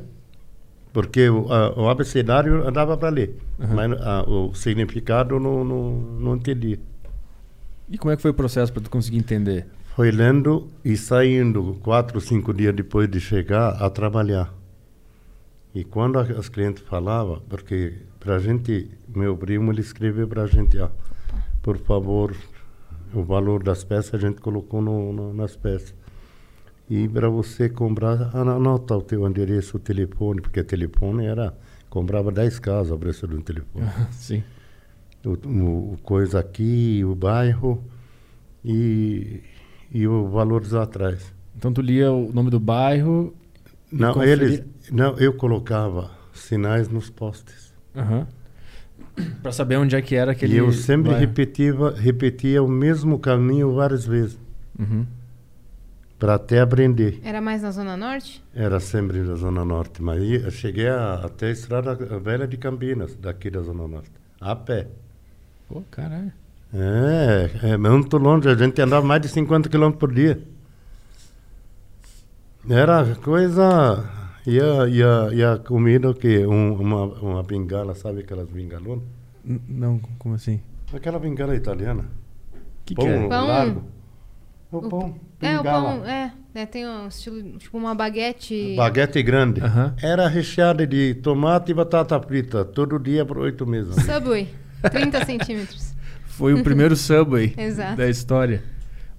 Speaker 3: Porque o, ah, o abecedário dava para ler, mas ah, o significado eu não, não, não entendia.
Speaker 1: E como é que foi o processo pra tu conseguir entender?
Speaker 3: Foi lendo e saindo quatro, cinco dias depois de chegar a trabalhar. E quando a- as clientes falavam, porque para gente, meu primo ele escreveu para gente, ó, por favor, o valor das peças a gente colocou no, no- nas peças. E para você comprar, ana- anota o teu endereço, o telefone, porque telefone era, comprava 10 casas o preço de um telefone
Speaker 1: Sim.
Speaker 3: o, o- o coisa aqui, o bairro e, e o valores atrás.
Speaker 1: Então tu lia o nome do bairro.
Speaker 3: Não,
Speaker 1: conferia?
Speaker 3: eles, não, eu colocava sinais nos postes.
Speaker 1: Aham. Pra saber onde é que era aquele.
Speaker 3: e eu sempre
Speaker 1: bairro.
Speaker 3: repetiva, repetia o mesmo caminho várias vezes,
Speaker 1: Uhum.
Speaker 3: para até aprender.
Speaker 4: Era mais na Zona Norte?
Speaker 3: Era sempre na Zona Norte, mas ia- eu cheguei a- até a Estrada Velha de Campinas, daqui da Zona Norte, a pé.
Speaker 1: Pô, caralho.
Speaker 3: É, é muito longe. A gente andava mais de 50 quilômetros por dia. Era coisa. E a, e a, e a comida, o quê? Um, uma, uma bengala, sabe aquelas bengalonas?
Speaker 1: N- não, como assim?
Speaker 3: Aquela bengala italiana.
Speaker 1: Que
Speaker 3: pão
Speaker 1: que é?
Speaker 4: Pão.
Speaker 3: largo. O
Speaker 4: O
Speaker 3: pão.
Speaker 4: É, o
Speaker 3: bengala.
Speaker 4: pão, é. né, tem um estilo, tipo uma baguete.
Speaker 3: Baguete grande.
Speaker 1: Aham.
Speaker 3: Era recheada de tomate e batata frita. Todo dia por oito meses.
Speaker 4: Subway. 30 centímetros.
Speaker 1: Foi o primeiro subway
Speaker 4: Exato.
Speaker 1: da história.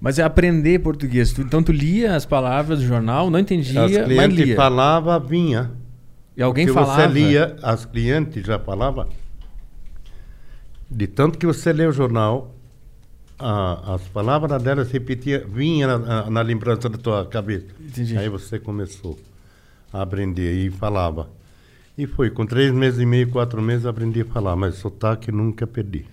Speaker 1: Mas é aprender português. Tu- Então tu lia as palavras do jornal, não entendia,
Speaker 3: As
Speaker 1: mas
Speaker 3: clientes
Speaker 1: lia.
Speaker 3: falavam, vinha.
Speaker 1: E alguém
Speaker 3: que
Speaker 1: falava.
Speaker 3: você lia, as clientes já falavam, de tanto que você lê o jornal, a- as palavras delas repetiam, vinha na, na- na lembrança da tua cabeça.
Speaker 1: Entendi.
Speaker 3: Aí você começou a aprender e falava. E foi, com três meses e meio, quatro meses, aprendi a falar, mas sotaque nunca perdi.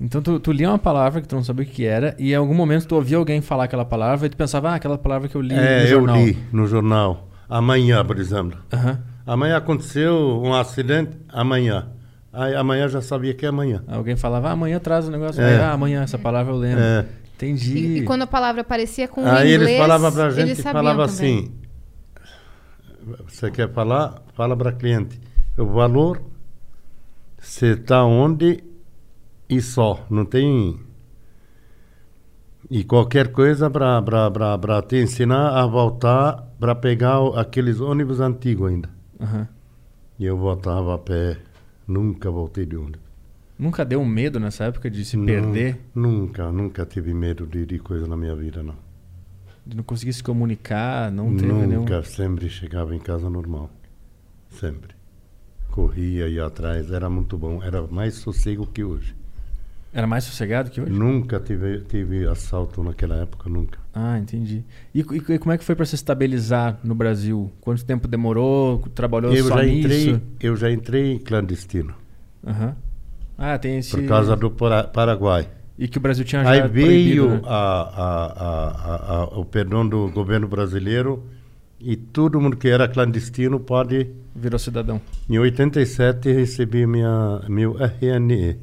Speaker 1: Então tu, tu lia uma palavra que tu não sabia o que era e em algum momento tu ouvia alguém falar aquela palavra e tu pensava, ah, aquela palavra que eu li no
Speaker 3: É, eu
Speaker 1: jornal.
Speaker 3: li no jornal. Amanhã, por exemplo.
Speaker 1: Aham.
Speaker 3: Amanhã aconteceu um acidente, amanhã. Aí, amanhã já sabia que é amanhã.
Speaker 1: Alguém falava, ah, amanhã traz o negócio.
Speaker 3: É.
Speaker 1: Aí, ah, amanhã essa palavra eu lembro.
Speaker 3: É.
Speaker 1: Entendi.
Speaker 4: E, e quando a palavra aparecia com o
Speaker 3: Aí
Speaker 4: inglês,
Speaker 3: eles falavam pra
Speaker 4: eles
Speaker 3: gente,
Speaker 4: sabiam
Speaker 3: falava
Speaker 4: também.
Speaker 3: assim, você quer falar? Fala para cliente. O valor, você está onde e só. Não tem... E qualquer coisa para te ensinar a voltar para pegar o- aqueles ônibus antigos ainda.
Speaker 1: Aham.
Speaker 3: E eu voltava a pé. Nunca voltei de ônibus.
Speaker 1: Nunca deu um medo nessa época de se perder,
Speaker 3: Nunca, nunca tive medo de, de coisa na minha vida, não.
Speaker 1: de não conseguir se comunicar, não teve
Speaker 3: Nunca,
Speaker 1: nenhum.
Speaker 3: sempre chegava em casa normal. Sempre. Corria, ia atrás, era muito bom. Era mais sossego que hoje.
Speaker 1: Era mais sossegado que hoje?
Speaker 3: Nunca tive, tive assalto naquela época, nunca.
Speaker 1: Ah, entendi. E, e- e como é que foi pra se estabilizar no Brasil? Quanto tempo demorou? Trabalhou
Speaker 3: Eu
Speaker 1: só
Speaker 3: já, entrei,
Speaker 1: nisso?
Speaker 3: eu já entrei clandestino,
Speaker 1: Aham. Ah, tem esse...
Speaker 3: por causa do Para- Paraguai.
Speaker 1: E que o Brasil tinha Ah, já
Speaker 3: Aí
Speaker 1: proibido,
Speaker 3: veio
Speaker 1: né?
Speaker 3: a, a, a, a, a, o perdão do governo brasileiro e todo mundo que era clandestino pode
Speaker 1: Virou cidadão.
Speaker 3: Em 87 recebi minha, meu RNE,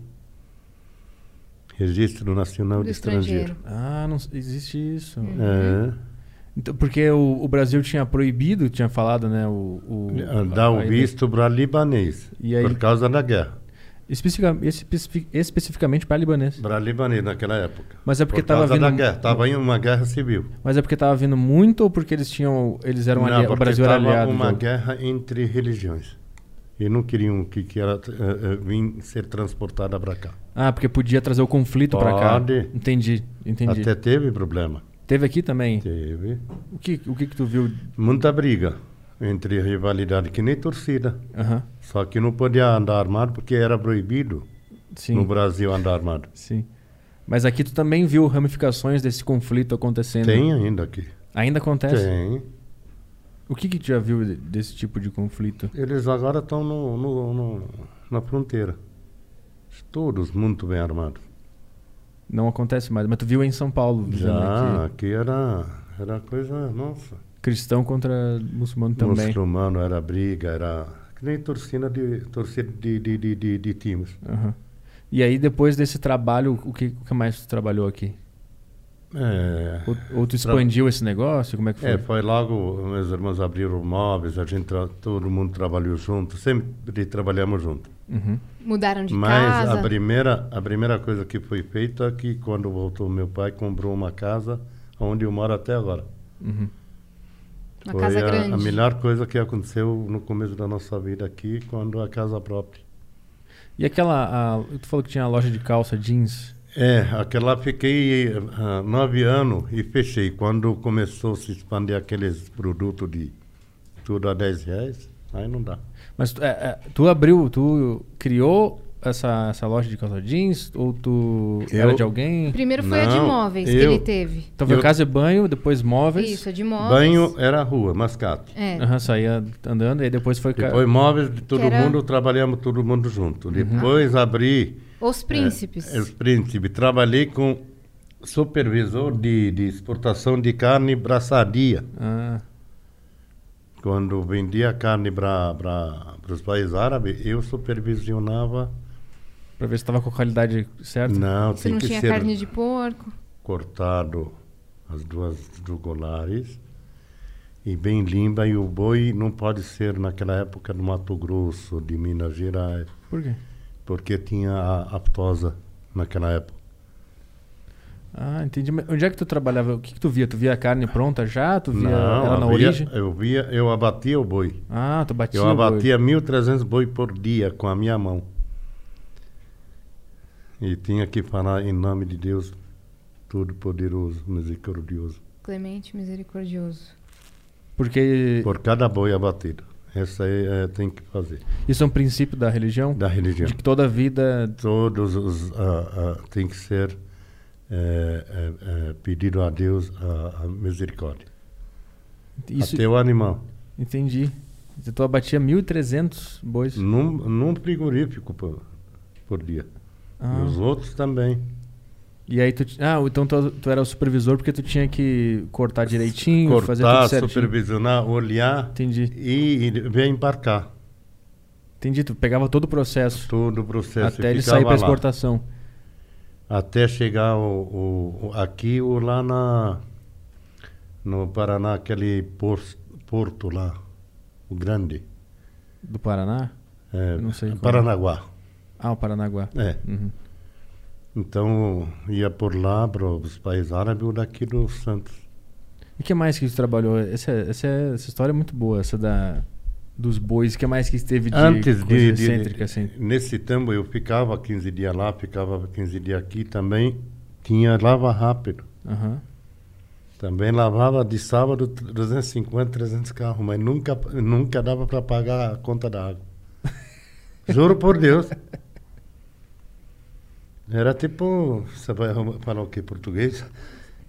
Speaker 3: Registro Nacional
Speaker 4: Do
Speaker 3: de Estrangeiro.
Speaker 4: estrangeiro.
Speaker 1: Ah, não s- existe isso.
Speaker 3: É,
Speaker 1: Então, porque o, o Brasil tinha proibido, tinha falado, né? O, o,
Speaker 3: dá Ah, o
Speaker 1: a- a-
Speaker 3: visto para libanês,
Speaker 1: E aí-
Speaker 3: por causa da guerra.
Speaker 1: Especifica, especifi- especificamente para libanês.
Speaker 3: Para libanês naquela época.
Speaker 1: Mas é porque
Speaker 3: por
Speaker 1: tava
Speaker 3: causa da
Speaker 1: vindo. um
Speaker 3: guerra. Estava em uma guerra civil.
Speaker 1: Mas é porque tava vindo muito ou porque eles tinham. Eles eram ali, o
Speaker 3: porque
Speaker 1: Brasil era
Speaker 3: tava
Speaker 1: aliado. né?
Speaker 3: uma
Speaker 1: do-
Speaker 3: guerra entre religiões. E não queriam que, que ela eh, eh, vim ser transportada para cá.
Speaker 1: Ah, porque podia trazer o conflito para cá.
Speaker 3: Pode.
Speaker 1: Entendi, entendi.
Speaker 3: Até teve problema.
Speaker 1: Teve aqui também.
Speaker 3: Teve.
Speaker 1: O que, o que, que tu viu?
Speaker 3: Muita briga entre rivalidade, que nem torcida.
Speaker 1: Aham.
Speaker 3: Só que não podia andar armado porque era proibido
Speaker 1: Sim.
Speaker 3: no Brasil andar armado.
Speaker 1: Sim. Mas aqui tu também viu ramificações desse conflito acontecendo.
Speaker 3: Tem ainda aqui.
Speaker 1: Ainda acontece?
Speaker 3: Tem.
Speaker 1: O que, que tu já viu de- desse tipo de conflito?
Speaker 3: Eles agora estão no, no- no- na fronteira. Todos muito bem armados.
Speaker 1: Não acontece mais. Mas tu viu em São Paulo. dizendo
Speaker 3: Já,
Speaker 1: aqui.
Speaker 3: aqui era, era coisa, nossa.
Speaker 1: Cristão contra muçulmano também.
Speaker 3: Muçulmano era briga, era. Que nem torcida de, torcida de, de, de, de, de times.
Speaker 1: Aham. E aí, depois desse trabalho, o que, o que mais tu trabalhou aqui?
Speaker 3: É.
Speaker 1: Ou, ou tu
Speaker 3: Tra-
Speaker 1: expandiu esse negócio? Como é que foi?
Speaker 3: É, foi logo, meus irmãos abriram móveis, a gente, tra- todo mundo trabalhou junto, sempre trabalhamos junto.
Speaker 1: Uhum.
Speaker 4: Mudaram de
Speaker 3: Mas
Speaker 4: casa.
Speaker 3: a primeira, a primeira coisa que foi feita é que quando voltou meu pai comprou uma casa onde eu moro até agora.
Speaker 1: Uhum.
Speaker 4: Uma
Speaker 3: foi
Speaker 4: casa
Speaker 3: a,
Speaker 4: grande.
Speaker 3: a melhor coisa que aconteceu no começo da nossa vida aqui, quando a casa própria.
Speaker 1: E aquela. a- tu falou que tinha a loja de calça jeans.
Speaker 3: É, aquela fiquei ah, nove anos e fechei. Quando começou a se expandir aqueles produtos de tudo a 10 reais, aí não dá.
Speaker 1: Mas tu- é, é, tu abriu, tu criou essa, essa loja de calça jeans? Ou tu era
Speaker 3: Eu-
Speaker 1: de alguém?
Speaker 4: Primeiro foi a de
Speaker 3: Não,
Speaker 4: móveis que
Speaker 3: eu-
Speaker 4: ele teve.
Speaker 1: Então foi
Speaker 3: Eu-
Speaker 1: casa e banho, depois móveis.
Speaker 4: Isso, a de móveis.
Speaker 3: Banho era rua, mascate.
Speaker 4: É.
Speaker 1: Aham, saía andando, e aí depois foi. ca-
Speaker 3: Depois móveis de todo
Speaker 4: Que era- Uhum.
Speaker 3: mundo, trabalhamos todo mundo junto. Depois abri
Speaker 4: Os príncipes.
Speaker 3: É, os príncipes. Trabalhei com supervisor de, de exportação de carne braçaria.
Speaker 1: Ah,
Speaker 3: Quando vendia carne para os países árabes, eu supervisionava.
Speaker 1: pra ver se tava com a qualidade certa.
Speaker 3: Não,
Speaker 4: Se
Speaker 3: tem
Speaker 4: não
Speaker 3: que
Speaker 4: tinha
Speaker 3: ser
Speaker 4: carne de porco.
Speaker 3: cortado as duas jugulares e bem limpa. E o boi não pode ser, naquela época, do Mato Grosso, de Minas Gerais,
Speaker 1: Por quê?
Speaker 3: porque tinha a aptosa naquela época.
Speaker 1: Ah, entendi. Mas onde é que tu trabalhava? O que, que tu via? Tu via a carne pronta já? Tu via ela na
Speaker 3: eu via-
Speaker 1: origem?
Speaker 3: eu via, eu abatia o boi.
Speaker 1: Ah, tu batia.
Speaker 3: Eu
Speaker 1: o boi.
Speaker 3: abatia 1.300 boi por dia com a minha mão. E tinha que falar em nome de Deus Todo-Poderoso, Misericordioso,
Speaker 4: Clemente misericordioso.
Speaker 1: Porque
Speaker 3: por cada boi abatido. Essa aí eh, tem que fazer,
Speaker 1: isso é um princípio da religião?
Speaker 3: da religião.
Speaker 1: De que toda a vida.
Speaker 3: Todos os. ah, ah, tem que ser eh, eh, eh, pedido a Deus a, a misericórdia.
Speaker 1: Isso,
Speaker 3: Até o animal.
Speaker 1: Entendi. Então
Speaker 3: Hum,
Speaker 1: tu abatia 1.300 bois.
Speaker 3: Num, num frigorífico por, por dia.
Speaker 1: Ah.
Speaker 3: E os outros também.
Speaker 1: E aí tu. Ah, então tu, tu era o supervisor porque tu tinha que cortar direitinho, fazer
Speaker 3: Cortar,
Speaker 1: tudo certinho.
Speaker 3: supervisionar, olhar
Speaker 1: Entendi.
Speaker 3: e, e ver embarcar
Speaker 1: Entendi. Tu pegava todo o processo
Speaker 3: todo o processo. e
Speaker 1: até ele
Speaker 3: ficava
Speaker 1: sair pra
Speaker 3: lá.
Speaker 1: exportação.
Speaker 3: Até chegar o, o- o- aqui ou lá na, no Paraná, aquele por- porto lá, o grande.
Speaker 1: Do Paraná?
Speaker 3: É,
Speaker 1: Eu não sei qual é.
Speaker 3: Paranaguá.
Speaker 1: Ah, o Paranaguá.
Speaker 3: É.
Speaker 1: Uhum.
Speaker 3: Então ia por lá para os países árabes ou daqui do Santos.
Speaker 1: E o que mais que tu trabalhou? Essa, essa, essa história é muito boa, essa da, dos bois. O que mais que teve de
Speaker 3: Antes
Speaker 1: coisa
Speaker 3: de, de-
Speaker 1: excêntrica, assim?
Speaker 3: Nesse tambo eu ficava 15 dias lá, ficava 15 dias aqui também. Tinha lava rápido.
Speaker 1: Aham.
Speaker 3: Também lavava de sábado 350, 300 carros, mas nunca, nunca dava para pagar a conta da água. Juro por Deus. Era tipo, você vai arrumar- falar o que, português?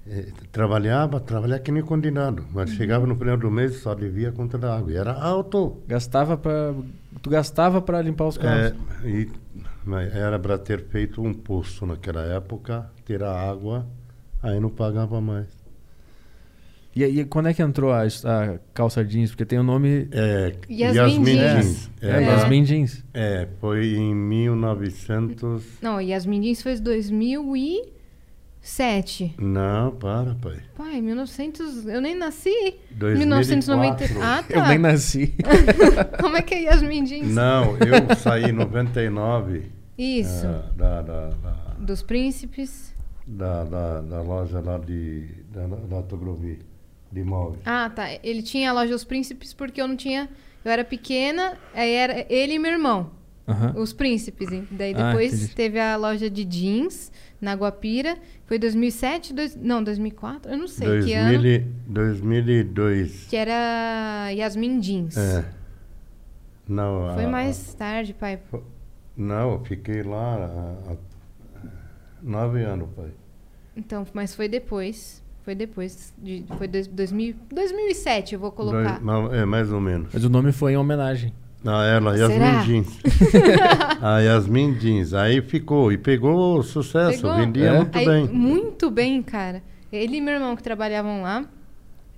Speaker 3: Eh, Trabalhava, trabalhava que nem condenado, mas chegava no final do mês só devia a conta da água. E era alto.
Speaker 1: Gastava para Tu gastava pra limpar os carros.
Speaker 3: É, e, mas era para ter feito um poço naquela época, ter a água, aí não pagava mais.
Speaker 1: E, aí quando é que entrou a, a calça jeans? Porque tem o nome.
Speaker 3: É,
Speaker 4: Yasmin Jeans.
Speaker 1: É,
Speaker 4: É.
Speaker 1: Yasmin Jeans.
Speaker 3: É, foi em 1900.
Speaker 4: Não, Yasmin Jeans foi 2007.
Speaker 3: Não, para, pai.
Speaker 4: Pai, 1900... Eu nem nasci.
Speaker 3: 2004.
Speaker 4: 1990... Ah, tá.
Speaker 1: Eu nem nasci.
Speaker 4: Como é que é Yasmin Jeans?
Speaker 3: Não, eu saí em 99
Speaker 4: Isso.
Speaker 3: ah, da, da, da,
Speaker 4: Dos príncipes.
Speaker 3: da, da, da loja lá de, da, da Togrovi, de imóveis.
Speaker 4: Ah, tá. Ele tinha a loja Os Príncipes porque eu não tinha... Eu era pequena, aí era ele e meu irmão.
Speaker 1: Aham.
Speaker 4: Os Príncipes. hein? Daí
Speaker 1: Ah,
Speaker 4: depois
Speaker 1: entendi.
Speaker 4: teve a loja de jeans na Guapira. Foi 2007, dois... não, 2004? Eu não sei que ano.
Speaker 3: 2000, 2002.
Speaker 4: Que era Yasmin Jeans.
Speaker 3: É. Ah. Não,
Speaker 4: Foi
Speaker 3: a-
Speaker 4: mais tarde, pai.
Speaker 3: Não, eu fiquei lá há- há nove anos, pai.
Speaker 4: Então, mas foi depois. Foi depois. De, foi dois, 2000, 2007, eu vou
Speaker 3: Dois,
Speaker 4: colocar.
Speaker 3: não, é, mais ou menos.
Speaker 1: Mas o nome foi em homenagem.
Speaker 3: Ah, ela, Yasmin
Speaker 4: Será?
Speaker 3: Jeans. a Yasmin Jeans. Aí ficou e pegou o sucesso,
Speaker 4: Pegou?
Speaker 3: vendia
Speaker 1: É?
Speaker 3: muito
Speaker 4: Aí,
Speaker 3: bem.
Speaker 4: Muito bem, cara. Ele e meu irmão que trabalhavam lá,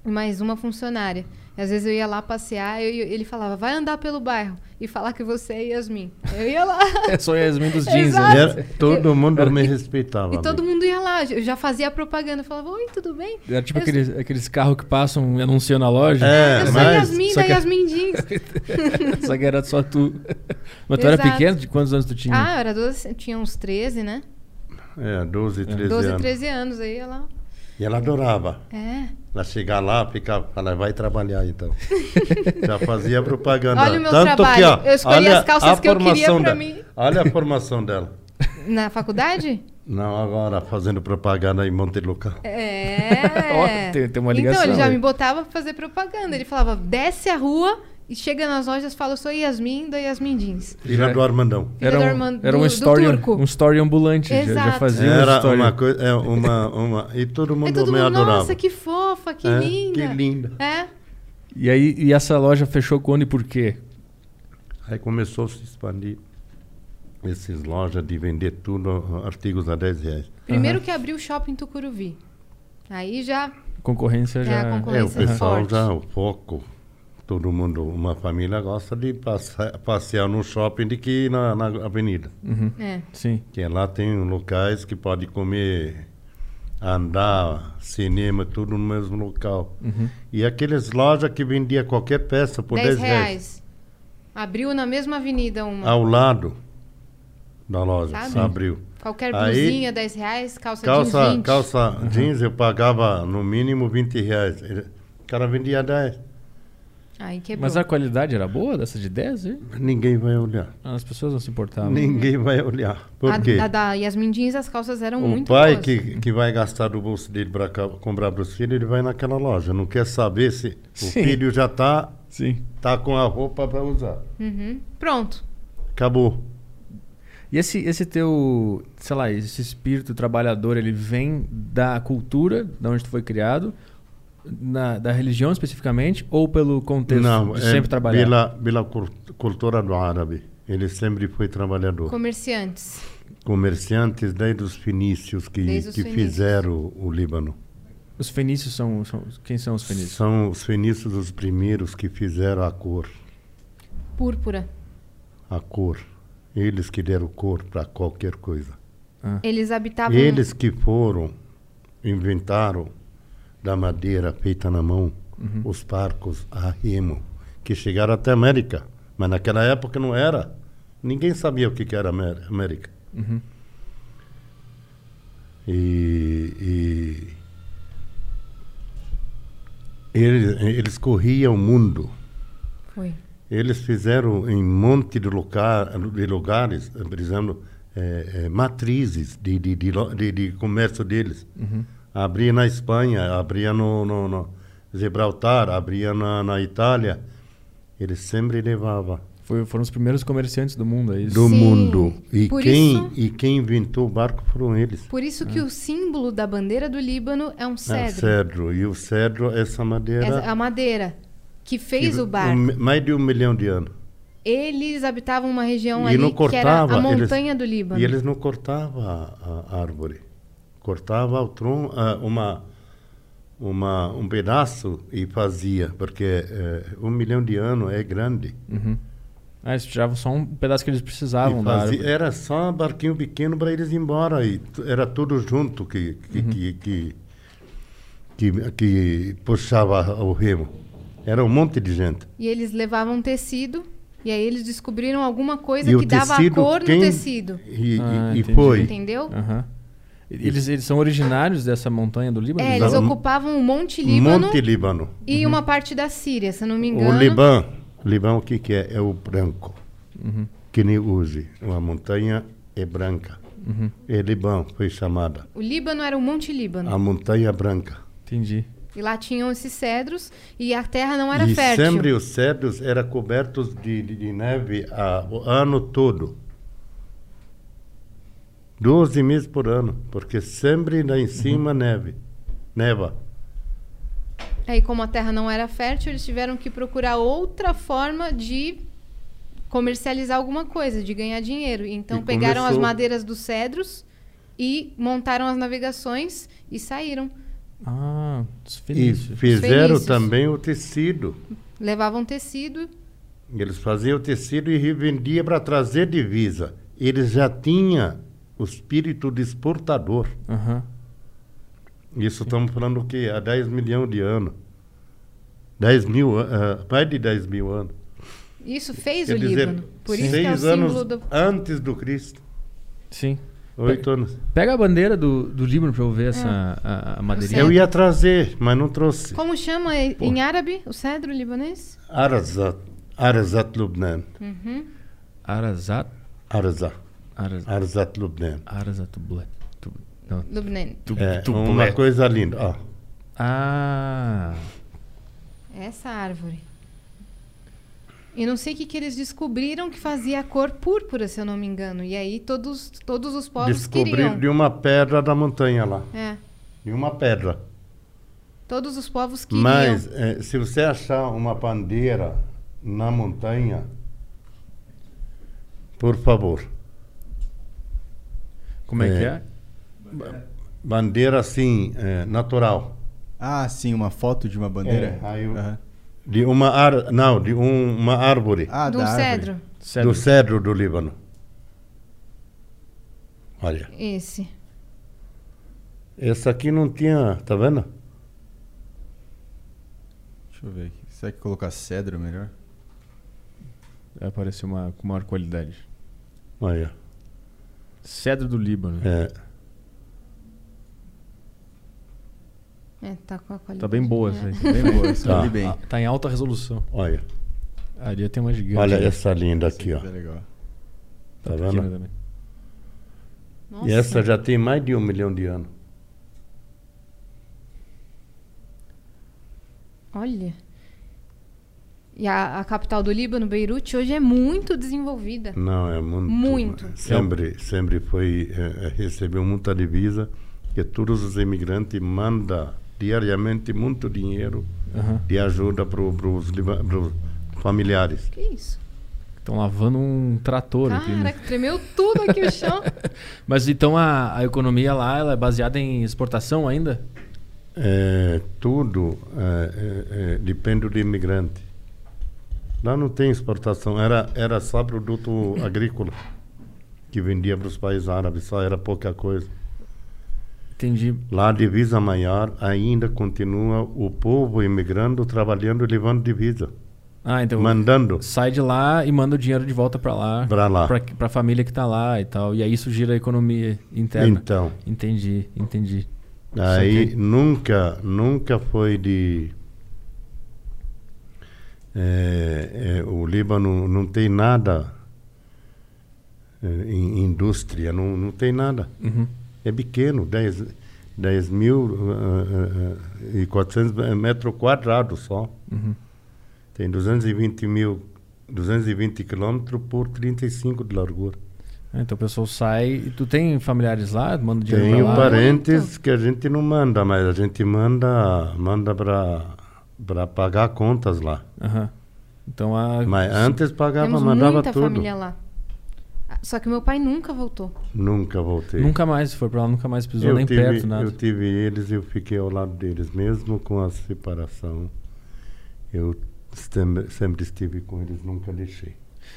Speaker 4: mais uma funcionária. E às vezes eu ia lá passear e eu- ele falava, vai andar pelo bairro e falar que você é Yasmin. Eu ia lá.
Speaker 1: É só Yasmin dos jeans.
Speaker 4: Exato.
Speaker 1: né?
Speaker 3: Era- todo mundo me respeitava.
Speaker 4: e todo
Speaker 3: amigo.
Speaker 4: mundo ia lá. Eu já fazia propaganda. Eu falava, oi, tudo bem?
Speaker 1: Era tipo
Speaker 4: Eu-
Speaker 1: aqueles, aqueles carros que passam anunciando a loja.
Speaker 3: É,
Speaker 4: eu sou
Speaker 3: mas-
Speaker 4: Yasmin
Speaker 1: só
Speaker 4: da
Speaker 1: que-
Speaker 4: Yasmin Jeans.
Speaker 1: Só que era só tu. Mas tu era
Speaker 4: Exato.
Speaker 1: pequeno? De quantos anos tu tinha?
Speaker 4: Ah, eu era 12, eu tinha uns 13, né?
Speaker 3: É, 12, 13
Speaker 4: 12,
Speaker 3: anos.
Speaker 4: 13 anos. Aí ia lá.
Speaker 3: E ela adorava.
Speaker 4: É.
Speaker 3: Ela chegar lá, ficava, ela vai trabalhar então. Já fazia propaganda.
Speaker 4: Olha o meu
Speaker 3: Tanto
Speaker 4: trabalho.
Speaker 3: que, ó,
Speaker 4: Eu escolhi
Speaker 3: olha
Speaker 4: as calças
Speaker 3: a
Speaker 4: que eu queria
Speaker 3: formação
Speaker 4: pra
Speaker 3: dela.
Speaker 4: mim.
Speaker 3: Olha a formação dela.
Speaker 4: Na faculdade?
Speaker 3: Não, agora fazendo propaganda em Monte Luca.
Speaker 4: É.
Speaker 1: Ó, tem- tem uma ligação
Speaker 4: Então, ele já
Speaker 1: aí.
Speaker 4: me botava pra fazer propaganda. Ele falava, desce a rua e chega nas lojas e fala, sou Yasmin da Yasmin Jeans.
Speaker 3: Filha
Speaker 1: Já-
Speaker 3: do Armandão.
Speaker 4: Filha
Speaker 1: Era
Speaker 4: do
Speaker 1: um,
Speaker 4: Armando-
Speaker 1: era um
Speaker 4: do- do
Speaker 1: story,
Speaker 4: turco.
Speaker 1: um story ambulante. Já, já
Speaker 4: Exato.
Speaker 1: fazia um
Speaker 3: Era
Speaker 1: story.
Speaker 3: uma coisa, é uma, uma. E todo
Speaker 4: Aí
Speaker 3: mundo
Speaker 4: todo
Speaker 3: me
Speaker 4: mundo,
Speaker 3: adorava.
Speaker 4: É nossa, que fofa, que
Speaker 3: É,
Speaker 4: linda.
Speaker 3: Que linda.
Speaker 4: É.
Speaker 1: E aí, e essa loja fechou quando e por quê?
Speaker 3: Aí começou a se expandir essas lojas de vender tudo, ah, artigos a 10 reais.
Speaker 4: Primeiro que abriu o shopping Tucuruvi. Aí já.
Speaker 1: Concorrência
Speaker 4: É,
Speaker 1: já.
Speaker 4: a concor-
Speaker 3: É, o
Speaker 4: Coisa
Speaker 3: pessoal
Speaker 4: forte.
Speaker 3: já, o foco, todo mundo, uma família gosta de passa- passear no shopping de que na, na avenida.
Speaker 4: É.
Speaker 1: Uhum. Sim.
Speaker 3: Que lá tem locais que pode comer, andar, cinema, tudo no mesmo local. E aquelas lojas que vendia qualquer peça por 10,
Speaker 4: 10 reais. Abriu na mesma avenida uma.
Speaker 3: Ao lado da loja,
Speaker 4: Sabe?
Speaker 3: abriu.
Speaker 4: Qualquer
Speaker 3: Aí-
Speaker 4: blusinha, 10 reais. Calça, jeans,
Speaker 3: Calça,
Speaker 4: 20.
Speaker 3: calça jeans eu pagava no mínimo 20 reais. Ele- O cara vendia 10.
Speaker 4: Aí quebrou.
Speaker 1: Mas a qualidade era boa dessa de 10? hein?
Speaker 3: Ninguém vai olhar.
Speaker 1: As pessoas não se importavam.
Speaker 3: Ninguém vai olhar. Por
Speaker 4: A-
Speaker 3: quê?
Speaker 4: a da Yasmin Jeans, as calças eram
Speaker 3: O
Speaker 4: muito
Speaker 3: pai
Speaker 4: boas.
Speaker 3: que, que vai gastar do bolso dele para comprar para os filhos, ele vai naquela loja. Não quer saber se o
Speaker 1: Sim.
Speaker 3: filho já tá,
Speaker 1: Sim.
Speaker 3: tá com a roupa para usar.
Speaker 4: Uhum. Pronto.
Speaker 3: Acabou.
Speaker 1: E esse, esse teu, sei lá, esse espírito trabalhador, ele vem da cultura, da onde tu foi criado, na- da religião especificamente, ou pelo contexto
Speaker 3: Não,
Speaker 1: de
Speaker 3: é
Speaker 1: sempre trabalhar?
Speaker 3: Pela, pela cul- cultura do árabe. Ele sempre foi trabalhador.
Speaker 4: Comerciantes.
Speaker 3: Comerciantes desde os fenícios que,
Speaker 4: Desde os
Speaker 3: que
Speaker 4: fenícios.
Speaker 3: fizeram o Líbano.
Speaker 1: Os fenícios são, são- Quem são os fenícios?
Speaker 3: São os fenícios os primeiros que fizeram a cor.
Speaker 4: Púrpura.
Speaker 3: A cor. Eles que deram cor para qualquer coisa.
Speaker 4: Eles habitavam.
Speaker 3: Eles que foram, inventaram da madeira feita na mão
Speaker 1: Uhum.
Speaker 3: os barcos a remo, que chegaram até a América. Mas naquela época não era. Ninguém sabia o que que era Amé- América.
Speaker 1: Uhum.
Speaker 3: E, e eles, eles corriam o mundo.
Speaker 4: Foi.
Speaker 3: Eles fizeram em um monte de, loca- de lugares, eh, por exemplo, eh, eh, matrizes de, de, de lo- de- de comércio deles. Abria na Espanha, abria no, no- no Gibraltar, abria na, na Itália. Eles sempre levavam
Speaker 1: Foi- foram os primeiros comerciantes do mundo, é isso?
Speaker 3: do
Speaker 4: Sim,
Speaker 3: mundo. E
Speaker 4: por
Speaker 3: quem,
Speaker 4: isso-
Speaker 3: e quem inventou o barco foram eles.
Speaker 4: Por isso que o símbolo da bandeira do Líbano é um
Speaker 3: É,
Speaker 4: cedro.
Speaker 3: cedro. E o cedro, essa madeira...
Speaker 4: É a madeira que fez
Speaker 3: que-
Speaker 4: o barco.
Speaker 3: um- mais de um milhão de anos.
Speaker 4: Eles habitavam uma região
Speaker 3: E
Speaker 4: ali
Speaker 3: não
Speaker 4: que era a
Speaker 3: cortava, eles-
Speaker 4: montanha do Líbano.
Speaker 3: E eles não cortavam a, a árvore. Cortava o tronco, ah, uma, uma, um pedaço e fazia, porque eh, um milhão de anos é grande.
Speaker 1: Uhum. Ah, eles tiravam só um pedaço que eles precisavam
Speaker 3: E
Speaker 1: da
Speaker 3: fazia-
Speaker 1: árvore.
Speaker 3: era só um barquinho pequeno para eles ir embora. E tu- era tudo junto que, que,
Speaker 1: Uhum.
Speaker 3: que, que, que- que puxava o remo. Era um monte de gente.
Speaker 4: E eles levavam tecido. E aí eles descobriram alguma coisa
Speaker 3: E o
Speaker 4: que dava a
Speaker 3: tecido,
Speaker 4: cor no
Speaker 3: quem-
Speaker 4: tecido.
Speaker 3: E, e-
Speaker 1: Ah,
Speaker 3: e
Speaker 1: entendi.
Speaker 3: foi.
Speaker 4: Entendeu?
Speaker 1: Aham. E- Eles, eles são originários dessa montanha do
Speaker 3: Ah,
Speaker 1: Líbano?
Speaker 4: É, eles
Speaker 3: Não.
Speaker 4: ocupavam o Monte Líbano
Speaker 3: um Monte Líbano.
Speaker 4: e uma parte da Síria, se eu não me
Speaker 3: O
Speaker 4: engano.
Speaker 3: Libã, Libã o que que é? É o branco,
Speaker 1: Uhum,
Speaker 3: que nem hoje. Uma montanha é branca.
Speaker 1: uhum.
Speaker 3: É Libã, foi chamada.
Speaker 4: O Líbano era o Monte Líbano.
Speaker 3: A montanha é branca.
Speaker 1: Entendi.
Speaker 4: E lá tinham esses cedros e a terra não era
Speaker 3: e
Speaker 4: fértil.
Speaker 3: sempre os cedros eram cobertos de, de- de neve ah, o ano todo. 12 meses por ano, porque sempre lá em cima neve. Neva.
Speaker 4: Aí, como a terra não era fértil, eles tiveram que procurar outra forma de comercializar alguma coisa, de ganhar dinheiro. Então,
Speaker 3: E
Speaker 4: pegaram as
Speaker 3: começou.
Speaker 4: madeiras dos cedros e montaram as navegações e saíram.
Speaker 1: Ah, os
Speaker 3: E
Speaker 1: fenícios.
Speaker 3: fizeram
Speaker 4: Fenícios.
Speaker 3: também o tecido.
Speaker 4: Levavam tecido.
Speaker 3: Eles faziam o tecido e revendiam para trazer divisa. Eles já tinham o espírito de exportador.
Speaker 1: Aham.
Speaker 3: Isso estamos falando o quê? Há 10 milhões de anos. 10 mil, ah, mais de 10 mil anos.
Speaker 4: Isso fez
Speaker 3: Quer
Speaker 4: o
Speaker 3: dizer,
Speaker 4: Líbano. Por isso
Speaker 3: seis
Speaker 4: que é o
Speaker 3: anos
Speaker 4: símbolo do.
Speaker 3: antes do Cristo.
Speaker 1: Sim.
Speaker 3: Oito anos.
Speaker 1: Pega a bandeira do, do Líbano pra eu ver essa a, a madeirinha.
Speaker 3: É. Eu ia trazer, mas não trouxe.
Speaker 4: Como chama em em árabe o cedro libanês? Uhum.
Speaker 3: Arazat. Arazat Lubnan.
Speaker 1: Arazat.
Speaker 3: Arazat.
Speaker 1: Araz,
Speaker 3: Arazat Lubnan.
Speaker 1: Arazatubla. Tu, não.
Speaker 4: Lubnan.
Speaker 1: Tu,
Speaker 3: É,
Speaker 1: tu-
Speaker 3: uma coisa linda. ó.
Speaker 1: Ah.
Speaker 4: Essa árvore. E não sei o que, que eles descobriram que fazia a cor púrpura, se eu não me engano. E aí todos, todos os povos
Speaker 3: Descobriram
Speaker 4: queriam.
Speaker 3: de um- uma pedra da montanha lá.
Speaker 4: É,
Speaker 3: De uma pedra.
Speaker 4: todos os povos queriam. um
Speaker 3: Mas eh, se você achar uma bandeira na montanha, por favor,
Speaker 1: Como é, que
Speaker 3: É.
Speaker 1: é?
Speaker 3: bandeira assim, eh, natural,
Speaker 2: Ah, sim, uma foto de uma bandeira?
Speaker 3: É, aí eu-
Speaker 2: Aham.
Speaker 3: de uma ar não, de um- uma árvore,
Speaker 2: Ah,
Speaker 4: de
Speaker 2: da
Speaker 4: um
Speaker 2: árvore.
Speaker 4: cedro.
Speaker 1: Cedro.
Speaker 3: do cedro do Líbano. Olha,
Speaker 4: Esse.
Speaker 3: essa aqui não tinha, tá vendo?
Speaker 2: Deixa eu ver aqui. Será que colocar cedro é melhor?
Speaker 1: Vai aparecer É, uma com maior qualidade.
Speaker 3: Olha,
Speaker 1: Cedro do Líbano.
Speaker 3: é,
Speaker 4: É, tá com a qualidade.
Speaker 1: Tá bem boa
Speaker 4: É.
Speaker 1: essa aí.
Speaker 2: Bem boa, escolhi
Speaker 3: Tá.
Speaker 2: bem.
Speaker 1: Tá em alta resolução.
Speaker 3: olha,
Speaker 1: Ali tem uma gigante.
Speaker 3: olha
Speaker 1: né?
Speaker 3: essa linda
Speaker 2: Essa
Speaker 3: aqui, ó.
Speaker 2: Tá legal.
Speaker 1: Tá
Speaker 3: tá
Speaker 1: pequena
Speaker 3: vendo?
Speaker 1: também.
Speaker 4: Nossa.
Speaker 3: E essa já tem mais de um milhão de anos.
Speaker 4: Olha. E a, a capital do Líbano, Beirute, hoje é muito desenvolvida.
Speaker 3: Não, é muito.
Speaker 4: Muito.
Speaker 3: Sempre, sempre foi, eh, eh, recebeu muita divisa, que todos os imigrantes mandam diariamente muito dinheiro
Speaker 1: Aham.
Speaker 3: de ajuda para os familiares.
Speaker 4: Que isso?
Speaker 1: Estão lavando um trator aqui. né?
Speaker 4: Cara, tremeu tudo aqui o chão.
Speaker 1: Mas então a, a economia lá ela é baseada em exportação ainda?
Speaker 3: É, tudo é, é, é, depende do imigrante. Lá não tem exportação, era, era só produto agrícola que vendia para os países árabes, só era pouca coisa.
Speaker 1: Entendi.
Speaker 3: Lá a divisa maior ainda continua o povo imigrando, trabalhando e levando divisa,
Speaker 1: Ah, então
Speaker 3: mandando.
Speaker 1: sai de lá e manda o dinheiro de volta pra lá.
Speaker 3: Pra lá.
Speaker 1: Pra, pra família que tá lá e tal. E aí isso gira a economia interna.
Speaker 3: Então.
Speaker 1: Entendi, entendi.
Speaker 3: Aí
Speaker 1: Saquei.
Speaker 3: nunca, nunca foi de. É, é, o Líbano não tem nada é, em em indústria, não, não tem nada.
Speaker 1: Uhum.
Speaker 3: É pequeno, 10, 10 mil ah, ah, ah, e 400 metros quadrados só.
Speaker 1: Uhum.
Speaker 3: Tem 220 mil, 220 quilômetros por 35 de largura.
Speaker 1: Ah, Então o pessoal sai. E tu tem familiares lá? Manda dinheiro
Speaker 3: Tenho
Speaker 1: pra lá?
Speaker 3: parentes um que a gente não manda, mas a gente manda, manda para pagar contas lá.
Speaker 1: Aham. Então a.
Speaker 3: Mas antes pagava,
Speaker 4: Temos
Speaker 3: mandava
Speaker 4: muita
Speaker 3: tudo.
Speaker 4: família lá. Ah, Só que meu pai nunca voltou.
Speaker 3: Nunca voltei.
Speaker 1: Nunca mais foi pra lá, nunca mais pisou
Speaker 3: eu
Speaker 1: nem
Speaker 3: tive,
Speaker 1: perto, nada.
Speaker 3: Eu tive eles e eu fiquei ao lado deles, mesmo com a separação. Eu sempre, sempre estive com eles, nunca deixei.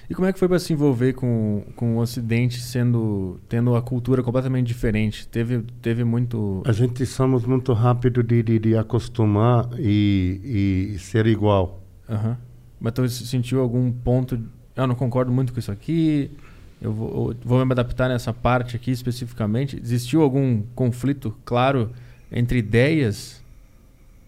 Speaker 1: E como é que foi pra se envolver com, com o Ocidente, sendo tendo a cultura completamente diferente? Teve, teve muito.
Speaker 3: A gente somos muito rápido de, de, de acostumar e, e ser igual.
Speaker 1: Aham. Mas tu se- sentiu algum ponto. Eu não concordo muito com isso aqui. Eu vou, eu vou me adaptar nessa parte aqui especificamente. Existiu algum conflito, claro, entre ideias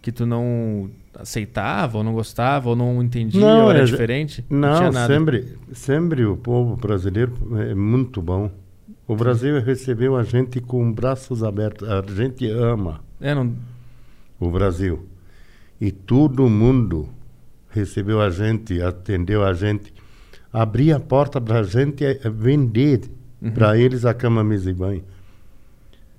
Speaker 1: que tu não aceitava, ou não gostava, ou não entendia,
Speaker 3: Não,
Speaker 1: ou era
Speaker 3: eu já-
Speaker 1: diferente?
Speaker 3: Não,
Speaker 1: tinha nada.
Speaker 3: sempre, sempre o povo brasileiro é muito bom. O Brasil recebeu a gente com braços abertos. A gente ama
Speaker 1: É, não.
Speaker 3: o Brasil. E todo mundo recebeu a gente, atendeu a gente. Abria a porta para a gente eh, vender
Speaker 1: Uhum.
Speaker 3: para eles a cama, mesa e banho.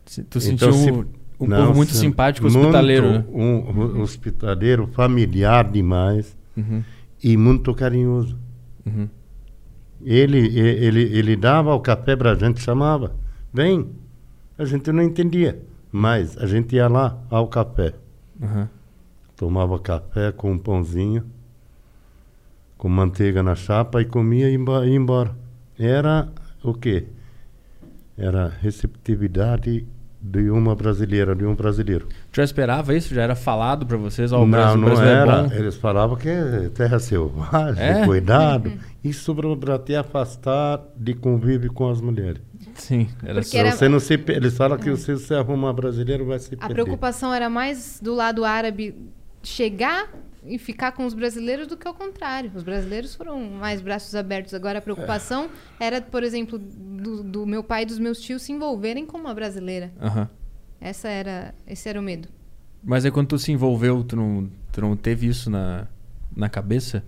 Speaker 1: se- Tu
Speaker 3: Então,
Speaker 1: sentiu
Speaker 3: se-
Speaker 1: um
Speaker 3: Não,
Speaker 1: povo muito
Speaker 3: se-
Speaker 1: simpático,
Speaker 3: muito
Speaker 1: hospitaleiro. né?
Speaker 3: Um, um hospitaleiro, familiar demais
Speaker 1: Uhum,
Speaker 3: e muito carinhoso.
Speaker 1: uhum.
Speaker 3: Ele, e- ele, ele dava o café para a gente, chamava. Vem. A gente não entendia, mas a gente ia lá ao café.
Speaker 1: Aham.
Speaker 3: Tomava café com um pãozinho, com manteiga na chapa e comia e imba- ia embora. Era o quê? Era receptividade de uma brasileira, de um brasileiro.
Speaker 1: Tu já esperava isso? Já era falado pra vocês? Ó, o
Speaker 3: não,
Speaker 1: Brasil, o
Speaker 3: não
Speaker 1: Brasil
Speaker 3: era.
Speaker 1: é bom.
Speaker 3: Eles falavam que é terra selvagem,
Speaker 1: É?
Speaker 3: cuidado. Isso para te afastar de convívio com as mulheres.
Speaker 1: Sim, era
Speaker 4: Porque
Speaker 1: só.
Speaker 3: Se
Speaker 4: era-
Speaker 3: você não se, pe- eles falam que se você arrumar brasileiro vai se
Speaker 4: A
Speaker 3: perder.
Speaker 4: preocupação era mais do lado árabe chegar e ficar com os brasileiros do que ao contrário. Os brasileiros foram mais braços abertos. Agora a preocupação era, por exemplo, do, do meu pai e dos meus tios se envolverem com uma brasileira.
Speaker 1: Aham.
Speaker 4: Essa era, esse era o medo.
Speaker 1: Mas aí quando tu se envolveu, tu não, tu não teve isso na, na cabeça?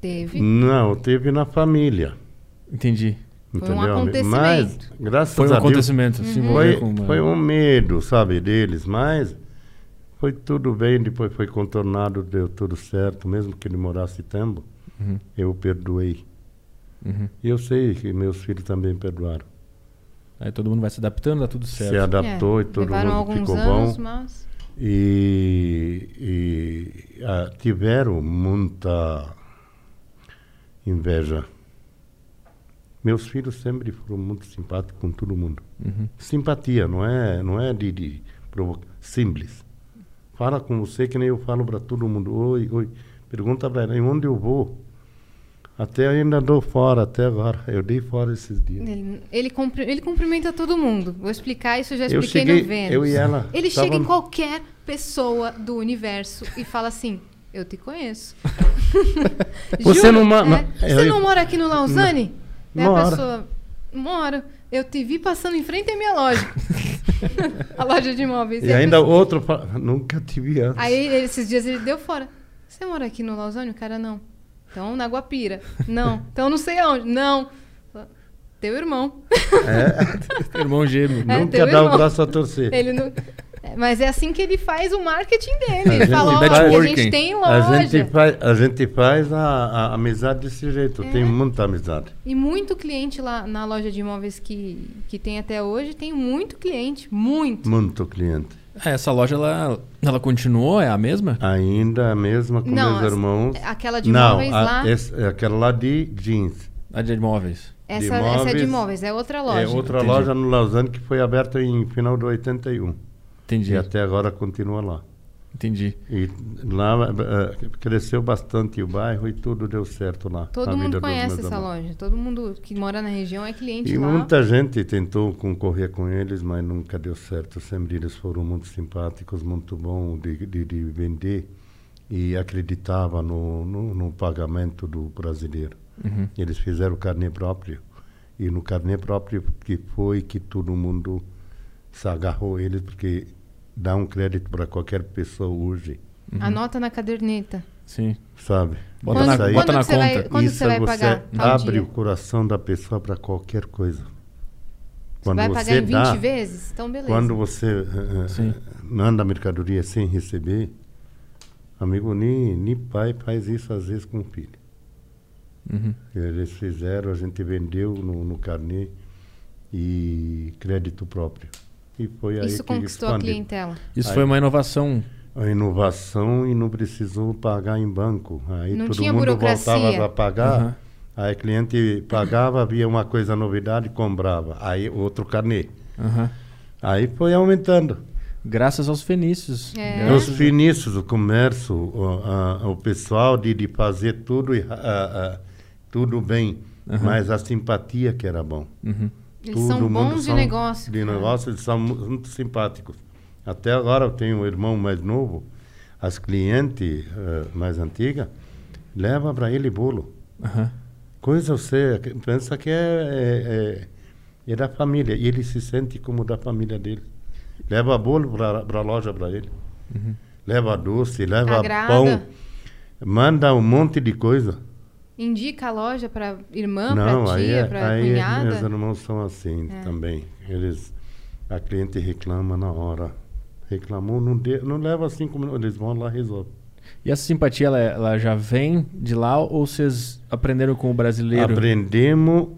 Speaker 4: Teve.
Speaker 3: Não, teve na família.
Speaker 1: Entendi.
Speaker 4: Foi
Speaker 3: Entendeu?
Speaker 4: um acontecimento.
Speaker 3: Mas, graças
Speaker 1: Foi um
Speaker 3: a Deus,
Speaker 1: acontecimento. Se envolver
Speaker 3: foi,
Speaker 1: com uma...
Speaker 3: foi um medo, sabe, deles, mas foi tudo bem, depois foi contornado, deu tudo certo, mesmo que ele morasse tempo,
Speaker 1: Uhum,
Speaker 3: eu perdoei.
Speaker 1: uhum.
Speaker 3: E eu sei que meus filhos também perdoaram.
Speaker 1: Aí todo mundo vai se adaptando, dá tudo certo.
Speaker 3: Se adaptou
Speaker 4: É,
Speaker 3: e todo
Speaker 4: Levaram
Speaker 3: mundo
Speaker 4: alguns
Speaker 3: ficou
Speaker 4: anos,
Speaker 3: bom.
Speaker 4: mas.
Speaker 3: E, e, ah, tiveram muita inveja. Meus filhos sempre foram muito simpáticos com todo mundo.
Speaker 1: Uhum.
Speaker 3: Simpatia, não é, não é de, de provocar. Simples. Fala com você que nem eu falo para todo mundo. Oi, oi. Pergunta para ela, "E onde eu vou? Até ainda dou fora, até agora. Eu dei fora esses dias.
Speaker 4: Ele, ele, cumpri- ele cumprimenta todo mundo. Vou explicar isso, eu já
Speaker 3: Eu
Speaker 4: expliquei
Speaker 3: cheguei-
Speaker 4: no Vênus.
Speaker 3: eu e ela
Speaker 4: Ele
Speaker 3: tava-
Speaker 4: chega em qualquer pessoa do universo e fala assim: Eu te conheço.
Speaker 3: Você
Speaker 4: Juro,
Speaker 3: não ma-
Speaker 4: é.
Speaker 3: ma-
Speaker 4: Você
Speaker 3: eu-
Speaker 4: não mora aqui no Lausanne? Daí
Speaker 3: Moro.
Speaker 4: a pessoa: Moro. Eu te vi passando em frente à minha loja. a loja de imóveis.
Speaker 3: E
Speaker 4: Daí a
Speaker 3: ainda
Speaker 4: pessoa-
Speaker 3: outro fala, nunca tive antes.
Speaker 4: Aí, esses dias ele deu fora. Você mora aqui no Lausanne? O cara, não. Então, na Guapira. Não. Então, não sei aonde. Não. Teu irmão.
Speaker 1: Irmão gêmeo.
Speaker 4: É,
Speaker 3: Nunca
Speaker 4: teu
Speaker 3: dá o
Speaker 4: irmão.
Speaker 3: É. braço a torcer.
Speaker 4: Ele não... É, Mas é assim que ele faz o marketing dele.
Speaker 3: A
Speaker 4: Ele fala,
Speaker 1: gente-
Speaker 4: olha, a
Speaker 1: networking.
Speaker 4: gente tem
Speaker 3: A
Speaker 4: loja.
Speaker 3: gente faz, a, gente faz a, a amizade desse jeito,
Speaker 4: É.
Speaker 3: tem muita amizade.
Speaker 4: E muito cliente lá na loja de imóveis que, que tem até hoje, tem muito cliente, muito.
Speaker 3: Muito cliente.
Speaker 1: Ah, Essa loja, ela, ela continuou? É a mesma?
Speaker 3: Ainda é a mesma com
Speaker 4: Não,
Speaker 3: meus
Speaker 4: as-
Speaker 3: irmãos.
Speaker 4: é Aquela de
Speaker 3: Não,
Speaker 4: imóveis
Speaker 3: a-
Speaker 4: lá,
Speaker 3: esse- é aquela lá de jeans.
Speaker 1: A de imóveis.
Speaker 4: essa,
Speaker 3: de
Speaker 4: essa é de
Speaker 3: imóveis-
Speaker 4: imóveis, é outra loja.
Speaker 3: É outra
Speaker 1: Entendi.
Speaker 3: loja no Lausanne que foi aberta em final de 81.
Speaker 1: Entendi,
Speaker 3: E até agora continua lá.
Speaker 1: entendi.
Speaker 3: E lá eh, cresceu bastante o bairro e tudo deu certo lá.
Speaker 4: Todo
Speaker 3: a vida
Speaker 4: mundo
Speaker 3: dos
Speaker 4: conhece
Speaker 3: meus
Speaker 4: essa
Speaker 3: irmãos.
Speaker 4: loja, todo mundo que mora na região é cliente
Speaker 3: E
Speaker 4: lá.
Speaker 3: muita gente tentou concorrer com eles, mas nunca deu certo. Sempre eles foram muito simpáticos, muito bom de, de, de vender e acreditava no, no, no pagamento do brasileiro.
Speaker 1: Uhum.
Speaker 3: Eles fizeram o carnê próprio e no carnê próprio que foi que todo mundo se agarrou eles porque dá um crédito para qualquer pessoa hoje,
Speaker 4: Anota na caderneta.
Speaker 1: Sim.
Speaker 3: sabe?
Speaker 1: Bota
Speaker 4: quando
Speaker 1: na-
Speaker 3: Isso aí-
Speaker 1: bota
Speaker 4: quando
Speaker 1: na
Speaker 4: que você vai-
Speaker 1: conta.
Speaker 4: quando que
Speaker 3: isso
Speaker 4: você vai pagar? Tal
Speaker 3: abre
Speaker 4: dia.
Speaker 3: o coração da pessoa para qualquer coisa.
Speaker 4: Você
Speaker 3: Quando
Speaker 4: vai pagar em 20
Speaker 3: dá,
Speaker 4: vezes? Então, beleza.
Speaker 3: quando você eh, eh,
Speaker 1: Sim.
Speaker 3: manda a mercadoria sem receber, amigo, nem, nem pai faz isso às vezes com o filho.
Speaker 1: Uhum.
Speaker 3: Eles fizeram, a gente vendeu no, no carnê e crédito próprio. E foi aí
Speaker 4: Isso
Speaker 3: que
Speaker 4: conquistou a
Speaker 3: expandiu.
Speaker 4: clientela.
Speaker 1: Isso
Speaker 3: Aí.
Speaker 1: foi uma inovação.
Speaker 3: A inovação e não precisou pagar em banco. Aí
Speaker 4: Não
Speaker 3: todo
Speaker 4: tinha
Speaker 3: mundo
Speaker 4: burocracia.
Speaker 3: voltava para pagar.
Speaker 1: Aham.
Speaker 3: Aí o cliente pagava, havia uma coisa novidade, comprava. Aí outro carnê.
Speaker 1: Aham.
Speaker 3: Aí foi aumentando.
Speaker 1: Graças aos fenícios.
Speaker 4: É.
Speaker 1: Graças-
Speaker 3: Os finícios, o comércio, o, a- o pessoal de, de fazer tudo, e- a- a- tudo bem, mas a simpatia que era bom.
Speaker 1: Uhum.
Speaker 4: Eles
Speaker 3: Todo
Speaker 4: são
Speaker 3: mundo
Speaker 4: bons de
Speaker 3: são-
Speaker 4: negócio.
Speaker 3: De
Speaker 4: cara.
Speaker 3: negócio, eles são mu- muito simpáticos. Até agora eu tenho um irmão mais novo, as clientes eh, mais antigas, leva para ele bolo.
Speaker 1: Aham.
Speaker 3: Coisa você que pensa que é, é, é, é da família, e ele se sente como da família dele. Leva bolo para a loja para ele, leva doce, leva
Speaker 4: Agrada.
Speaker 3: pão, manda um monte de coisa.
Speaker 4: Indica a loja pra irmã,
Speaker 3: Não,
Speaker 4: pra
Speaker 3: aí,
Speaker 4: tia,
Speaker 3: é-
Speaker 4: pra
Speaker 3: aí meus
Speaker 4: cunhada.
Speaker 3: irmãos são assim
Speaker 4: É.
Speaker 3: também. Eles, a cliente reclama na hora. Reclamou, não, de, não leva cinco minutos, eles vão lá e resolvem.
Speaker 1: E essa simpatia, ela, ela já vem de lá ou vocês aprenderam com o brasileiro?
Speaker 3: Aprendemos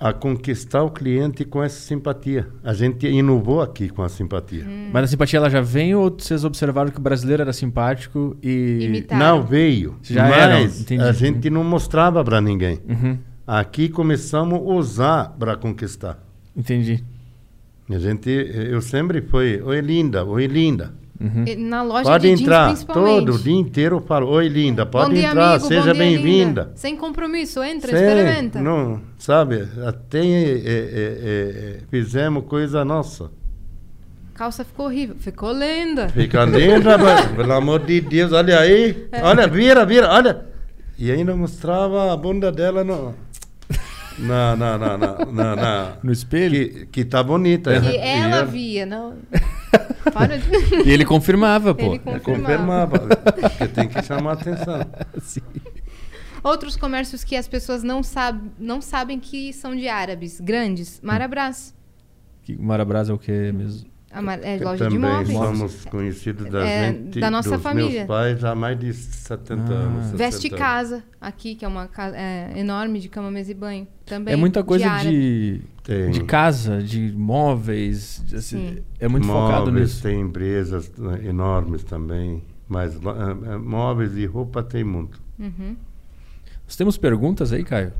Speaker 3: a conquistar o cliente com essa simpatia. A gente inovou aqui com a simpatia.
Speaker 4: É.
Speaker 1: Mas a simpatia, ela já vem ou vocês observaram que o brasileiro era simpático e...
Speaker 4: Imita- Tá.
Speaker 3: Não veio,
Speaker 1: Já era,
Speaker 3: mas
Speaker 1: entendi.
Speaker 3: a gente não mostrava para ninguém.
Speaker 1: Uhum.
Speaker 3: Aqui começamos a usar para conquistar.
Speaker 1: Entendi.
Speaker 3: A gente, eu sempre fui, oi linda, oi linda.
Speaker 4: E Na loja
Speaker 3: Pode
Speaker 4: de jeans,
Speaker 3: entrar,
Speaker 4: principalmente.
Speaker 3: todo o dia inteiro eu falo, oi linda,
Speaker 4: Bom
Speaker 3: pode
Speaker 4: dia,
Speaker 3: entrar,
Speaker 4: amigo, bom
Speaker 3: seja
Speaker 4: dia,
Speaker 3: bem-vinda.
Speaker 4: linda. Sem compromisso, entra,
Speaker 3: Sim,
Speaker 4: experimenta.
Speaker 3: Não, sabe, até eh, eh, eh, eh, fizemos coisa nossa.
Speaker 4: Calça ficou horrível, ficou lenda.
Speaker 3: Fica linda, mas, pelo amor de Deus, olha aí, olha, vira, vira, olha. E ainda mostrava a bunda dela no... Na, na, na, na, na, na-
Speaker 1: No espelho?
Speaker 3: Que, que tá bonita.
Speaker 4: Que
Speaker 3: E
Speaker 4: ela
Speaker 3: eu-
Speaker 4: via, não. Para de...
Speaker 1: E ele confirmava, pô.
Speaker 4: Ele confirmava.
Speaker 3: Confirmava, porque tem que chamar a atenção.
Speaker 1: Sim.
Speaker 4: Outros comércios que as pessoas não, sab... não sabem que são de árabes, grandes. Marabras.
Speaker 1: Que Marabras é o que mesmo?
Speaker 4: A Mar... é
Speaker 3: Que
Speaker 4: loja de
Speaker 3: Também
Speaker 4: imóveis.
Speaker 3: somos conhecidos da
Speaker 4: É,
Speaker 3: gente,
Speaker 4: da nossa
Speaker 3: dos
Speaker 4: família.
Speaker 3: meus pais há mais de 70
Speaker 1: Ah.
Speaker 3: anos. 60
Speaker 4: Veste
Speaker 3: anos.
Speaker 4: casa, aqui, que é uma casa é, enorme de cama, mesa e banho. Também.
Speaker 1: É muita coisa
Speaker 4: árabe.
Speaker 1: de,
Speaker 3: Tem.
Speaker 1: de casa, de móveis. de- assim,
Speaker 4: Sim.
Speaker 1: é muito focado
Speaker 3: Móveis,
Speaker 1: nisso.
Speaker 3: Tem empresas né, enormes também, mas lá, ah, ah, móveis e roupa tem muito.
Speaker 4: Uhum.
Speaker 1: Nós temos perguntas aí, Caio?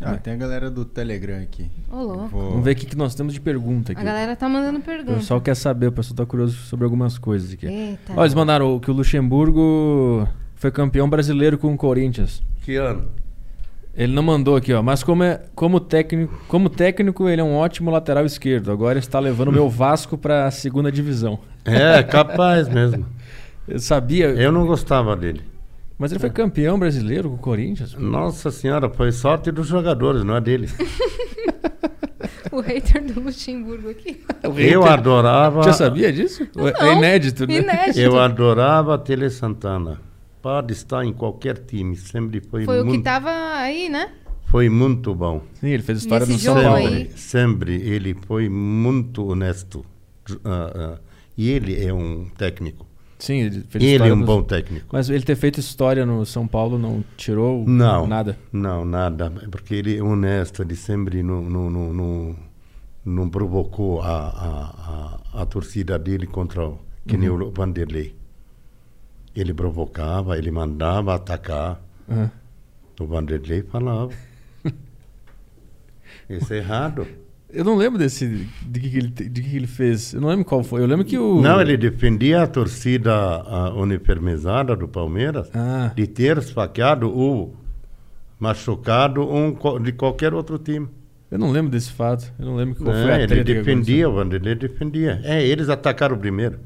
Speaker 2: Ah, tem a galera do Telegram aqui.
Speaker 4: Ô, louco.
Speaker 2: Vou-
Speaker 1: Vamos ver o que, que nós temos de pergunta aqui.
Speaker 4: A galera tá mandando
Speaker 1: O
Speaker 4: perguntas.
Speaker 1: pessoal quer saber, o pessoal tá curioso sobre algumas coisas aqui.
Speaker 4: Eita.
Speaker 1: Ó, eles mandaram que o Luxemburgo foi campeão brasileiro com o Corinthians.
Speaker 3: Que ano?
Speaker 1: Ele não mandou aqui, ó. Mas como, é, como, técnico, como técnico, ele é um ótimo lateral esquerdo. Agora está levando o meu Vasco para a segunda divisão.
Speaker 3: É, capaz mesmo.
Speaker 1: Eu sabia,
Speaker 3: Eu não gostava dele.
Speaker 1: mas ele foi campeão brasileiro com o Corinthians.
Speaker 3: Nossa senhora, foi sorte dos jogadores, não é dele.
Speaker 4: O hater do Luxemburgo aqui.
Speaker 1: É
Speaker 3: Eu adorava.
Speaker 1: Já sabia disso? É
Speaker 4: É Não.
Speaker 1: inédito, né?
Speaker 4: Inédito.
Speaker 3: Eu adorava a Tele Santana. Pode estar em qualquer time, sempre foi,
Speaker 4: Foi o
Speaker 3: muito,
Speaker 4: que tá- tava aí, né?
Speaker 3: foi muito bom.
Speaker 1: Sim, ele fez história
Speaker 4: Nesse
Speaker 1: no São
Speaker 4: jogo
Speaker 1: Paulo.
Speaker 4: aí.
Speaker 3: Sempre, sempre ele foi muito honesto. Ah, ah, E ele é um técnico.
Speaker 1: Sim, ele fez
Speaker 3: Ele
Speaker 1: história
Speaker 3: é um
Speaker 1: no-
Speaker 3: bom técnico.
Speaker 1: Mas ele ter feito história no São Paulo não tirou
Speaker 3: Não.
Speaker 1: nada.
Speaker 3: Não, nada. Porque ele é honesto, ele sempre não, não, não, não, não provocou a, a, a, a torcida dele contra o, que nem
Speaker 1: Uhum.
Speaker 3: o Vanderlei. Ele provocava, ele mandava atacar.
Speaker 1: Ah.
Speaker 3: O Vanderlei falava. Isso é errado.
Speaker 1: Eu não lembro desse. De que, que ele, te- de que, que ele fez. Eu não lembro qual foi. Eu lembro que o.
Speaker 3: Não, ele defendia a torcida a uniformizada do Palmeiras
Speaker 1: Ah.
Speaker 3: de ter esfaqueado ou machucado um co- de qualquer outro time.
Speaker 1: Eu não lembro desse fato. Eu não lembro qual
Speaker 3: Né?
Speaker 1: foi a treta
Speaker 3: ele
Speaker 1: que
Speaker 3: defendia, o Vanderlei defendia. É, eles atacaram primeiro.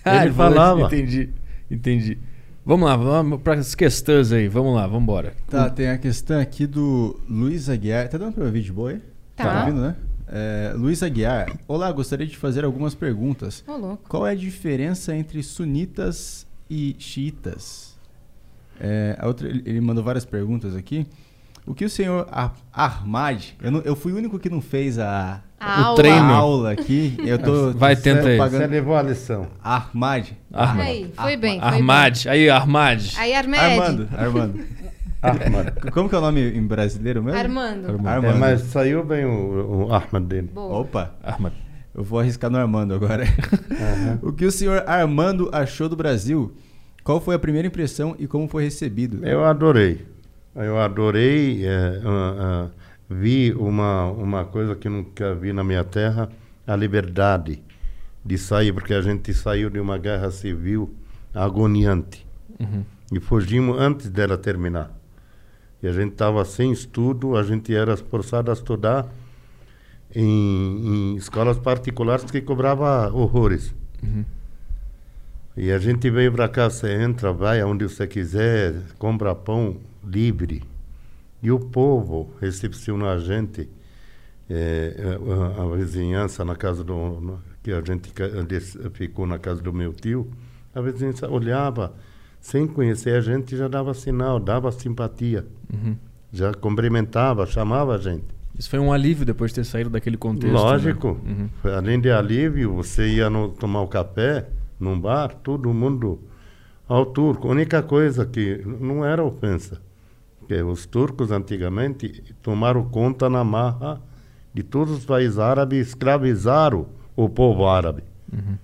Speaker 1: aconteceu. Ah,
Speaker 3: ele
Speaker 1: falou isso.
Speaker 3: falava.
Speaker 1: Entendi. Entendi. Vamos lá, vamos para as questões aí. Vamos lá, vamos embora.
Speaker 2: Tá, tem a questão aqui do Luiz Aguiar. Tá dando pra ouvir de boa aí?
Speaker 4: Tá.
Speaker 2: ouvindo, né? É, Luiz Aguiar. Olá, gostaria de fazer algumas perguntas.
Speaker 4: Ô, louco.
Speaker 2: Qual é a diferença entre sunitas e xiitas? É, a outra, ele ele mandou várias perguntas aqui. O que o senhor Ar- Ahmad... Eu, não- eu fui o único que não fez a,
Speaker 4: A
Speaker 1: O
Speaker 4: aula.
Speaker 1: treino.
Speaker 2: a aula aqui. Eu tô,
Speaker 1: Vai,
Speaker 2: tô
Speaker 1: tenta aí.
Speaker 3: Você
Speaker 2: pagando-
Speaker 3: levou a lição.
Speaker 2: Ahmad.
Speaker 1: Arma.
Speaker 4: Aí, foi bem. foi
Speaker 1: Armad. Aí, Armad.
Speaker 4: bem. Aí, Armed.
Speaker 2: Armando. Armando.
Speaker 3: Ahmad.
Speaker 2: Como que é o nome em brasileiro mesmo?
Speaker 4: Armando.
Speaker 1: Armando.
Speaker 3: É, mas saiu bem o, o Ahmad dele.
Speaker 4: Boa.
Speaker 2: Opa.
Speaker 1: Armad.
Speaker 2: Eu vou arriscar no Armando agora. o que o senhor Armando achou do Brasil? Qual foi a primeira impressão e como foi recebido?
Speaker 3: Eu adorei. Eu adorei. eh, ah, ah, vi uma, uma coisa que nunca vi na minha terra, a liberdade de sair, porque a gente saiu de uma guerra civil agoniante.
Speaker 1: Uhum,
Speaker 3: E fugimos antes dela terminar. E a gente estava sem estudo, a gente era forçado a estudar em, em escolas particulares que cobrava horrores.
Speaker 1: uhum,
Speaker 3: E a gente veio para cá, você entra, vai aonde você quiser, compra pão livre. E o povo recepciona a gente, eh, a, a- a vizinhança na casa do. no- que a gente ca- des- ficou na casa do meu tio, a vizinhança olhava, sem conhecer a gente, já dava sinal, dava simpatia, já cumprimentava, chamava a gente.
Speaker 1: uhum. Isso foi um alívio depois de ter saído daquele
Speaker 3: um
Speaker 1: contexto. né?
Speaker 3: Lógico.
Speaker 1: Uhum.
Speaker 3: Além de alívio, você ia no- tomar o café num bar, todo mundo ao turco. A única coisa que n- não era ofensa, que os turcos antigamente tomaram conta na marra de todos os países árabes, escravizaram o povo árabe
Speaker 1: uhum.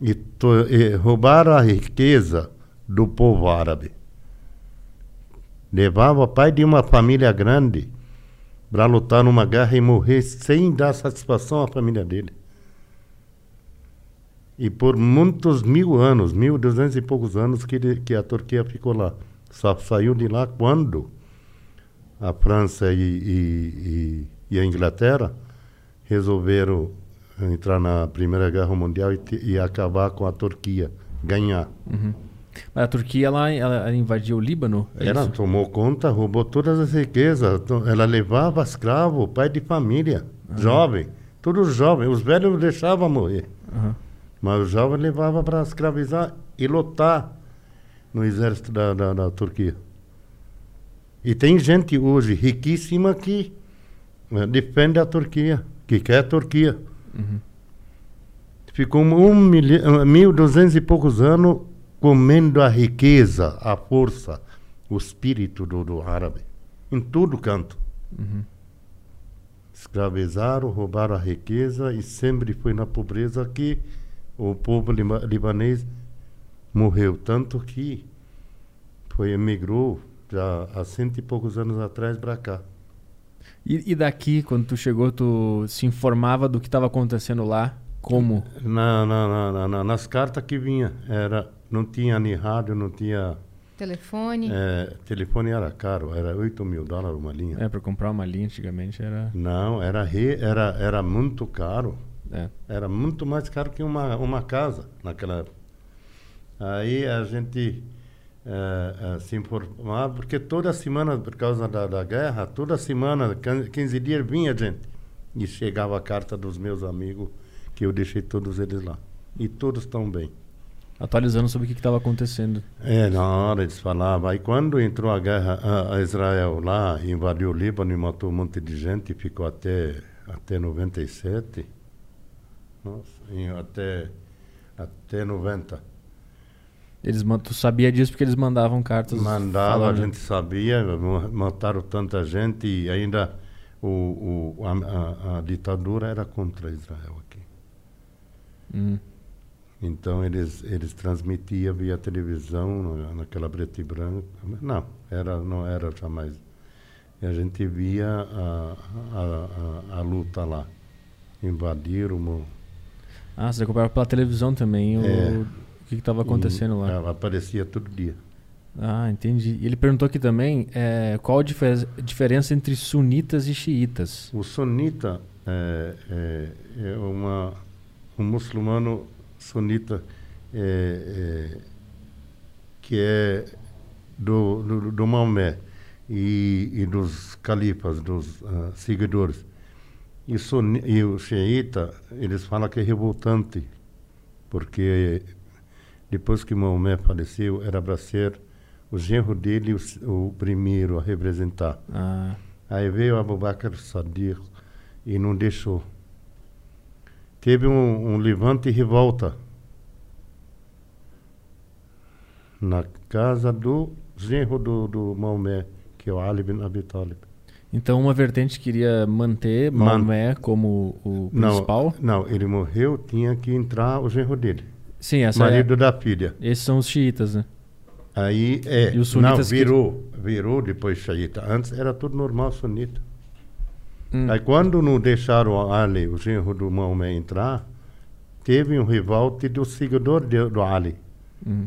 Speaker 3: e, to- e roubaram a riqueza do povo árabe. Levava o pai de uma família grande para lutar numa guerra e morrer sem dar satisfação à família dele. E por muitos mil anos, mil duzentos e poucos anos que, ele- que a Turquia ficou lá. Só saiu de lá quando a França e, e- e- e a Inglaterra resolveram entrar na Primeira Guerra Mundial e, te- e acabar com a Turquia, ganhar.
Speaker 1: Mas a Turquia, ela, ela invadiu o Líbano? é
Speaker 3: Ela
Speaker 1: isso?
Speaker 3: tomou conta, roubou todas as riquezas. to- Ela levava escravo, pai de família, jovem, todos jovens. Os velhos deixavam morrer,
Speaker 1: Aham.
Speaker 3: mas os jovens levavam para escravizar e lutar no exército da, da, da Turquia. E tem gente hoje riquíssima que eh, defende a Turquia, que quer a Turquia.
Speaker 1: Uhum,
Speaker 3: Ficou um milhão, mil duzentos e poucos anos comendo a riqueza, a força, o espírito do, do árabe, em todo canto.
Speaker 1: uhum.
Speaker 3: Escravizaram, roubaram a riqueza e sempre foi na pobreza que o povo lima- libanês morreu. Tanto que foi, emigrou já há cento e poucos anos atrás para cá.
Speaker 1: E, e daqui, quando tu chegou, tu se informava do que estava acontecendo lá? Como?
Speaker 3: Na, na, na- na- na- nas cartas que vinha, era, não tinha nem rádio, não tinha
Speaker 4: Telefone.
Speaker 3: É, telefone era caro, era 8 mil dólares uma linha.
Speaker 1: É, pra comprar uma linha antigamente era.
Speaker 3: Não, era, re, era, era muito caro.
Speaker 1: É.
Speaker 3: Era muito mais caro que uma, uma casa naquela época. Aí a gente eh, eh, se informava, porque toda semana, por causa da, da guerra, toda semana, quin- 15 dias, vinha gente. E chegava a carta dos meus amigos, que eu deixei todos eles lá. E todos estão bem.
Speaker 1: Atualizando sobre o que estava acontecendo.
Speaker 3: É, na hora eles falavam. Aí quando entrou a guerra, a, a Israel lá invadiu o Líbano e matou um monte de gente, ficou até, até 97. Nossa, e até até 90.
Speaker 1: Eles, man- tu sabia disso porque eles mandavam cartas.
Speaker 3: Mandava, a
Speaker 1: falando.
Speaker 3: gente sabia, ma- mataram tanta gente e ainda o, o, a, a- a ditadura era contra Israel aqui.
Speaker 1: Hum.
Speaker 3: Então eles eles transmitiam via televisão na- naquela preta e branca. Não, era não era jamais. E a gente via a, a, a, a luta lá. Invadiram o
Speaker 1: Ah, você acompanhava pela televisão também o,
Speaker 3: É.
Speaker 1: o que estava acontecendo
Speaker 3: e,
Speaker 1: lá.
Speaker 3: é, Aparecia todo dia.
Speaker 1: Ah, entendi. E ele perguntou aqui também é, qual a difer- diferença entre sunitas e xiitas.
Speaker 3: O sunita é, é, é uma, um muçulmano sunita é, é, que é do, do, do Maomé e, e dos califas, dos ah, seguidores. E, suni, e o xiita, eles falam que é revoltante, porque depois que Maomé faleceu, era para ser o genro dele o s- o primeiro a representar.
Speaker 1: Ah,
Speaker 3: Aí veio Abu Bakr Sadiq e não deixou. Teve um, um levante e revolta na casa do genro do, do Maomé, que é o Ali bin Abi Talib.
Speaker 1: então uma vertente queria manter
Speaker 3: Man-
Speaker 1: Maomé como o principal.
Speaker 3: Não, não, ele morreu, tinha que entrar o genro dele,
Speaker 1: Sim, essa é,
Speaker 3: marido da filha.
Speaker 1: esses são os xiitas, né?
Speaker 3: Aí é,
Speaker 1: E os
Speaker 3: não,
Speaker 1: sunitas que-
Speaker 3: virou, virou depois xiita. Antes era tudo normal sunita.
Speaker 1: Hum.
Speaker 3: Aí quando não deixaram o Ali, o genro do Maomé, entrar, teve um revolte do seguidor de, do Ali.
Speaker 1: Hum.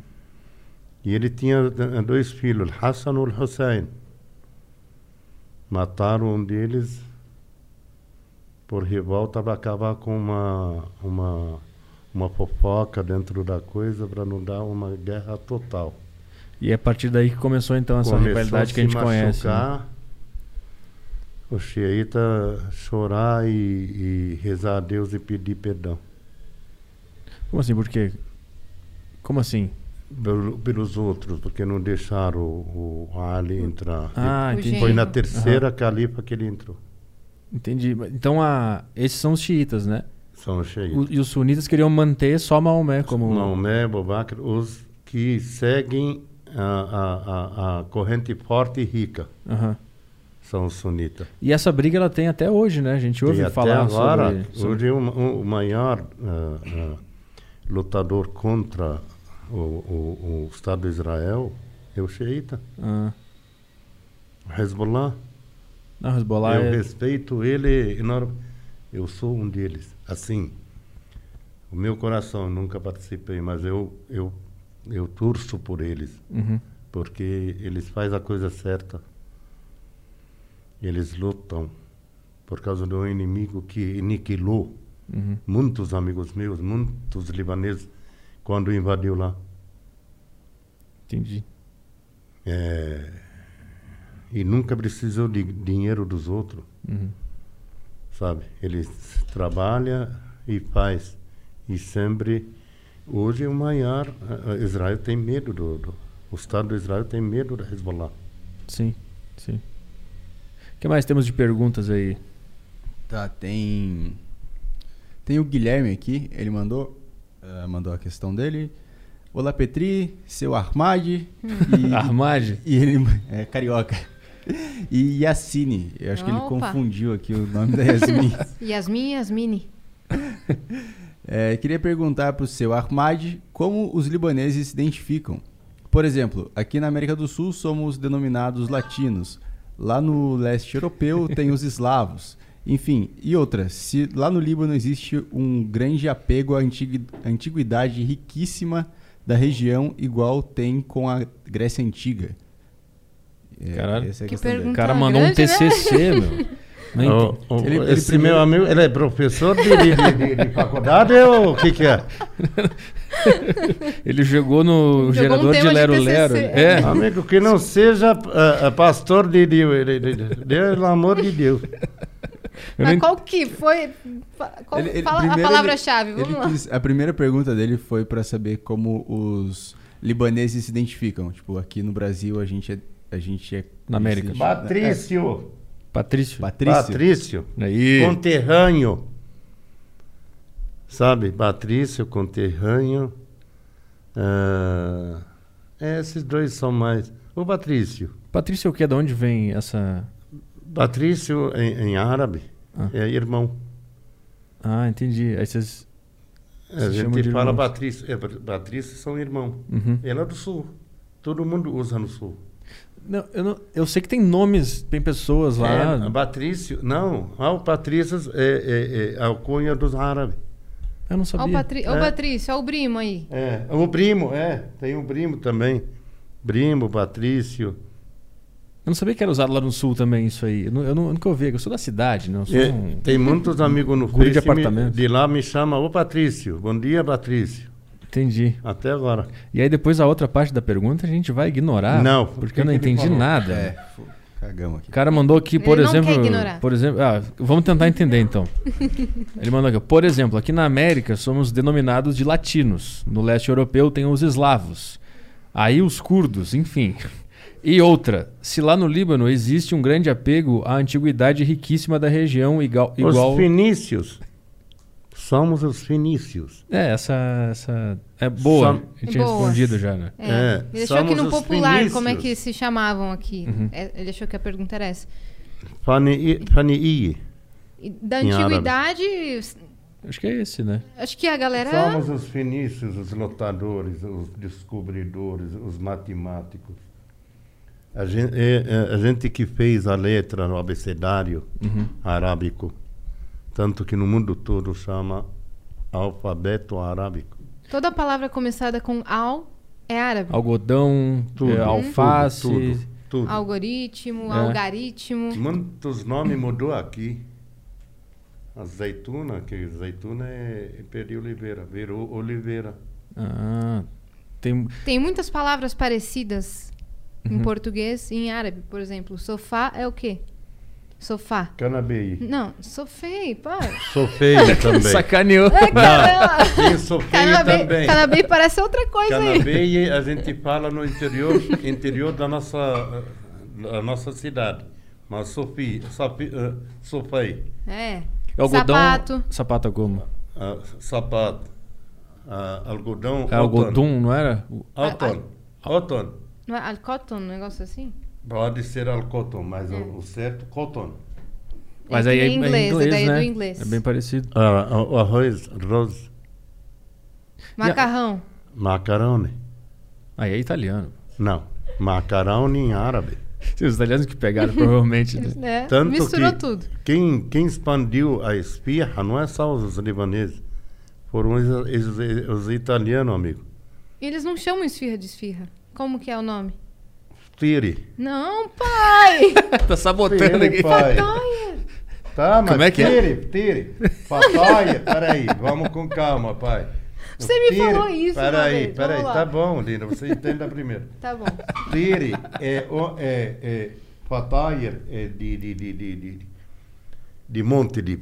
Speaker 3: E ele tinha d- dois filhos, Hassan e o Hussein. Mataram um deles por revolta para acabar com uma, uma, uma fofoca dentro da coisa, para não dar uma guerra total.
Speaker 1: E é a partir daí que começou então essa
Speaker 3: Começou
Speaker 1: rivalidade que a
Speaker 3: se
Speaker 1: gente conhece. né?
Speaker 3: machucar, O xiita tá chorar e, e rezar a Deus e pedir perdão
Speaker 1: Como assim? Por quê? Como assim?
Speaker 3: pelo- pelos outros, porque não deixaram o, o Ali entrar.
Speaker 1: Ah,
Speaker 4: O
Speaker 1: entendi.
Speaker 3: Foi na
Speaker 4: Aham.
Speaker 3: terceira califa que ele entrou.
Speaker 1: Entendi. Então a, esses são os xiitas, né?
Speaker 3: São os xiitas.
Speaker 1: O- e os sunitas queriam manter só Maomé como.
Speaker 3: Maomé, Abu Bakr, né, os que seguem a, a, a, a corrente forte e rica
Speaker 1: Aham.
Speaker 3: são os sunitas.
Speaker 1: E essa briga ela tem até hoje, né? A gente ouve
Speaker 3: e até
Speaker 1: falar
Speaker 3: agora,
Speaker 1: sobre, sobre-
Speaker 3: hoje o ma- o, maior ah, ah, lutador contra o, o, o Estado de Israel é o xiita,
Speaker 1: Ah,
Speaker 3: o Hezbollah.
Speaker 1: não, Hezbollah
Speaker 3: eu
Speaker 1: é-
Speaker 3: respeito ele enorme. Eu sou um deles. Assim, o meu coração, eu nunca participei, mas eu, eu, eu torço por eles,
Speaker 1: Uhum.
Speaker 3: porque eles fazem a coisa certa. Eles lutam por causa do inimigo que aniquilou
Speaker 1: Uhum.
Speaker 3: muitos amigos meus, muitos libaneses, quando invadiu lá.
Speaker 1: Entendi.
Speaker 3: É, e nunca precisou de dinheiro dos outros,
Speaker 1: Uhum.
Speaker 3: sabe? Eles trabalham e faz e sempre hoje o maior a- a Israel tem medo do, do o Estado de Israel tem medo da Hezbollah.
Speaker 1: Sim, sim. O que mais temos de perguntas aí?
Speaker 2: Tá, tem. Tem o Guilherme aqui, ele mandou. ah, mandou a questão dele. Olá, Petri, seu Armad. E,
Speaker 1: Armage?
Speaker 2: e ele. É carioca. E Yassine. Eu acho que ele
Speaker 4: Opa.
Speaker 2: confundiu aqui o nome da Yasmin.
Speaker 4: Yasmin e Yasmini.
Speaker 2: É, queria perguntar para o seu Ahmad como os libaneses se identificam. Por exemplo, aqui na América do Sul somos denominados latinos. Lá no leste europeu tem os eslavos. Enfim, e outra, se lá no Líbano existe um grande apego à antigui- à antiguidade riquíssima da região, igual tem com a Grécia Antiga. É,
Speaker 1: Caralho.
Speaker 2: essa é a
Speaker 4: Que
Speaker 2: questão dele.
Speaker 1: O
Speaker 4: pergunta
Speaker 1: cara mandou um
Speaker 4: grande, né?
Speaker 1: TCC, meu. Não entendi.
Speaker 3: O- o-
Speaker 2: Ele- ele
Speaker 3: esse
Speaker 2: primeiro-
Speaker 3: meu amigo, ele é professor de, de- de- de- de faculdade ou o que que é?
Speaker 1: Ele jogou no
Speaker 4: Jogou um
Speaker 1: gerador de
Speaker 4: tema de
Speaker 1: Lero Lero.
Speaker 4: TCC.
Speaker 1: É.
Speaker 3: Amigo, que não seja ah, ah, pastor de Deus, de- de- de- pelo amor de Deus.
Speaker 1: Eu
Speaker 4: Mas
Speaker 1: não
Speaker 4: qual que foi. fa- Qual,
Speaker 2: Ele- ele-
Speaker 4: fala a
Speaker 2: primeiro
Speaker 4: palavra-chave,
Speaker 2: ele-
Speaker 4: vamos
Speaker 2: ele
Speaker 4: lá.
Speaker 2: quis- a primeira pergunta dele foi pra saber como os libaneses se identificam. Tipo, aqui no Brasil a gente é. A gente é
Speaker 1: Na América.
Speaker 2: se identifica-
Speaker 3: Patrício,
Speaker 1: Patrício.
Speaker 2: Patrício.
Speaker 3: Patrício,
Speaker 1: Aí.
Speaker 3: conterrâneo. Sabe, Patrício, conterrâneo. ah, é, esses dois são mais. O Patrício.
Speaker 1: Patrícia, é o que? De onde vem essa.
Speaker 3: Patrício, em, em árabe,
Speaker 1: Ah.
Speaker 3: é irmão.
Speaker 1: Ah, entendi. Aí vocês.
Speaker 3: A
Speaker 1: Se chamam de
Speaker 3: gente fala
Speaker 1: irmãos.
Speaker 3: Patrício. É, Pat- Patrício são irmão.
Speaker 1: Uhum.
Speaker 3: Ela é do sul. Todo mundo usa no sul.
Speaker 1: Não, eu, não- eu sei que tem nomes, tem pessoas lá.
Speaker 3: É, Patrício, não. Ah, o Patrício é, é, é alcunha dos árabes.
Speaker 1: eu não
Speaker 4: Ó o,
Speaker 1: sabia.
Speaker 4: Patri... ó o
Speaker 3: É.
Speaker 4: Patrício, ó o Brimo aí.
Speaker 3: É, o primo, é. Tem um primo também. Primo, Patrício.
Speaker 1: Eu não sabia que era usado lá no sul também isso aí. Eu, não, eu, não, eu nunca ouvi. Eu sou da cidade, né? Eu sou
Speaker 3: É,
Speaker 1: um-
Speaker 3: tem muitos amigos no
Speaker 1: Guri de
Speaker 3: Face, me-
Speaker 1: apartamento.
Speaker 3: de lá me chama ô Patrício. Bom dia, Patrício.
Speaker 1: Entendi.
Speaker 3: Até agora.
Speaker 1: E aí depois a outra parte da pergunta a gente vai ignorar.
Speaker 3: Não.
Speaker 1: Porque eu não entendi nada.
Speaker 2: É, fo- cagamos aqui.
Speaker 1: O cara mandou aqui, por
Speaker 4: Ele não
Speaker 1: exemplo.
Speaker 4: quer ignorar.
Speaker 1: Por exemplo. ah, vamos tentar entender então. Ele mandou aqui. Por exemplo, aqui na América somos denominados de latinos. No leste europeu tem os eslavos. Aí os curdos, enfim. E outra, se lá no Líbano existe um grande apego à antiguidade riquíssima da região, igual. igual
Speaker 3: Os fenícios. Somos os fenícios.
Speaker 1: É, essa. essa... É boa.
Speaker 3: Som-
Speaker 1: Eu tinha
Speaker 4: Boa.
Speaker 1: respondido já, né?
Speaker 4: É.
Speaker 3: É,
Speaker 4: Ele achou aqui
Speaker 3: somos
Speaker 4: no
Speaker 3: os
Speaker 4: popular como é
Speaker 3: fenícios.
Speaker 4: que se chamavam aqui. É, ele achou que a pergunta era essa.
Speaker 3: Fani- Fani'i.
Speaker 4: E da
Speaker 3: Em árabe.
Speaker 4: antiguidade,
Speaker 1: Acho que é esse, né?
Speaker 4: acho que a galera.
Speaker 3: Somos os fenícios, os lotadores, os descobridores, os matemáticos. A gen- é, é, a gente, que fez a letra no abecedário arábico, tanto que no mundo todo chama alfabeto arábico.
Speaker 4: Toda palavra começada com al é árabe.
Speaker 1: Algodão,
Speaker 3: Tudo,
Speaker 1: eh, alface.
Speaker 3: tudo, tudo, tudo.
Speaker 4: Algoritmo,
Speaker 1: É.
Speaker 4: algaritmo.
Speaker 3: Muitos nomes mudou aqui. Azeituna, que azeituna é Império Oliveira, virou Oliveira.
Speaker 1: Ah, tem.
Speaker 4: Tem muitas palavras parecidas
Speaker 3: Uhum.
Speaker 4: em português e em árabe, por exemplo. Sofá é o quê? Sofá.
Speaker 3: Canabei.
Speaker 4: Não, sofei, pá.
Speaker 3: Sou feio também.
Speaker 1: Sacaneou.
Speaker 4: Caramba!
Speaker 3: Sim, sou feio
Speaker 4: Canabê,
Speaker 3: também.
Speaker 4: canabê parece outra coisa aí.
Speaker 3: Canabeia a gente fala no interior, interior da nossa, da nossa cidade. Mas Sofi, Sofi, eh, Sofai,
Speaker 4: É.
Speaker 1: Algodão.
Speaker 4: Sapato.
Speaker 1: Sapato é como?
Speaker 3: ah, sapato, ah, algodão,
Speaker 1: É algodum, não era?
Speaker 3: Alton, alton.
Speaker 4: Não é alcotton, um negócio assim?
Speaker 3: Pode ser alcoton, mas o, o certo, coton.
Speaker 1: Mas
Speaker 4: É
Speaker 1: aí
Speaker 4: que
Speaker 1: é,
Speaker 4: nem inglês,
Speaker 1: é inglês,
Speaker 4: é daí
Speaker 1: né?
Speaker 4: do inglês.
Speaker 1: É bem parecido.
Speaker 3: Ah, o arroz, arroz,
Speaker 4: Macarrão.
Speaker 3: macarone.
Speaker 1: Aí é italiano.
Speaker 3: Não, macarone em árabe.
Speaker 1: Sim, Os italianos que pegaram, provavelmente. né?
Speaker 4: né?
Speaker 3: Tanto
Speaker 4: Misturou
Speaker 3: que
Speaker 4: tudo.
Speaker 3: Quem, quem expandiu a esfirra não é só os libaneses, foram os, os- os italianos, amigo.
Speaker 4: E Eles não chamam esfirra de esfirra. Como que é o nome?
Speaker 3: Tire.
Speaker 4: Não, pai!
Speaker 1: tá sabotando aqui.
Speaker 3: pai.
Speaker 4: Olha,
Speaker 3: Tá, mas
Speaker 1: Como é que é?
Speaker 3: tire, tire. Papai, peraí, vamos com calma, pai.
Speaker 4: Você me falou isso uma
Speaker 3: Peraí,
Speaker 4: vez,
Speaker 3: peraí,
Speaker 4: vamos lá.
Speaker 3: tá bom, Lina, você entenda primeiro.
Speaker 4: Tá bom.
Speaker 3: Tire é, o- é, é Fataya é de, de, de, de, de, de monte de.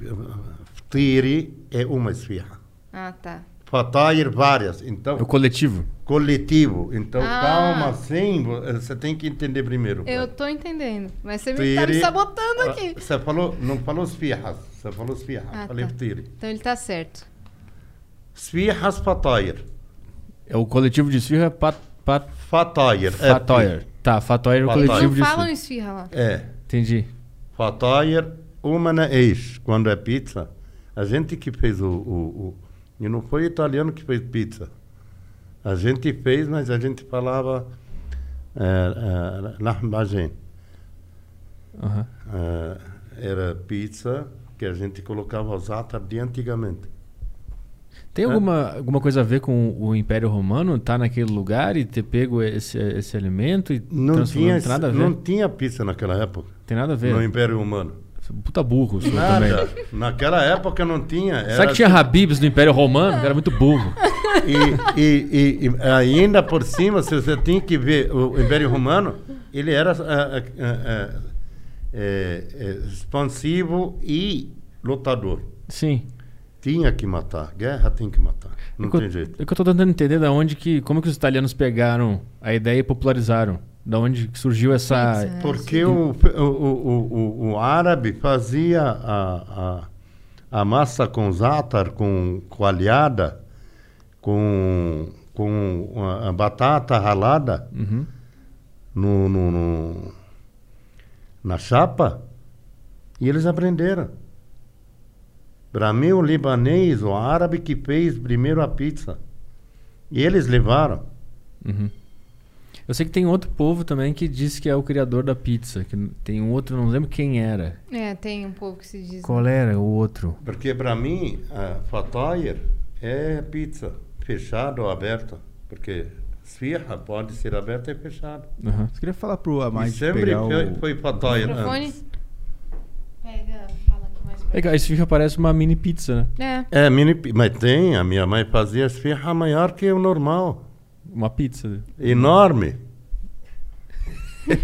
Speaker 3: Tire é uma esfirra.
Speaker 4: Ah, tá.
Speaker 3: Fataya várias. Então,
Speaker 1: É o coletivo.
Speaker 3: coletivo. Então,
Speaker 4: Ah.
Speaker 3: calma, assim, vo- você tem que entender primeiro. pai.
Speaker 4: Eu tô entendendo. Mas você me tá me
Speaker 3: Tire-
Speaker 4: sabotando
Speaker 3: Ah,
Speaker 4: aqui.
Speaker 3: Você falou, não falou esfirras, você falou esfirras.
Speaker 4: Ah,
Speaker 3: falei
Speaker 4: tá.
Speaker 3: tire.
Speaker 4: Então ele tá certo.
Speaker 3: Esfirras fatayer.
Speaker 1: É o coletivo de esfirra pat, pat,
Speaker 3: Fatayer.
Speaker 1: fatoyer. Tá, fatoyer é o
Speaker 3: É Fatoyer.
Speaker 4: Eles
Speaker 1: coletivo
Speaker 4: não
Speaker 1: de
Speaker 4: falam
Speaker 1: esfirra.
Speaker 4: esfirra lá.
Speaker 3: É.
Speaker 1: Entendi.
Speaker 3: Fatayer, uma na ex, quando é pizza. A gente que fez o, o, o- E não foi italiano que fez pizza. A gente fez, mas a gente falava... eh, É, é, lahmacun.
Speaker 1: Aham.
Speaker 3: É, era pizza que a gente colocava os atas de antigamente. É.
Speaker 1: Tem alguma, alguma coisa a ver com o Império Romano? Tá naquele lugar e ter pego esse, esse alimento e
Speaker 3: Não tinha,
Speaker 1: transformado? Então Tem nada a ver?
Speaker 3: não tinha pizza naquela época,
Speaker 1: Tem nada a ver.
Speaker 3: no Império Humano.
Speaker 1: Puta burro, o senhor
Speaker 3: Nada.
Speaker 1: também.
Speaker 3: Naquela época não tinha. Era
Speaker 1: Será que tinha Habibs no Império Romano? Era muito burro.
Speaker 3: E, e- e- e ainda por cima, se você tem que ver o Império Romano, ele era ah, ah, ah, ah, é, é, expansivo e lutador.
Speaker 1: Sim.
Speaker 3: Tinha que matar. Guerra tem que matar. Não
Speaker 1: é que eu-
Speaker 3: tem jeito.
Speaker 1: É que eu tô tentando entender da onde que. Como que os italianos pegaram a ideia e popularizaram? Da onde que surgiu essa.
Speaker 4: Pois é.
Speaker 3: Porque o, o, o, o, o árabe fazia a, a, a massa com zátar, com coalhada, com, com a- a batata ralada
Speaker 1: Uhum.
Speaker 3: no, no- no- na chapa e eles aprenderam. Para mim, o libanês, o árabe que fez primeiro a pizza. E eles levaram.
Speaker 1: Uhum. Eu sei que tem outro povo também que diz que é o criador da pizza. Que tem um outro, não lembro quem era.
Speaker 4: É, tem um povo que se diz.
Speaker 1: Qual é? era o outro?
Speaker 3: Porque para mim, a fatayer é pizza, fechada ou aberta. Porque esfirra pode ser aberta e fechada.
Speaker 1: Aham.
Speaker 2: Você queria falar pro
Speaker 3: E
Speaker 2: Amad
Speaker 3: sempre
Speaker 2: pegar o...
Speaker 3: foi, foi fatayer
Speaker 4: Microfone?
Speaker 3: antes.
Speaker 4: Pega, fala aqui mais
Speaker 1: É que a esfirra parece uma mini pizza, né?
Speaker 4: É,
Speaker 3: É, mini, pi- mas tem, a minha mãe fazia esfirra maior que o normal.
Speaker 1: Uma pizza.
Speaker 3: enorme.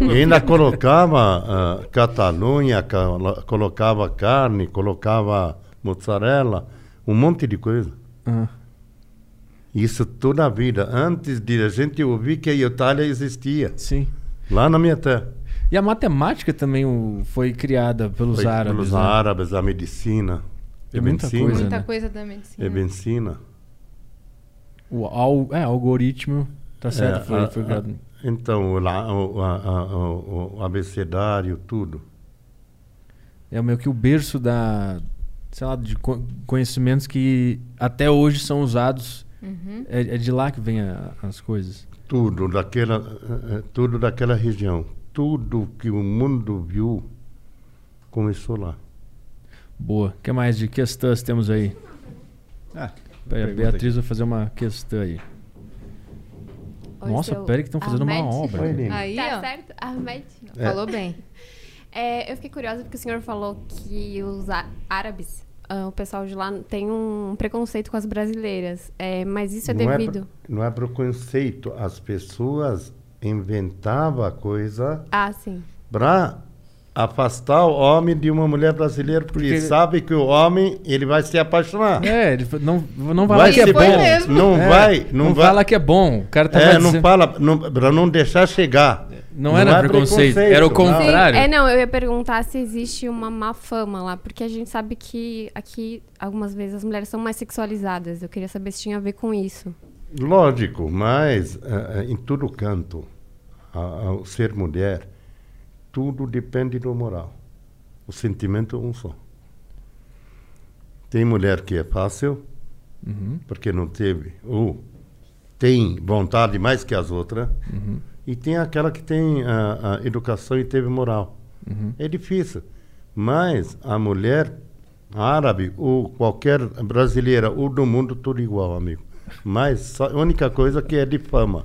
Speaker 3: E ainda colocava ah, Catalunha, ca- colocava carne, colocava mozzarella, um monte de coisa.
Speaker 1: Aham.
Speaker 3: Isso toda a vida, antes de a gente ouvir que a Itália existia,
Speaker 1: Sim.
Speaker 3: lá na minha terra.
Speaker 1: E a matemática também o- foi criada pelos
Speaker 3: Foi
Speaker 1: árabes.
Speaker 3: Pelos
Speaker 1: né?
Speaker 3: árabes, a medicina.
Speaker 1: É muita coisa,
Speaker 4: muita
Speaker 1: né?
Speaker 4: coisa da medicina.
Speaker 3: É Ebencina.
Speaker 1: O al- é, algoritmo. Tá certo,
Speaker 3: É,
Speaker 1: foi,
Speaker 3: a-
Speaker 1: foi
Speaker 3: a-
Speaker 1: criado.
Speaker 3: Então, lá, o, a- a- o- o abecedário, tudo.
Speaker 1: É meio que o berço da. Sei lá, de co- conhecimentos que até hoje são usados.
Speaker 4: Uhum.
Speaker 1: É, é de lá que vem a- as coisas.
Speaker 3: tudo daquela eh, eh, tudo daquela região tudo que o mundo viu começou lá
Speaker 1: Boa. O que mais de questões temos aí?
Speaker 2: Ah,
Speaker 1: Pera, a
Speaker 2: pergunta
Speaker 1: Beatriz vai fazer uma questão aí.
Speaker 5: Oi,
Speaker 1: Nossa,
Speaker 5: seu
Speaker 1: peraí que estão fazendo uma
Speaker 5: Ahmed.
Speaker 1: obra.
Speaker 3: Oi, Lina.
Speaker 4: Aí,
Speaker 5: Tá
Speaker 4: ó,
Speaker 5: certo? Ahmed. não.
Speaker 3: É.
Speaker 4: falou bem.
Speaker 5: É, eu fiquei curiosa porque o senhor falou que os á- árabes, ah, o pessoal de lá, tem um preconceito com as brasileiras. É, mas isso é
Speaker 3: não
Speaker 5: devido.
Speaker 3: é pro- não é preconceito as pessoas inventavam a coisa
Speaker 5: Ah, sim.
Speaker 3: para afastar o homem de uma mulher brasileira porque,
Speaker 1: Porque-
Speaker 3: sabe que o homem ele vai se apaixonar
Speaker 1: É, ele fa- não, não vai,
Speaker 3: vai
Speaker 1: lá que é
Speaker 3: ser
Speaker 1: bom.
Speaker 4: foi mesmo.
Speaker 3: não
Speaker 1: É,
Speaker 3: vai não, vai
Speaker 1: lá que é bom. O cara tá
Speaker 3: é,
Speaker 1: lá
Speaker 3: não
Speaker 1: dizendo-
Speaker 3: fala não, para não deixar chegar
Speaker 1: Não era
Speaker 3: é
Speaker 1: preconceito, era o
Speaker 3: não.
Speaker 1: contrário.
Speaker 5: Sim,
Speaker 1: Horário?
Speaker 5: é, não, eu ia perguntar se existe uma má fama lá, porque a gente sabe que aqui, algumas vezes, as mulheres são mais sexualizadas. Eu queria saber se tinha a ver com isso.
Speaker 3: Lógico, mas eh, eh, em todo canto, a- ao ser mulher, tudo depende do moral. O sentimento é um só. Tem mulher que é fácil,
Speaker 1: Uhum,
Speaker 3: porque não teve, ou tem vontade mais que as outras,
Speaker 1: uhum,
Speaker 3: e tem aquela que tem a, a educação e teve moral.
Speaker 1: uhum.
Speaker 3: É difícil, mas a mulher árabe ou qualquer brasileira ou do mundo, tudo igual, amigo. Mas só- a única coisa que é de fama,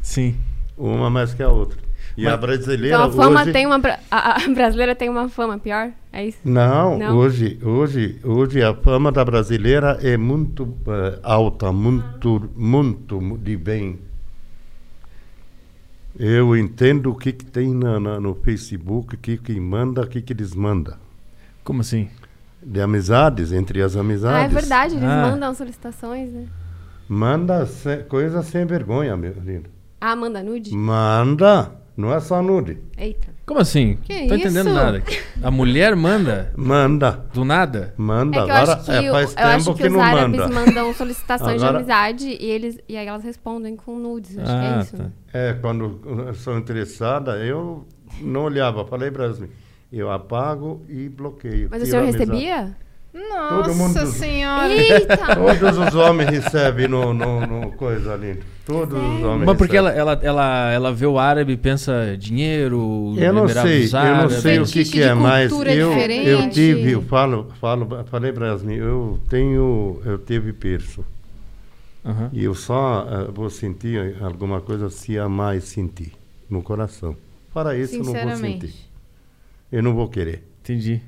Speaker 1: Sim.
Speaker 3: uma mais que a outra. E
Speaker 1: Mas-
Speaker 3: a brasileira
Speaker 5: Então a fama
Speaker 3: hoje...
Speaker 5: tem uma. bra- A, a brasileira tem uma fama pior? É isso?
Speaker 3: Não,
Speaker 5: Não?
Speaker 3: Hoje, hoje, hoje a fama da brasileira é muito eh, alta, muito, muito mu- de bem. Eu entendo o que, que tem na- na- no Facebook, o que, que manda, o que, que desmanda.
Speaker 1: Como assim?
Speaker 3: De amizades, entre as amizades.
Speaker 5: Ah, é verdade, eles
Speaker 1: Ah.
Speaker 5: mandam solicitações, né?
Speaker 3: Manda se- coisa sem vergonha, meu lindo.
Speaker 5: Ah, manda nude?
Speaker 1: Hum.
Speaker 3: Manda, não é só nude.
Speaker 5: Eita.
Speaker 1: Como assim?
Speaker 4: Que
Speaker 1: Não tô entendendo
Speaker 4: isso?
Speaker 1: nada. A mulher manda
Speaker 3: Manda,
Speaker 1: do nada?
Speaker 3: manda.
Speaker 5: é que eu
Speaker 3: Agora,
Speaker 5: acho que,
Speaker 3: é,
Speaker 5: o-
Speaker 3: faz
Speaker 5: eu
Speaker 3: tempo
Speaker 5: acho que,
Speaker 3: que
Speaker 5: os
Speaker 3: não
Speaker 5: árabes
Speaker 3: manda.
Speaker 5: mandam solicitações
Speaker 3: Agora-
Speaker 5: de amizade e, eles, e aí elas respondem com nudes. Acho que é isso. né?
Speaker 3: É, quando uh, sou interessada, eu não olhava. Falei para eu apago e bloqueio.
Speaker 5: Mas o
Speaker 3: tiro
Speaker 5: senhor
Speaker 3: a amizade.
Speaker 5: recebia?
Speaker 4: Nossa
Speaker 3: mundo-
Speaker 4: senhora.
Speaker 5: Eita!
Speaker 3: Todos os homens recebem no, no, no coisa linda. Todos os homens
Speaker 1: Mas porque
Speaker 3: recebem.
Speaker 1: ela, ela, ela, ela vê o árabe e pensa dinheiro,
Speaker 3: Eu não sei,
Speaker 1: Emirados
Speaker 3: eu não
Speaker 1: Árabes.
Speaker 3: sei o que,
Speaker 4: Fetiche
Speaker 3: que
Speaker 4: de
Speaker 3: é, mas
Speaker 4: cultura
Speaker 3: eu, eu
Speaker 4: diferente.
Speaker 3: tive, eu falo, falo, falei para Yasmin, eu tenho, eu tive perso.
Speaker 1: Aham.
Speaker 3: E eu só ah, vou sentir alguma coisa se amar e sentir no coração. Para isso eu não vou sentir.
Speaker 4: Sinceramente.
Speaker 3: Eu não vou querer.
Speaker 1: Entendi.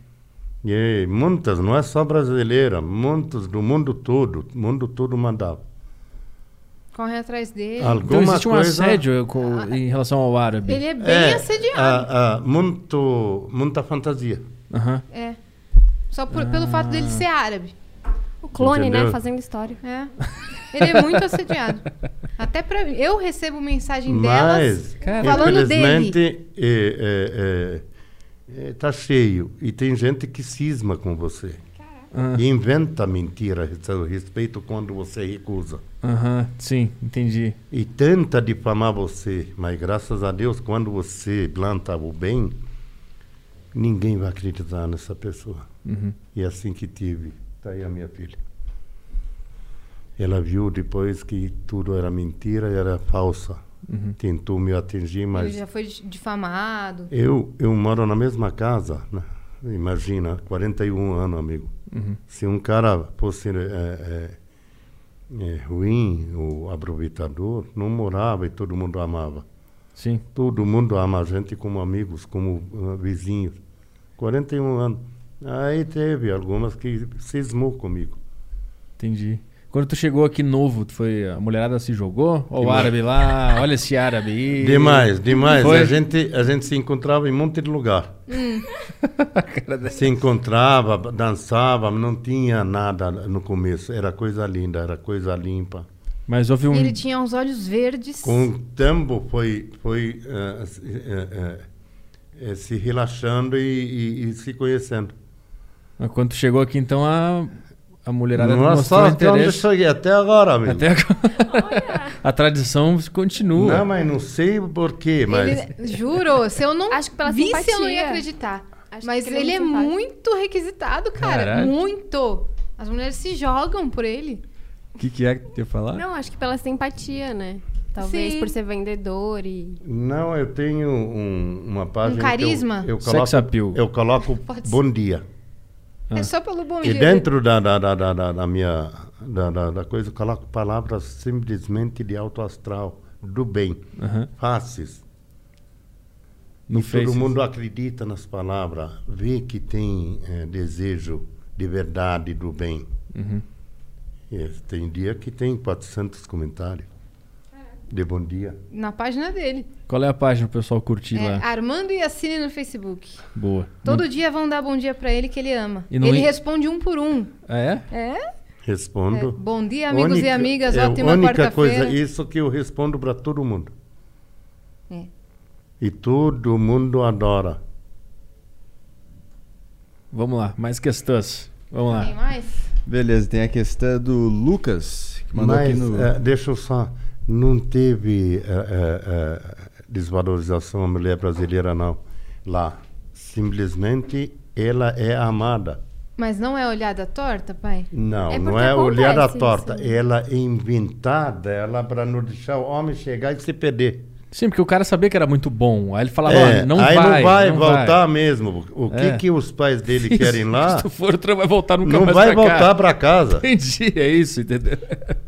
Speaker 3: E muitas, não é só brasileira, muitos do mundo todo, mundo todo mandava.
Speaker 4: Corre atrás dele.
Speaker 1: Então
Speaker 3: Alguma
Speaker 1: existe um
Speaker 3: coisa-
Speaker 1: assédio com- em relação ao árabe.
Speaker 4: Ah. Ele é bem assediado.
Speaker 3: ah, ah, muito, muita fantasia.
Speaker 1: Aham.
Speaker 4: É. Só por- pelo fato dele
Speaker 3: Ah.
Speaker 4: ser árabe.
Speaker 5: O clone,
Speaker 3: Entendeu?
Speaker 5: né? Fazendo história.
Speaker 4: É. Ele é muito assediado. Até pra mim. Eu recebo mensagem
Speaker 3: Mas,
Speaker 4: delas.
Speaker 1: Cara,
Speaker 4: falando
Speaker 3: infelizmente, é, tá está cheio. E tem gente que cisma com você.
Speaker 5: Caraca.
Speaker 1: Ah.
Speaker 3: Inventa mentira a seu respeito quando você recusa.
Speaker 1: Aham, sim, entendi.
Speaker 3: E tenta difamar você, mas graças a Deus, quando você planta o bem, ninguém vai acreditar nessa pessoa.
Speaker 1: Uhum.
Speaker 3: E assim que tive, tá aí a minha filha. Ela viu depois que tudo era mentira, era falsa.
Speaker 1: Uhum.
Speaker 3: Tentou me atingir, mas
Speaker 4: Ele já foi di- difamado.
Speaker 3: eu, eu moro na mesma casa, né? imagina, 41 anos, amigo.
Speaker 1: Uhum.
Speaker 3: Se um cara fosse eh, eh, eh, ruim, o aproveitador, não morava e todo mundo amava.
Speaker 1: Sim.
Speaker 3: Todo mundo ama a gente como amigos, como ah, vizinhos. 41 anos. Aí teve algumas que cismou comigo.
Speaker 1: Entendi. Quando tu chegou aqui novo, tu foi a mulherada se jogou? Ó o árabe lá, olha esse árabe aí.
Speaker 3: Demais, demais.
Speaker 1: Foi? Hum.
Speaker 3: A gente, a gente se encontrava em um monte de lugar. se encontrava, dançava, não tinha nada no começo. Era coisa linda, era coisa limpa.
Speaker 1: Mas houve um.
Speaker 4: Ele tinha uns olhos
Speaker 3: Hum.
Speaker 4: verdes.
Speaker 3: Com o tempo foi, foi eh, se- eh, eh, eh, se relaxando e, e- e se conhecendo.
Speaker 1: Mas Quando tu chegou aqui, então a, a mulherada não mostrou
Speaker 3: Nossa, até onde eu
Speaker 1: interesse.
Speaker 3: cheguei até agora, amigo.
Speaker 1: Até agora. a tradição continua.
Speaker 3: Não, mas não sei porquê, mas
Speaker 4: Ele, é- juro, se eu não
Speaker 5: Acho que pela
Speaker 4: visse,
Speaker 5: simpatia.
Speaker 4: eu não ia acreditar.
Speaker 5: Acho
Speaker 4: Mas
Speaker 5: que ele é
Speaker 4: ele é
Speaker 5: muito simpático.
Speaker 4: muito requisitado, cara.
Speaker 1: Caralho.
Speaker 4: Muito. As mulheres se jogam por ele.
Speaker 1: O que, que é que tu ia falar?
Speaker 5: Não, acho que pela simpatia, né? Talvez
Speaker 4: Sim.
Speaker 5: por ser vendedor e.
Speaker 3: não, eu tenho um- uma página.
Speaker 4: carisma?
Speaker 3: Que eu, eu
Speaker 1: Sex
Speaker 3: coloco,
Speaker 1: appeal.
Speaker 3: Eu coloco
Speaker 4: Pode
Speaker 3: bom dia.
Speaker 1: Ah.
Speaker 4: É só pelo bom
Speaker 3: E
Speaker 4: dia.
Speaker 3: dentro da, da, da, da, da- da minha da, da, da coisa, eu coloco palavras simplesmente de alto astral, do bem,
Speaker 1: Aham.
Speaker 3: faces.
Speaker 1: No
Speaker 3: e
Speaker 1: Face.
Speaker 3: todo mundo acredita nas palavras, vê que tem eh, desejo de verdade, do bem.
Speaker 1: Uhum.
Speaker 3: E tem dia que tem 400 comentários de bom dia.
Speaker 4: Na página dele.
Speaker 1: Qual é a página pro pessoal curtir
Speaker 4: É,
Speaker 1: lá?
Speaker 4: Armando e Assine no Facebook.
Speaker 1: Boa.
Speaker 4: Todo dia vão dar bom dia pra ele que ele ama.
Speaker 1: E não
Speaker 4: ele
Speaker 1: i-
Speaker 4: responde um por um.
Speaker 1: Ah, É?
Speaker 4: É?
Speaker 3: Respondo.
Speaker 4: Bom dia, amigos e
Speaker 3: Única-
Speaker 4: amigas.
Speaker 3: é,
Speaker 4: Ótima
Speaker 3: única coisa,
Speaker 4: quarta-feira.
Speaker 3: isso que eu respondo para todo mundo.
Speaker 4: É.
Speaker 3: E todo mundo adora.
Speaker 1: Vamos lá, mais questões. Vamos
Speaker 4: Tem
Speaker 1: lá.
Speaker 4: mais?
Speaker 2: Beleza, tem a questão do Lucas, que mandou
Speaker 3: Mas,
Speaker 2: aqui no.
Speaker 3: eh, deixa eu só, não teve eh, eh, eh, desvalorização a mulher brasileira, não. Lá. Simplesmente ela é amada.
Speaker 4: Mas não é olhada torta, pai?
Speaker 3: Não,
Speaker 5: É
Speaker 3: não
Speaker 5: porque
Speaker 3: é olhar a
Speaker 5: acontece
Speaker 3: torta.
Speaker 5: isso, né?
Speaker 3: Ela é inventada, ela para não deixar o homem chegar e se perder.
Speaker 1: Sim, porque o cara sabia que era muito Tá bom. Aí ele falava,
Speaker 3: É,
Speaker 1: olha, não
Speaker 3: aí
Speaker 1: vai.
Speaker 3: não vai voltar mesmo. O que,
Speaker 1: É.
Speaker 3: que os pais dele querem lá,
Speaker 1: Se tu for, tu vai voltar nunca
Speaker 3: não
Speaker 1: mais
Speaker 3: vai
Speaker 1: pra cá.
Speaker 3: voltar para casa.
Speaker 1: Entendi, é isso, entendeu?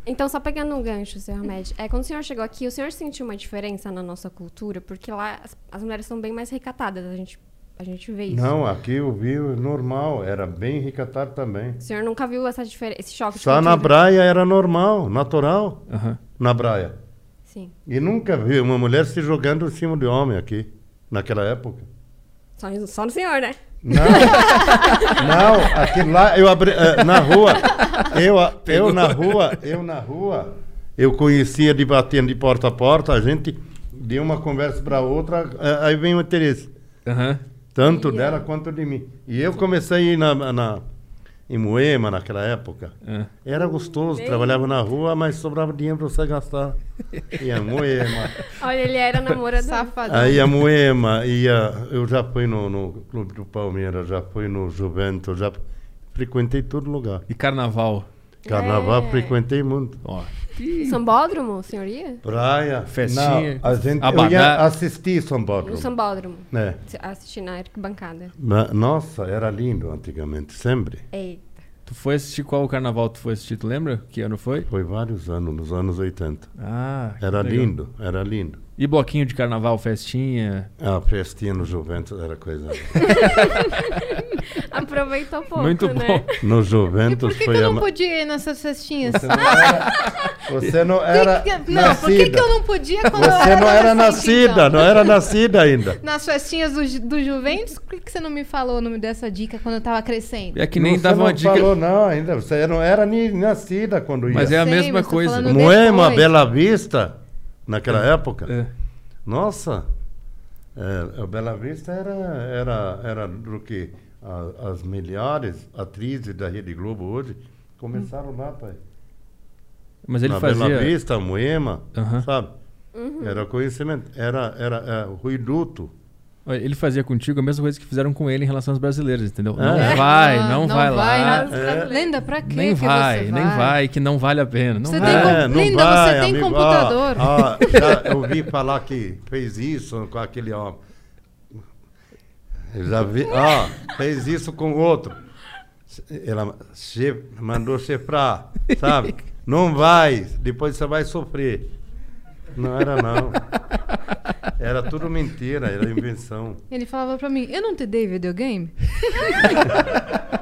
Speaker 5: Então, só pegando um gancho, senhor Ahmed, é, quando o senhor chegou aqui, o senhor sentiu uma diferença na nossa cultura? Porque lá as, as mulheres são bem mais recatadas, a gente, a gente vê isso.
Speaker 3: Não, aqui eu vi o normal, era bem recatado também.
Speaker 5: O senhor nunca viu essa diferença, esse choque de
Speaker 3: Só na
Speaker 5: cultura?
Speaker 3: praia era normal, natural,
Speaker 1: Aham.
Speaker 3: na praia.
Speaker 5: Sim,
Speaker 3: E nunca vi uma mulher se jogando em cima de homem aqui, naquela época.
Speaker 5: só, só no senhor, né?
Speaker 3: Não, não, aqui lá eu abri, eh, na rua, eu, a- eu na rua, eu na rua, eu conhecia de batendo de porta a porta, a gente deu uma conversa para outra, eh, aí vem o interesse,
Speaker 1: Aham.
Speaker 3: tanto
Speaker 5: Ia.
Speaker 3: dela quanto de mim. E eu comecei na, na em Moema naquela época.
Speaker 1: É.
Speaker 3: Era gostoso,
Speaker 5: Bem.
Speaker 3: trabalhava na rua, mas sobrava dinheiro para você gastar. Ia Moema.
Speaker 5: Olha, ele era namorador.
Speaker 4: Safadão.
Speaker 3: Aí a Moema ia. Eu já fui no, no Clube do Palmeiras, já fui no Juventus, já frequentei todo lugar.
Speaker 1: E carnaval.
Speaker 3: Carnaval,
Speaker 5: É.
Speaker 3: frequentei muito.
Speaker 1: Ó.
Speaker 5: Um Sambódromo, senhoria?
Speaker 3: Praia.
Speaker 1: Festinha,
Speaker 3: Não, a gente,
Speaker 1: abadá.
Speaker 3: eu ia assistir São Paulo.
Speaker 5: No Um sambódromo.
Speaker 3: É.
Speaker 5: Assistir na arquibancada.
Speaker 3: Ma- Nossa, era lindo antigamente, sempre.
Speaker 5: Eita.
Speaker 1: Tu foi assistir qual carnaval tu foi assistir, tu lembra? Que ano foi?
Speaker 3: Foi vários anos, nos anos 80.
Speaker 1: Ah, que
Speaker 3: Era
Speaker 1: legal.
Speaker 3: lindo, era lindo.
Speaker 1: E bloquinho de carnaval, festinha.
Speaker 3: A festinha no Juventus era coisa.
Speaker 5: Aproveitou pouco,
Speaker 1: Muito
Speaker 5: né?
Speaker 1: bom.
Speaker 3: No
Speaker 4: E por
Speaker 3: Juventus
Speaker 4: que, que
Speaker 3: foi
Speaker 4: eu
Speaker 3: a.
Speaker 4: não
Speaker 3: ma-
Speaker 4: podia ir nessas festinhas?
Speaker 3: Você não era- Você não era.
Speaker 4: Que que- Não, por que, que
Speaker 3: nascida.
Speaker 4: eu não podia quando eu
Speaker 3: Você
Speaker 4: era
Speaker 3: não era
Speaker 4: adolescente,
Speaker 3: nascida,
Speaker 4: então?
Speaker 3: não era nascida ainda.
Speaker 4: Nas festinhas do, Ju- do Juventus, por que, que você não me falou não me deu essa dica quando eu tava crescendo?
Speaker 1: É que nem
Speaker 3: Você
Speaker 1: dava
Speaker 3: não
Speaker 1: uma dica.
Speaker 3: falou não ainda, você não era nem nascida quando ia.
Speaker 1: Mas é a
Speaker 4: Sei,
Speaker 1: mesma
Speaker 4: mas tô
Speaker 1: coisa.
Speaker 4: falando-
Speaker 3: Moema,
Speaker 4: Depois.
Speaker 3: Bela Vista, naquela época.
Speaker 1: É.
Speaker 3: Nossa, é, a Bela Vista era, era, era do que? a- as milhares atrizes da Rede Globo hoje começaram lá, pai.
Speaker 1: É, Mas ele
Speaker 3: na Bela
Speaker 1: fazia.
Speaker 3: Vista, Moema,
Speaker 1: Aham.
Speaker 3: sabe?
Speaker 4: Uhum.
Speaker 3: Era conhecimento. Era, era, é, Rui Duto.
Speaker 1: Olha, Ele fazia contigo a mesma coisa que fizeram com ele em relação aos brasileiros, entendeu? Não
Speaker 3: É.
Speaker 1: vai,
Speaker 4: Ah,
Speaker 1: não, vai, lá.
Speaker 4: não-
Speaker 3: É.
Speaker 4: Lenda, pra quê
Speaker 1: Nem
Speaker 4: que
Speaker 1: vai,
Speaker 4: você
Speaker 1: nem vai, que não vale a pena. Não
Speaker 4: Você
Speaker 1: vai.
Speaker 4: tem
Speaker 3: É,
Speaker 4: com- Linda, você tem computador.
Speaker 3: Ah, ah, já eu ouvi falar que fez isso com aquele homem. Eu já vi. Ah, fez isso com outro. Ela che- mandou chifrar, sabe? Não vai, depois você vai sofrer. Não era, não. Era tudo mentira, era invenção.
Speaker 4: Ele falava pra mim, eu não te dei videogame?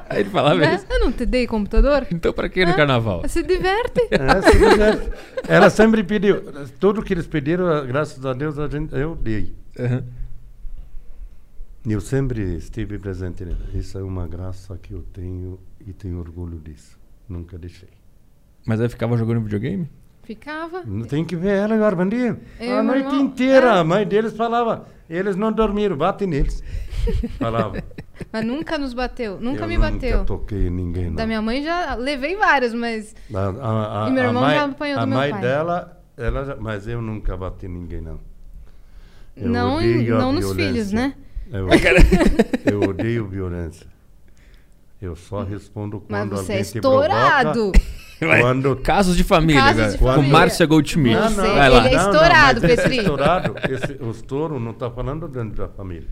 Speaker 1: Aí Ele falava
Speaker 4: Né?
Speaker 1: isso.
Speaker 4: Eu não te dei computador?
Speaker 1: Então pra que no
Speaker 4: Ah,
Speaker 1: carnaval?
Speaker 4: Se diverte.
Speaker 3: É, se quiser. Ela sempre pediu. Tudo que eles pediram, graças a Deus, a gente, eu dei.
Speaker 4: Assim-
Speaker 1: Aham.
Speaker 3: E Eu sempre estive presente. né? Isso é uma graça que eu tenho e tenho orgulho disso. Nunca deixei.
Speaker 1: Mas aí ficava jogando videogame?
Speaker 4: Ficava.
Speaker 3: Não tem que ver ela e o Armandinho.
Speaker 4: É,
Speaker 3: a
Speaker 4: meu
Speaker 3: noite
Speaker 4: irmão,
Speaker 3: inteira
Speaker 4: é.
Speaker 3: a mãe deles falava. Eles não dormiram, bate neles. Falava.
Speaker 4: Mas nunca nos bateu. Nunca
Speaker 3: Eu
Speaker 4: me
Speaker 3: Nunca
Speaker 4: bateu.
Speaker 3: toquei em ninguém. Não.
Speaker 4: Da minha mãe já levei várias, mas
Speaker 3: A, a, a,
Speaker 4: E meu
Speaker 3: a
Speaker 4: irmão
Speaker 3: mãe,
Speaker 4: já apanhou do
Speaker 3: a
Speaker 4: meu
Speaker 3: mãe
Speaker 4: pai.
Speaker 3: dela, ela, já- mas eu nunca bati em ninguém, não. Eu
Speaker 4: não, em-
Speaker 3: odeio a
Speaker 4: não nos
Speaker 3: violência.
Speaker 4: filhos, né?
Speaker 3: Eu, eu odeio violência. Eu só respondo
Speaker 4: Mas
Speaker 3: quando
Speaker 4: você é
Speaker 3: alguém te
Speaker 4: estourado.
Speaker 3: provoca. Quando
Speaker 1: Casos de família,
Speaker 4: Casos
Speaker 1: agora.
Speaker 4: de
Speaker 1: com
Speaker 4: família.
Speaker 1: Márcia Goldschmidt.
Speaker 4: Não, não.
Speaker 1: Vai lá.
Speaker 4: Ele é estourado,
Speaker 3: mas esse
Speaker 4: Petri. é
Speaker 3: Estourado, esse, o estouro não está falando dentro da família,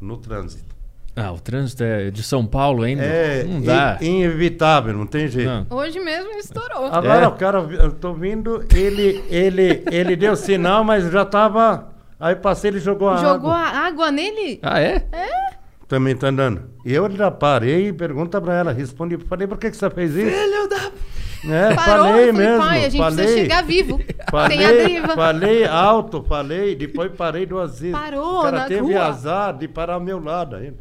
Speaker 3: no trânsito.
Speaker 1: Ah, o trânsito é de São Paulo ainda.
Speaker 3: É
Speaker 1: não dá. Ah.
Speaker 3: in- inevitável, não tem jeito.
Speaker 1: Não.
Speaker 4: Hoje mesmo estourou.
Speaker 3: Agora
Speaker 1: É.
Speaker 3: o cara, eu tô vindo, ele, ele, ele deu sinal, mas já tava. Aí passei, ele jogou a
Speaker 4: Jogou
Speaker 3: água.
Speaker 4: a água nele?
Speaker 1: Ah, é?
Speaker 3: Também tá andando. E eu já parei e pergunta pra ela, respondi, falei, por que, que você fez isso? Filho da. É,
Speaker 4: Parou,
Speaker 3: falei
Speaker 4: eu falei,
Speaker 3: mesmo.
Speaker 4: pai, a gente
Speaker 3: falei,
Speaker 4: precisa chegar vivo. Tem a
Speaker 3: Falei,
Speaker 4: deriva.
Speaker 3: falei alto, falei, depois parei duas vezes.
Speaker 4: Parou
Speaker 3: o cara
Speaker 4: na
Speaker 3: teve
Speaker 4: rua.
Speaker 3: azar de parar ao meu lado ainda.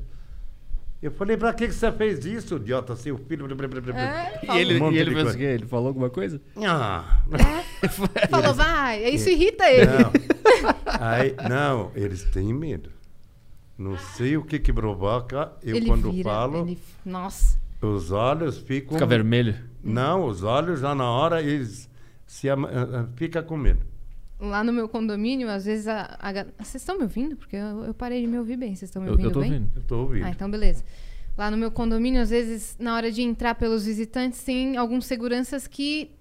Speaker 3: Eu falei, pra que, que você fez isso, idiota, seu filho? Blá, blá, blá, blá.
Speaker 4: É,
Speaker 1: E
Speaker 4: falou,
Speaker 1: ele,
Speaker 3: Um monte
Speaker 1: e ele
Speaker 3: de
Speaker 1: fez
Speaker 3: coisa.
Speaker 1: o quê? Ele falou alguma coisa?
Speaker 3: Ah,
Speaker 4: falou, vai. Isso irrita ele.
Speaker 3: não. Aí, não, eles têm medo. Não sei o que que provoca. Eu,
Speaker 4: Ah. ele
Speaker 3: quando
Speaker 4: vira,
Speaker 3: falo,
Speaker 4: ele- Nossa.
Speaker 3: os olhos ficam...
Speaker 1: Fica vermelho.
Speaker 3: Não, os olhos já na hora eles se ama- ah, ah, fica com medo.
Speaker 4: Lá no meu condomínio, às vezes a. a ga- Vocês estão me ouvindo? Porque eu, eu parei de me ouvir bem. Vocês estão me
Speaker 1: Eu,
Speaker 4: ouvindo
Speaker 1: eu tô
Speaker 4: bem?
Speaker 1: ouvindo.
Speaker 3: Eu tô ouvindo.
Speaker 4: Ah, então beleza. Lá no meu condomínio, às vezes, na hora de entrar pelos visitantes, tem alguns seguranças que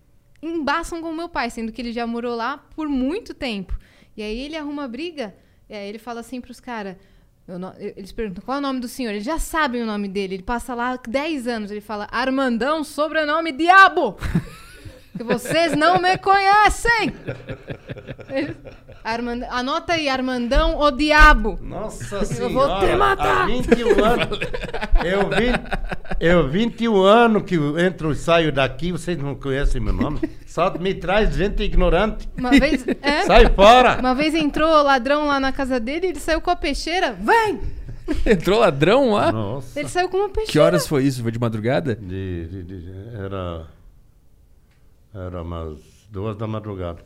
Speaker 4: embaçam com o meu pai, sendo que ele já morou lá por muito tempo. E aí ele arruma briga, e aí ele fala assim pros caras. Eles perguntam qual é o nome do senhor. Eles já sabem o nome dele. Ele passa lá há 10 anos. Ele fala: Armandão, sobrenome Diabo! que vocês não me conhecem! Ele- Armand- Anota aí: Armandão, o Diabo!
Speaker 3: Nossa
Speaker 4: Eu
Speaker 3: senhora,
Speaker 4: vou te matar.
Speaker 3: há 21 anos. Eu, vi, eu 21 anos que eu entro e saio daqui, vocês não conhecem meu nome. Só me traz gente ignorante.
Speaker 4: Uma vez. É?
Speaker 3: Sai fora!
Speaker 4: Uma vez entrou o ladrão lá na casa dele, ele saiu com a peixeira. Vem!
Speaker 1: Entrou ladrão lá?
Speaker 3: Nossa.
Speaker 4: Ele saiu com uma peixeira.
Speaker 1: Que horas foi isso? Foi de madrugada?
Speaker 3: De- de- de- era. Era umas duas da madrugada.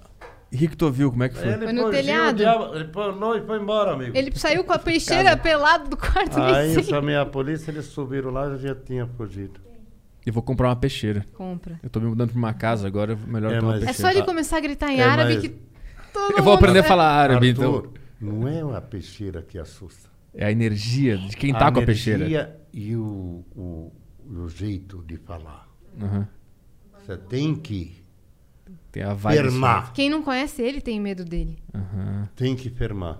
Speaker 1: E o que que tu ouviu? Como é que foi?
Speaker 4: Foi no
Speaker 3: fugiu,
Speaker 4: telhado?
Speaker 3: o diabo- ele pulou e foi embora, amigo.
Speaker 4: Ele saiu com a peixeira pelado do quarto
Speaker 3: Aí eu
Speaker 4: vizinho.
Speaker 3: chamei a polícia, eles subiram lá e já tinha fugido.
Speaker 1: Eu vou comprar uma peixeira.
Speaker 4: Compra.
Speaker 1: Eu tô me mudando pra uma casa agora, melhor
Speaker 3: É,
Speaker 1: ter uma
Speaker 3: mas-
Speaker 1: peixeira.
Speaker 4: É só ele começar a gritar em
Speaker 3: É,
Speaker 4: árabe
Speaker 3: mas-
Speaker 4: que todo
Speaker 1: Eu vou
Speaker 4: mundo-
Speaker 1: aprender a
Speaker 4: É,
Speaker 1: falar árabe,
Speaker 3: Arthur,
Speaker 1: então.
Speaker 3: não é uma peixeira que assusta.
Speaker 1: É a energia de quem tá com a peixeira.
Speaker 3: energia E o, o, o jeito de falar.
Speaker 1: Aham.
Speaker 3: Você tem que
Speaker 1: Tem a vibe.
Speaker 3: firmar.
Speaker 4: Quem não conhece ele tem medo dele.
Speaker 1: assim. Aham.
Speaker 3: Tem que firmar.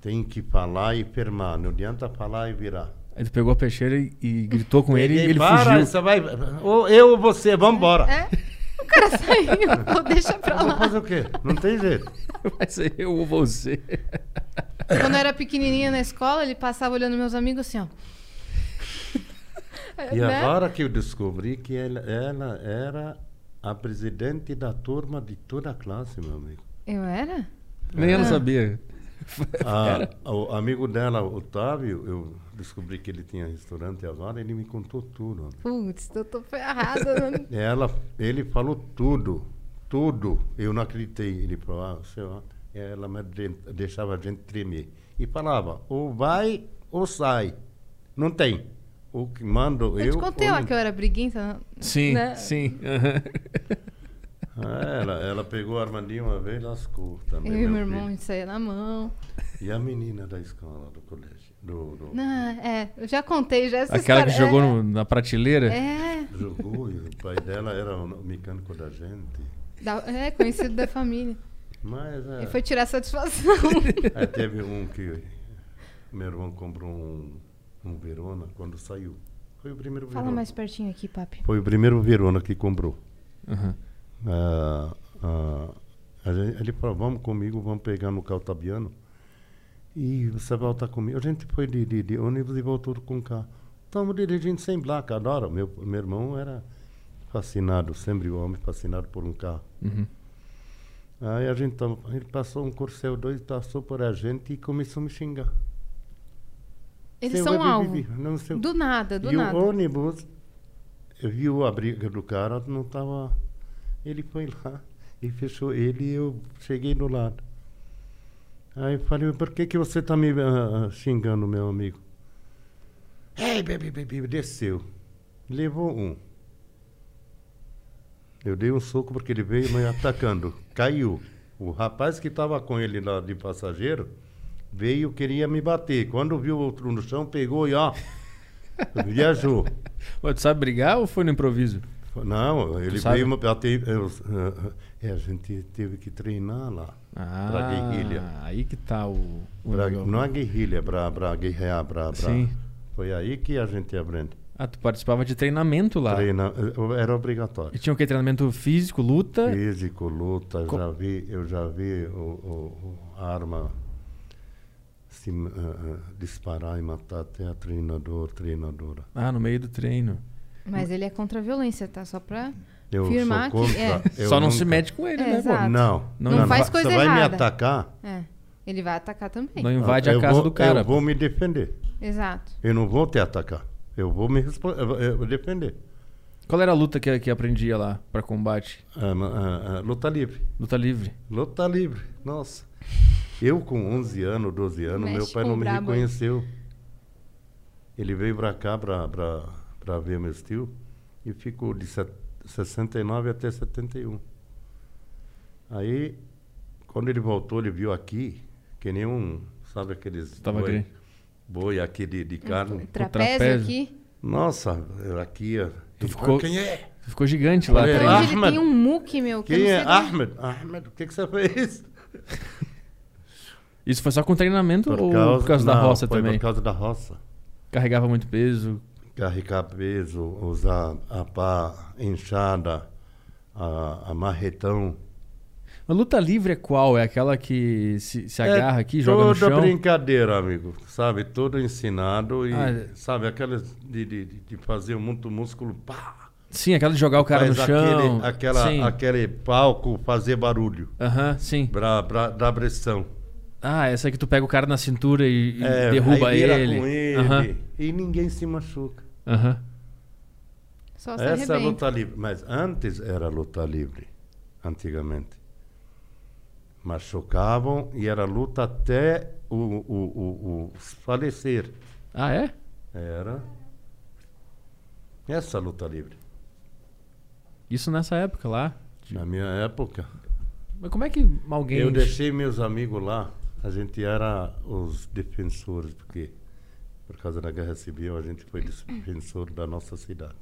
Speaker 3: Tem que falar e firmar. Não adianta falar e virar.
Speaker 1: Ele pegou a peixeira e, e gritou com ele e
Speaker 3: Peguei,
Speaker 1: ele
Speaker 3: para,
Speaker 1: fugiu.
Speaker 3: Você vai, ou eu ou você, vamos embora.
Speaker 4: É? O cara saiu. Pô, deixa pra
Speaker 3: Vou
Speaker 4: lá.
Speaker 3: fazer o quê? Não tem jeito.
Speaker 1: Vai ser eu ou você.
Speaker 4: Quando eu era pequenininha na escola, ele passava olhando meus amigos assim, ó.
Speaker 3: E
Speaker 4: Né?
Speaker 3: agora que eu descobri que ela, ela era a presidente da turma de toda a classe, meu amigo.
Speaker 4: Eu era?
Speaker 1: Nem
Speaker 4: Ah.
Speaker 1: eu não sabia. É
Speaker 3: A, Ah, o amigo dela, Otávio, eu descobri que ele tinha restaurante agora, ele me contou tudo.
Speaker 4: Putz, eu tô ferrada. né?
Speaker 3: Ela, ele falou tudo, tudo. Eu não acreditei. Ele é falou, ah, sei lá. Ela me de- deixava a gente tremer. E falava, ou vai ou sai. Não tem. O que mando eu.
Speaker 4: Eu te contei
Speaker 3: ou
Speaker 4: lá
Speaker 3: não-
Speaker 4: que eu era briguenta.
Speaker 1: Sim,
Speaker 4: Né?
Speaker 1: sim. aham.
Speaker 3: Ah, ela, ela pegou a Armandinha uma vez, lascou também.
Speaker 4: Eu e meu irmão, a
Speaker 3: filho.
Speaker 4: gente saía na mão.
Speaker 3: E a menina da escola, do colégio. Do, do-
Speaker 4: Não, é, eu já contei já essa
Speaker 1: Aquela que
Speaker 4: história.
Speaker 1: jogou no-
Speaker 4: é,
Speaker 1: na prateleira.
Speaker 4: É,
Speaker 3: Jogou, e o pai dela era o mecânico da gente.
Speaker 4: da- é, conhecido da família.
Speaker 3: Mas é,
Speaker 4: Ele foi tirar satisfação.
Speaker 3: aí teve um que meu irmão comprou um, um Verona quando saiu. Foi o primeiro
Speaker 4: Fala
Speaker 3: Verona.
Speaker 4: mais pertinho aqui, papi.
Speaker 3: Foi o primeiro Verona que comprou.
Speaker 1: Aham.
Speaker 3: Ah, ah, a gente- ele falou, vamos comigo, vamos pegar no Caltabiano. E você volta comigo. A gente foi de, de, de ônibus e voltou com carro. Estamos dirigindo sem placa, adoro. Meu, meu irmão era fascinado, sempre o homem fascinado por um carro.
Speaker 1: Uhum.
Speaker 3: Aí a gente tava, ele passou um Corcel 2, passou por a gente e começou a me xingar.
Speaker 4: Eles
Speaker 3: Seu
Speaker 4: são
Speaker 3: Bibi,
Speaker 4: alvo.
Speaker 3: Bibi, não sei o
Speaker 4: Do nada, do
Speaker 3: e
Speaker 4: nada.
Speaker 3: o ônibus, eu vi a briga do cara, não tava. Ele foi lá e fechou ele e eu cheguei do lado. Aí eu falei, por que, que você tá me ah, xingando, meu amigo? Ei, bebê, bebê, desceu. Levou um. Eu dei um soco porque ele veio me atacando. Caiu. O rapaz que estava com ele lá de passageiro veio, queria me bater. Quando viu o outro no chão, pegou e ó, viajou.
Speaker 1: Ué, tu sabe brigar ou foi no improviso?
Speaker 3: Não, ele
Speaker 1: sabe?
Speaker 3: veio me bater. eu- ah, é, a gente teve que treinar lá.
Speaker 1: Ah,
Speaker 3: Pra guerrilha.
Speaker 1: Aí que tá o. o
Speaker 3: Pra,
Speaker 1: negócio.
Speaker 3: não é a guerrilha, para guerrear, para.
Speaker 1: Sim.
Speaker 3: Foi aí que a gente aprende.
Speaker 1: Ah, tu participava de treinamento lá.
Speaker 3: Treina, eh, era obrigatório.
Speaker 1: E tinha o que? Treinamento físico, luta.
Speaker 3: Físico, luta,
Speaker 1: é- Co-
Speaker 3: já vi, eu já vi o, o- o- a arma se, ah, ah, disparar e matar até a treinador, treinadora.
Speaker 1: Ah, no meio do treino.
Speaker 4: Mas ele é contra a violência, tá? Só pra.
Speaker 3: Eu
Speaker 4: Firmar que-
Speaker 3: sou contra.
Speaker 4: é.
Speaker 3: eu
Speaker 1: Só não se
Speaker 3: nunca-
Speaker 1: mete com ele,
Speaker 4: É,
Speaker 1: né, pô?
Speaker 4: exato.
Speaker 3: Não,
Speaker 1: Não faz
Speaker 3: vai-
Speaker 4: coisa
Speaker 3: Você vai me
Speaker 4: errada.
Speaker 3: atacar?
Speaker 4: É. Ele vai atacar também.
Speaker 1: Não invade a
Speaker 3: eu
Speaker 1: casa
Speaker 3: vou-
Speaker 1: do cara.
Speaker 3: Eu
Speaker 1: pô.
Speaker 3: vou me defender.
Speaker 4: Exato.
Speaker 3: Eu não vou te atacar. Eu vou me respo- eu vou- eu vou defender.
Speaker 1: Qual era a luta que, que aprendia lá pra combate?
Speaker 3: Ah, ma- ah, ah, luta livre.
Speaker 1: Luta livre.
Speaker 3: Luta livre. Nossa. Eu com 11 anos, 12 anos,
Speaker 4: Mexe
Speaker 3: meu pai
Speaker 4: com
Speaker 3: não
Speaker 4: o
Speaker 3: me
Speaker 4: brabo.
Speaker 3: reconheceu. Ele veio pra cá pra, pra, pra ver meu tio e ficou de set- 69 até 71. Aí, quando ele voltou, ele viu aqui, que nem um, sabe aqueles
Speaker 1: Tava
Speaker 3: boi,
Speaker 1: aqui.
Speaker 3: boi aqui de, de carne.
Speaker 4: Trapézio,
Speaker 1: trapézio.
Speaker 4: aqui.
Speaker 3: Nossa, era aqui. ó.
Speaker 1: Tu
Speaker 3: Ele
Speaker 1: ficou,
Speaker 3: falou, Quem é?
Speaker 1: tu ficou gigante lá.
Speaker 3: Olha
Speaker 1: treinando.
Speaker 3: lá.
Speaker 4: Hoje ele
Speaker 3: Ahmed.
Speaker 4: tem um muque, meu. Que eu
Speaker 3: Quem
Speaker 4: não
Speaker 3: é?
Speaker 4: sei de onde-
Speaker 3: Ahmed. Ahmed, o que, que você fez?
Speaker 1: Isso foi só com treinamento ou por causa da
Speaker 3: não,
Speaker 1: roça
Speaker 3: foi
Speaker 1: também?
Speaker 3: Por causa da roça.
Speaker 1: Carregava muito peso.
Speaker 3: Carregar peso, usar a pá enxada, a, a marretão.
Speaker 1: A luta livre é qual? É aquela que se, se agarra aqui, joga
Speaker 3: É toda
Speaker 1: no chão?
Speaker 3: brincadeira, amigo. Sabe? Todo ensinado e,
Speaker 1: Ah, é.
Speaker 3: sabe, aquelas de, de, de- de fazer muito músculo, pá!
Speaker 1: Sim, aquela de jogar o cara no
Speaker 3: Faz aquele-
Speaker 1: chão. sim.
Speaker 3: aquela, aquele palco fazer barulho,
Speaker 1: Aham, sim.
Speaker 3: pra, pra dar pressão.
Speaker 1: Ah, essa que tu pega o cara na cintura e, e
Speaker 3: É,
Speaker 1: derruba
Speaker 3: aí vira
Speaker 1: ele.
Speaker 3: com ele.
Speaker 1: Aham,
Speaker 3: E ninguém se machuca.
Speaker 1: aham.
Speaker 4: Só se
Speaker 3: Essa é a
Speaker 4: arrebenta.
Speaker 3: luta livre. Mas antes era luta livre, antigamente. Machucavam e era luta até o, o- o- o falecer.
Speaker 1: Ah, é?
Speaker 3: Era essa luta livre.
Speaker 1: Isso nessa época lá.
Speaker 3: Na minha época,
Speaker 1: Mas como é que alguém.
Speaker 3: eu deixei meus amigos lá. A gente era os defensores, porque por causa da Guerra Civil a gente foi defensor da nossa cidade.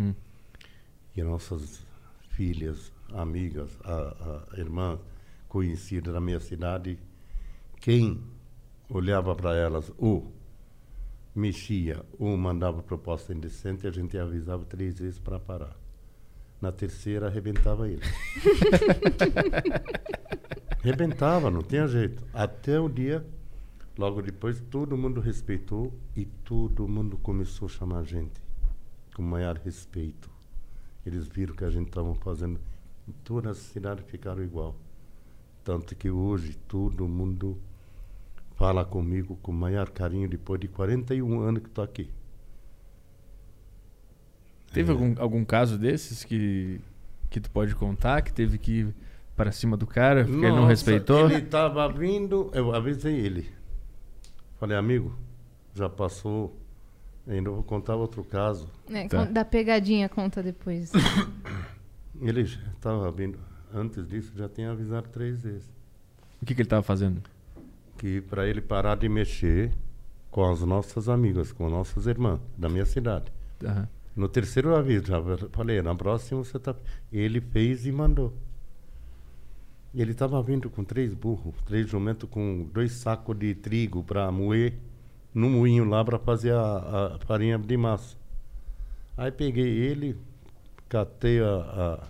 Speaker 1: Hum.
Speaker 3: e nossas filhas, amigas, a, a irmã conhecida da minha cidade, quem olhava para elas ou mexia ou mandava proposta indecente, a gente avisava três vezes para parar. Na terceira, arrebentava ele. arrebentava, não tinha jeito. Até o dia, logo depois, todo mundo respeitou e todo mundo começou a chamar a gente com maior respeito. Eles viram que a gente estava fazendo. Em toda a cidade ficaram igual. Tanto que hoje todo mundo fala comigo com o maior carinho depois de 41 anos que estou aqui.
Speaker 1: Teve
Speaker 3: É.
Speaker 1: algum, algum caso desses que, que tu pode contar, que teve que ir pra cima do cara, porque ele não
Speaker 3: Nossa,
Speaker 1: respeitou?
Speaker 3: Ele estava vindo, eu avisei ele. Falei, amigo, já passou. Ainda vou contar outro caso.
Speaker 4: É,
Speaker 6: Tá.
Speaker 4: con- Da pegadinha conta depois.
Speaker 3: Ele estava vindo, antes disso, já tinha avisado três vezes.
Speaker 1: O que, que ele tava fazendo?
Speaker 3: Que para ele parar de mexer com as nossas amigas, com nossas irmãs da minha cidade.
Speaker 1: Aham.
Speaker 3: No terceiro aviso, já falei, na próxima você tá. Ele fez e mandou. Ele estava vindo com três burros, três jumentos com dois sacos de trigo para moer no moinho lá para fazer a, a farinha de massa. Aí peguei ele, catei a- a-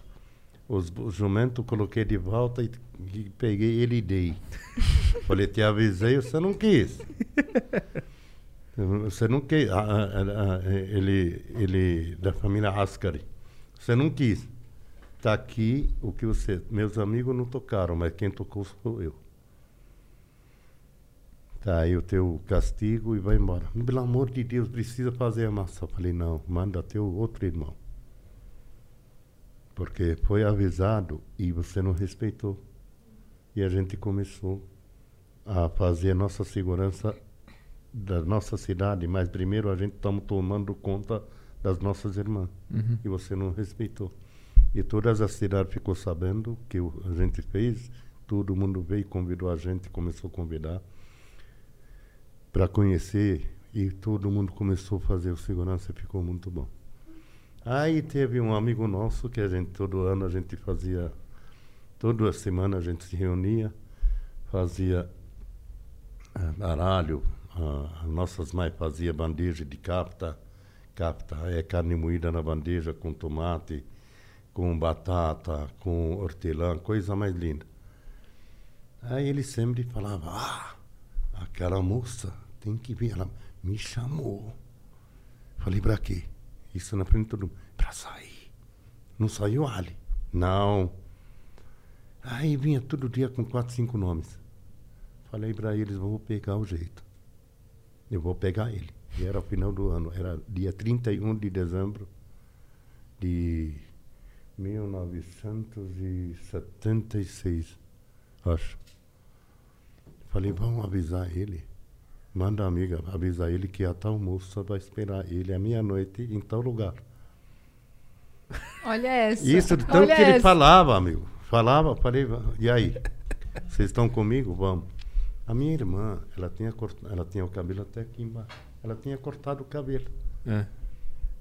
Speaker 3: os, bu- os jumentos, coloquei de volta e, e peguei ele e dei. Falei, te avisei, você não quis. Você não quis. a- a- a- a- ele, ele, da família Ascari. Você não quis. Está aqui o que você. Meus amigos não tocaram, mas quem tocou sou eu. Tá aí o teu castigo e vai embora. Pelo amor de Deus, precisa fazer a massa. Eu falei, não, manda teu outro irmão. Porque foi avisado e você não respeitou. E a gente começou a fazer nossa segurança da nossa cidade, mas primeiro a gente estamos tomando conta das nossas irmãs. E você não respeitou. E todas as cidades ficou sabendo que o- a gente fez, todo mundo veio, convidou a gente, começou a convidar para conhecer e todo mundo começou a fazer o segurança e ficou muito bom. Aí teve um amigo nosso que a gente todo ano a gente fazia toda semana a gente se reunia, fazia ah, baralho, ah, as nossas mães faziam bandeja de capta, capta é carne moída na bandeja com tomate, com batata, com hortelã, coisa mais linda. Aí ele sempre falava, ah, aquela moça tem que vir, ela me chamou. Falei, pra quê? Isso na frente de todo mundo. Pra sair. Não saiu Ali. Não. Aí vinha todo dia com quatro, cinco nomes. Falei para eles, vou pegar o jeito. Eu vou pegar ele. E era o final do ano, era dia 31 de dezembro de 1976, acho. Falei, vamos avisar ele. Manda a amiga avisar ele que a tal moça vai esperar ele à meia-noite em tal lugar.
Speaker 4: Olha essa.
Speaker 3: Isso, de tanto
Speaker 4: Olha
Speaker 3: que ele
Speaker 4: essa.
Speaker 3: falava, amigo. Falava, falei, "Va- e aí? Vocês estão comigo? Vamos. A minha irmã, ela tinha, cort- ela tinha o cabelo até aqui embaixo. Ela tinha cortado o cabelo.
Speaker 1: É.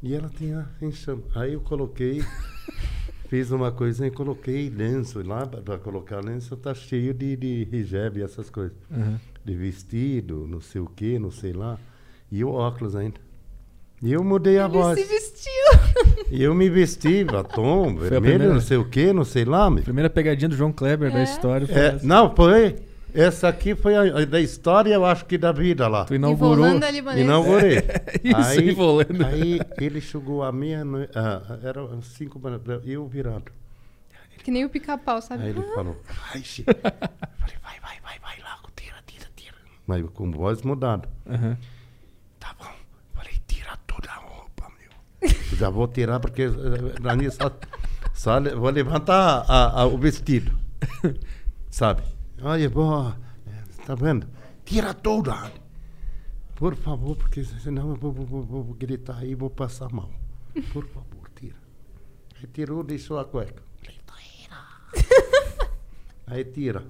Speaker 3: E ela tinha enxame. Aí eu coloquei, fiz uma coisinha e coloquei lenço. Lá para colocar lenço tá cheio de, de hijab e essas coisas.
Speaker 1: Aham.
Speaker 3: De vestido, não sei o que, não sei lá. E o óculos ainda. E eu mudei a
Speaker 4: Ele
Speaker 3: voz.
Speaker 4: se vestiu.
Speaker 3: E eu me vesti, batom,
Speaker 1: a
Speaker 3: vermelho,
Speaker 1: primeira.
Speaker 3: não sei o que, não sei lá, amigo.
Speaker 1: Primeira pegadinha do João Kleber da
Speaker 4: É.
Speaker 1: história foi
Speaker 3: É,
Speaker 1: essa.
Speaker 3: não, foi. Essa aqui foi a, a da história, eu acho que da vida lá.
Speaker 1: Tu inaugurou.
Speaker 4: Volanda Libanesa.
Speaker 3: Inaugurei.
Speaker 1: Isso,
Speaker 3: aí,
Speaker 1: envolvendo.
Speaker 3: aí ele chegou à meia-noite. Ah, era às cinco da manhã, eu virado.
Speaker 4: Que nem o pica-pau, sabe?
Speaker 3: Aí ele falou, ai, Chico." Eu falei, vai, vai, vai, vai logo, tira, tira, tira. Mas com voz mudada.
Speaker 1: Aham.
Speaker 3: Tá bom. Falei, tira toda a roupa, meu. Já vou tirar porque eh, na minha só, só le- vou levantar a- a- o vestido. Sabe? Olha, boa. eh, Tá vendo? Tira toda. Por favor, porque senão eu vou, vou- vou- vou gritar aí e vou passar mal. Por favor, tira. Aí tirou, deixou a cueca. Falei, tira. Aí tira.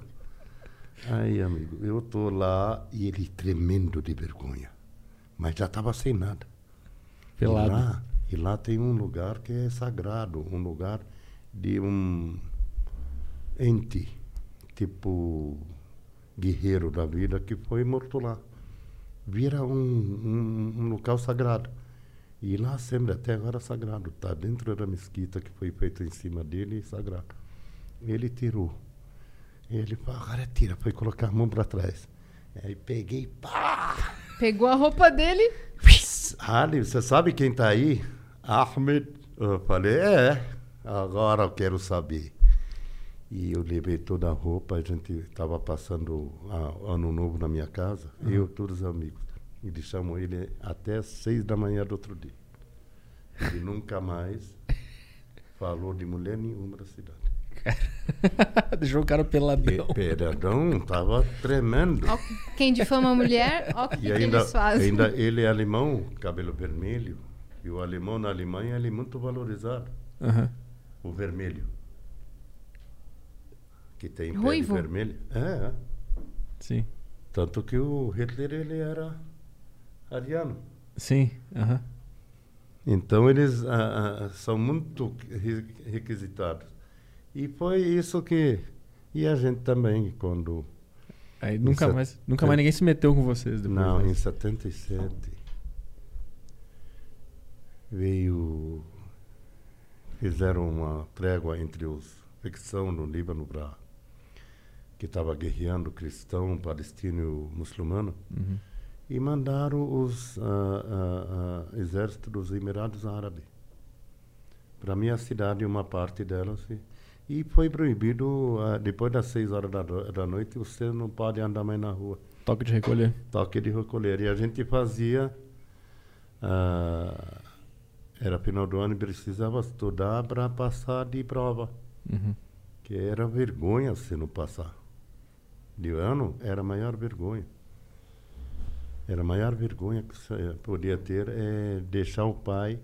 Speaker 3: Aí, amigo, eu tô lá e ele tremendo de vergonha. Mas já estava sem nada. E
Speaker 1: Pelado.
Speaker 3: lá, e lá tem um lugar que é sagrado, um lugar de um ente, tipo guerreiro da vida, que foi morto lá. Vira um, um, um local sagrado. E lá sempre, até agora, sagrado. Está dentro da mesquita que foi feita em cima dele, sagrado. Ele tirou. Ele falou, agora tira. Foi colocar a mão para trás. Aí peguei, pá!
Speaker 4: Pegou a roupa dele.
Speaker 3: Ali, você sabe quem tá aí? Ahmed. Eu falei, é, agora eu quero saber. E eu levei toda a roupa, a gente estava passando a- ano novo na minha casa, eu e todos os amigos. E deixamos ele até seis da manhã do outro dia. Ele nunca mais falou de mulher nenhuma da cidade.
Speaker 1: cara. Deixou o cara peladão.
Speaker 3: Peradão tava tremendo.
Speaker 4: Ó, quem difama a mulher, ó o que, que
Speaker 3: E ainda,
Speaker 4: eles fazem.
Speaker 3: ainda ele é alemão, cabelo vermelho. E o alemão na Alemanha ele é muito valorizado,
Speaker 1: Aham.
Speaker 3: o vermelho. Que tem pele
Speaker 4: Ruivo?
Speaker 3: vermelha. É, é.
Speaker 1: Sim.
Speaker 3: Tanto que o Hitler ele era ariano.
Speaker 1: Sim. Aham.
Speaker 3: Então eles ah, ah, são muito re- requisitados. E foi isso que e a gente também quando
Speaker 1: Aí nunca
Speaker 3: Isso é-
Speaker 1: mais, nunca mais ninguém se meteu com vocês depois.
Speaker 3: não em
Speaker 1: disso.
Speaker 3: 77 veio fizeram uma trégua entre os ficção no Líbano para que estava guerreando cristão, palestino, muçulmano
Speaker 1: Uhum.
Speaker 3: e mandaram os ah, ah, ah, exércitos dos Emirados Árabes para minha cidade uma parte delas e, e foi proibido ah, depois das seis horas da, do- da noite você não pode andar mais na rua
Speaker 1: Toque de recolher.
Speaker 3: toque de recolher e a gente fazia ah, era final do ano e precisava estudar para passar de prova
Speaker 1: Uhum.
Speaker 3: que era vergonha se não passar. De ano era a maior vergonha. Era a maior vergonha que você podia ter é deixar o pai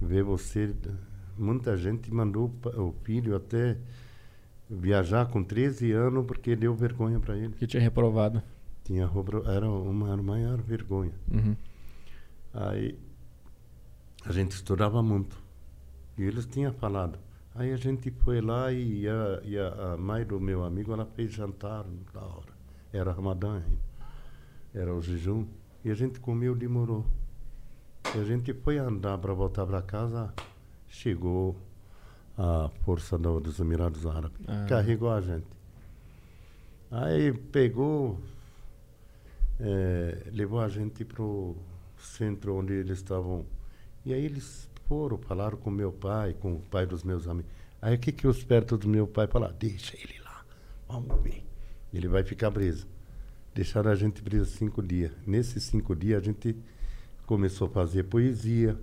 Speaker 3: ver você. Muita gente mandou o pa- o filho até viajar com 13 anos porque deu vergonha para ele.
Speaker 1: Que tinha reprovado.
Speaker 3: Tinha roupa- era uma era a maior vergonha.
Speaker 1: Uhum.
Speaker 3: Aí a gente estudava muito. E eles tinham falado. Aí a gente foi lá e a, e a, a mãe do meu amigo ela fez jantar na hora. Era Ramadã ainda. Era o jejum. E a gente comeu, demorou. E a gente foi andar para voltar para casa. Chegou a força do- dos Emirados Árabes.
Speaker 1: Ah.
Speaker 3: Carregou a gente. Aí pegou, eh, levou a gente para o centro onde eles estavam. E aí eles foram, falaram com meu pai, com o pai dos meus amigos. Aí o que, que os perto do meu pai falaram? Deixa ele lá, vamos ver. Ele vai ficar preso. Deixaram a gente preso cinco dias. Nesses cinco dias a gente começou a fazer poesia,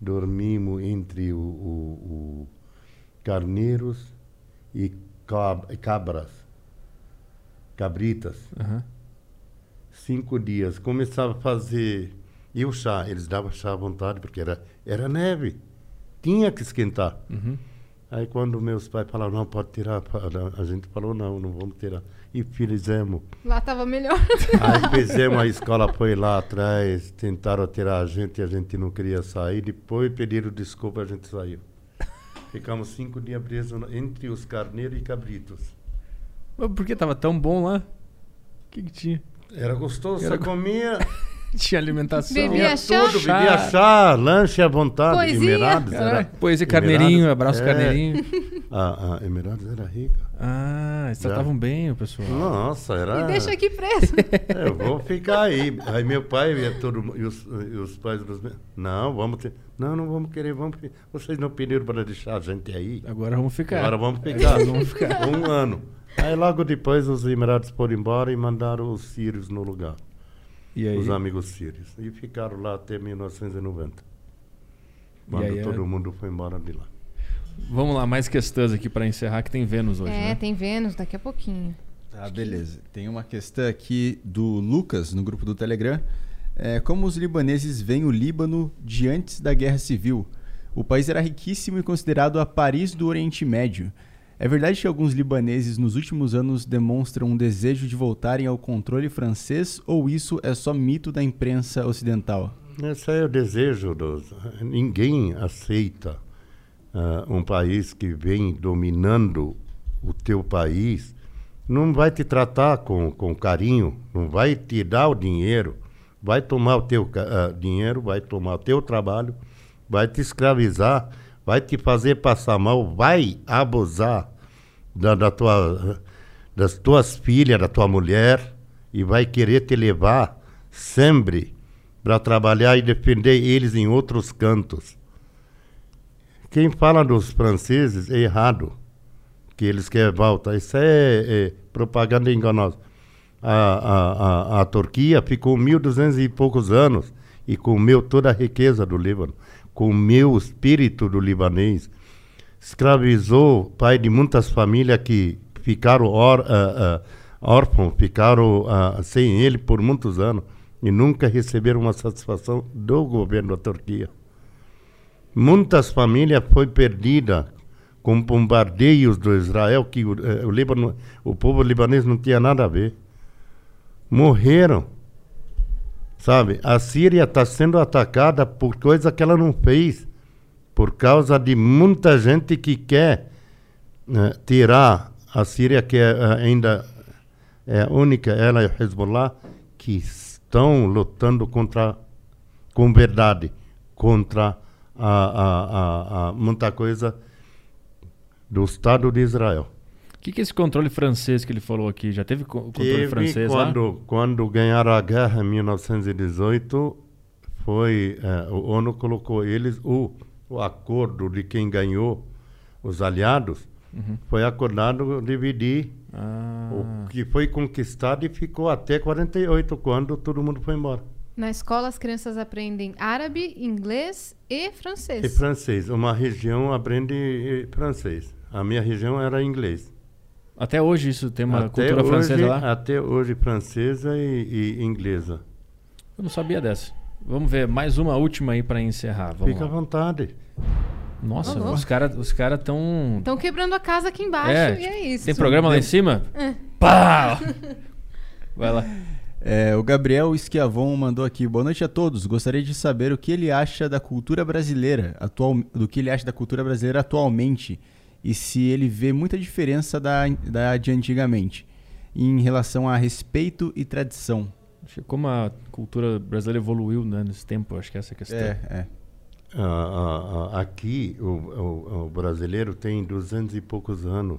Speaker 3: dormimos entre o, o- o carneiros e cab- cabras, cabritas
Speaker 1: Aham.
Speaker 3: cinco dias, começava a fazer. E o chá? Eles davam chá à vontade, porque era, era neve. Tinha que esquentar.
Speaker 1: Uhum.
Speaker 3: Aí quando meus pais falaram, não, pode tirar, pa- a gente falou, não, não vamos tirar. E fizemos.
Speaker 4: Lá tava melhor.
Speaker 3: Aí fizemos, a escola foi lá atrás, tentaram tirar a gente, a gente não queria sair. Depois pediram desculpa, a gente saiu. Ficamos cinco dias presos na- entre os carneiros e cabritos.
Speaker 1: Mas por que tava tão bom lá? O que, que tinha?
Speaker 3: Era gostoso,
Speaker 1: Era
Speaker 3: você
Speaker 1: go-
Speaker 3: comia...
Speaker 1: Tinha alimentação.
Speaker 4: Bebia
Speaker 3: Tinha
Speaker 4: chá?
Speaker 3: tudo, bebia chá, lanche à vontade.
Speaker 4: Poesia.
Speaker 3: Emirados
Speaker 1: Cara,
Speaker 3: era.
Speaker 1: poesia carneirinho,
Speaker 3: Emirados-
Speaker 1: abraço
Speaker 3: é.
Speaker 1: carneirinho.
Speaker 3: A, a Emirados era rica.
Speaker 1: Ah, eles
Speaker 3: Já.
Speaker 1: tratavam bem o pessoal.
Speaker 3: Nossa, era.
Speaker 4: Me deixa aqui preso.
Speaker 3: É, Eu vou ficar aí. Aí meu pai e, todo, mu- e, os, e os pais dos meus. Não, vamos ter. Não, não vamos querer. Vamos, fi- vocês não pediram para deixar a gente aí.
Speaker 1: Agora vamos ficar.
Speaker 3: Agora vamos ficar.
Speaker 1: Agora vamos ficar.
Speaker 3: Um ano. Aí logo depois os Emirados foram embora e mandaram os sírios no lugar.
Speaker 1: E aí?
Speaker 3: Os amigos sírios. E ficaram lá até 1990.
Speaker 1: E
Speaker 3: Quando
Speaker 1: aí é-
Speaker 3: todo mundo foi embora de lá.
Speaker 1: Vamos lá, mais questões aqui pra encerrar, que tem Vênus hoje,
Speaker 4: é,
Speaker 1: né?
Speaker 4: tem Vênus daqui a pouquinho.
Speaker 2: Tá, beleza. Tem uma questão aqui do Lucas, no grupo do Telegram. É, como os libaneses veem o Líbano diante da guerra civil? O país era riquíssimo e considerado a Paris do Oriente Médio. É verdade que alguns libaneses nos últimos anos demonstram um desejo de voltarem ao controle francês ou isso é só mito da imprensa ocidental?
Speaker 3: Esse é o desejo dos. Ninguém aceita ah, um país que vem dominando o teu país. Não vai te tratar com, com carinho, não vai te dar o dinheiro, vai tomar o teu ca- ah, dinheiro, vai tomar o teu trabalho, vai te escravizar, vai te fazer passar mal, vai abusar da, da tua, das tuas filhas, da tua mulher, e vai querer te levar sempre para trabalhar e defender eles em outros cantos. Quem fala dos franceses é errado, que eles querem volta. Isso é, é propaganda enganosa. A, a, a, a Turquia ficou 1.200 e poucos anos e comeu toda a riqueza do Líbano, comeu o espírito do libanês, escravizou pai de muitas famílias que ficaram or, ah, ah, órfãos, ficaram ah, sem ele por muitos anos e nunca receberam uma satisfação do governo da Turquia. Muitas famílias foi perdida com bombardeios do Israel que o, eh, o, Líbano, o povo libanês não tinha nada a ver. Morreram. Sabe, a Síria está sendo atacada por coisa que ela não fez, por causa de muita gente que quer né, tirar a Síria, que é, eh, ainda é a única, ela e o Hezbollah, que estão lutando contra, com verdade, contra a, a, a, a muita coisa do Estado de Israel.
Speaker 1: O que, que é esse controle francês que ele falou aqui? Já teve co- controle
Speaker 3: Teve
Speaker 1: francês lá?
Speaker 3: quando, quando ganharam a guerra em 1918, foi, eh, o ONU colocou eles, o, o acordo de quem ganhou os aliados,
Speaker 1: Uhum.
Speaker 3: foi acordado dividir
Speaker 1: Ah,
Speaker 3: o que foi conquistado e ficou até 48, quando todo mundo foi embora.
Speaker 4: Na escola, as crianças aprendem árabe, inglês e francês.
Speaker 3: E francês, uma região aprende eh, francês. A minha região era inglês.
Speaker 1: Até hoje isso tem uma
Speaker 3: até
Speaker 1: cultura
Speaker 3: hoje,
Speaker 1: francesa lá?
Speaker 3: Até hoje francesa e, e inglesa.
Speaker 1: Eu não sabia dessa. Vamos ver, mais uma última aí pra encerrar. Vamos
Speaker 3: Fica à
Speaker 1: lá.
Speaker 3: vontade.
Speaker 1: Nossa,
Speaker 4: Alô?
Speaker 1: os caras os cara tão...
Speaker 4: Estão quebrando a casa aqui embaixo
Speaker 1: É,
Speaker 4: e Então é isso. É.
Speaker 1: Tem programa lá em cima? Pá! Vai lá.
Speaker 2: É, o Gabriel Esquiavon mandou aqui. Boa noite a todos. Gostaria de saber o que ele acha da cultura brasileira, atual, do que ele acha da cultura brasileira atualmente e se ele vê muita diferença da, da de antigamente em relação a respeito e tradição.
Speaker 1: Acho que Como a cultura brasileira evoluiu né, nesse tempo, acho que essa é a questão.
Speaker 2: É, é.
Speaker 3: Ah, ah, ah, aqui, o, o- o brasileiro tem 200 e poucos anos.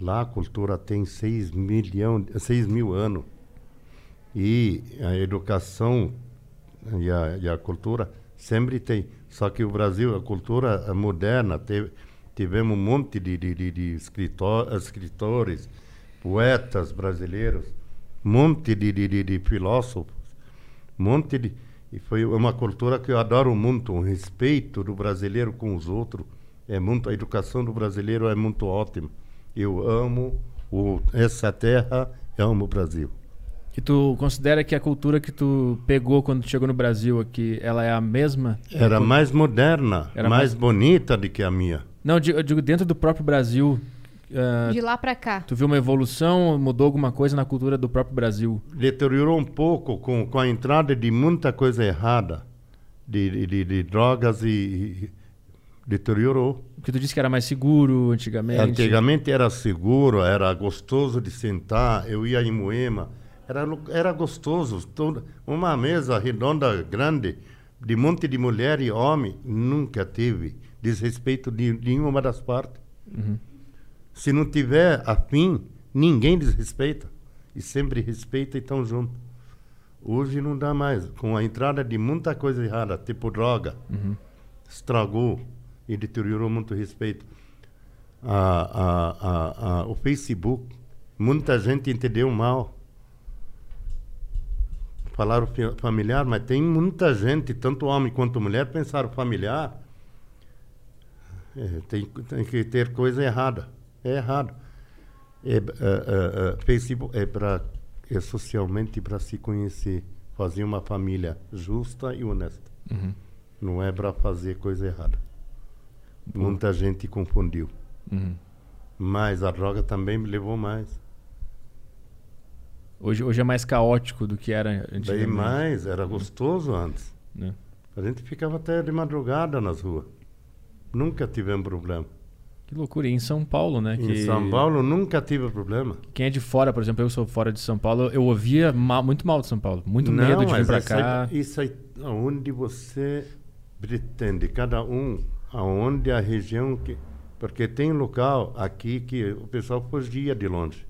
Speaker 3: Lá a cultura tem 6, milhão, 6 mil anos. E a educação e a, e a cultura sempre tem. Só que o Brasil, a cultura eh, moderna, teve, tivemos um monte de, de, de, de escritor, escritores, poetas brasileiros, um monte de, de, de, de filósofos monte de e foi uma cultura que eu adoro muito o respeito do brasileiro com os outros é muito a educação do brasileiro é muito ótima eu amo o, essa terra eu amo o Brasil
Speaker 1: E tu considera que a cultura que tu pegou quando chegou no Brasil aqui, ela é a mesma?
Speaker 3: era mais moderna
Speaker 1: Era
Speaker 3: mais,
Speaker 1: mais-
Speaker 3: bonita do que a minha
Speaker 1: Não, eu digo, eu digo dentro do próprio Brasil, ah,
Speaker 4: De lá pra cá.
Speaker 1: tu viu uma evolução, mudou alguma coisa na cultura do próprio Brasil?
Speaker 3: deteriorou um pouco com, com a entrada de muita coisa errada de, de, de, de drogas e, e deteriorou
Speaker 1: Porque tu disse que era mais seguro antigamente.
Speaker 3: Antigamente era seguro, era gostoso de sentar. Eu ia em Moema, era, lu- era gostoso. Toda, uma mesa redonda, grande, de monte de mulher e homem, nunca teve desrespeito de nenhuma das partes. Se não tiver afim, ninguém desrespeita. E sempre respeita e estão juntos. Hoje não dá mais. Com a entrada de muita coisa errada, tipo droga, estragou e deteriorou muito o respeito. Ah, ah, ah, ah, o Facebook, muita gente entendeu mal. Falaram fi- familiar, mas tem muita gente, tanto homem quanto mulher, pensaram familiar. É, tem, tem que ter coisa errada. É errado. É, b- é, é, é, Facebook é, pra, é socialmente para se conhecer, fazer uma família justa e honesta. Não é para fazer coisa errada. Muita gente confundiu.
Speaker 1: Uhum.
Speaker 3: Mas a droga também me levou mais.
Speaker 1: Hoje, hoje é mais caótico do que era
Speaker 3: Bem
Speaker 1: antigamente.
Speaker 3: mais, era gostoso antes.
Speaker 1: né?
Speaker 3: A gente ficava até de madrugada nas ruas. Nunca tivemos problema.
Speaker 1: Que loucura. E em São Paulo, né? que-
Speaker 3: Em São Paulo nunca tive problema.
Speaker 1: Quem é de fora, por exemplo, eu sou fora de São Paulo, eu ouvia ma- muito mal de São Paulo. Muito medo de vir
Speaker 3: mas
Speaker 1: pra
Speaker 3: isso
Speaker 1: cá.
Speaker 3: aí- Isso aí, aonde você pretende, cada um, aonde a região que. Porque tem local aqui que o pessoal fugia de longe.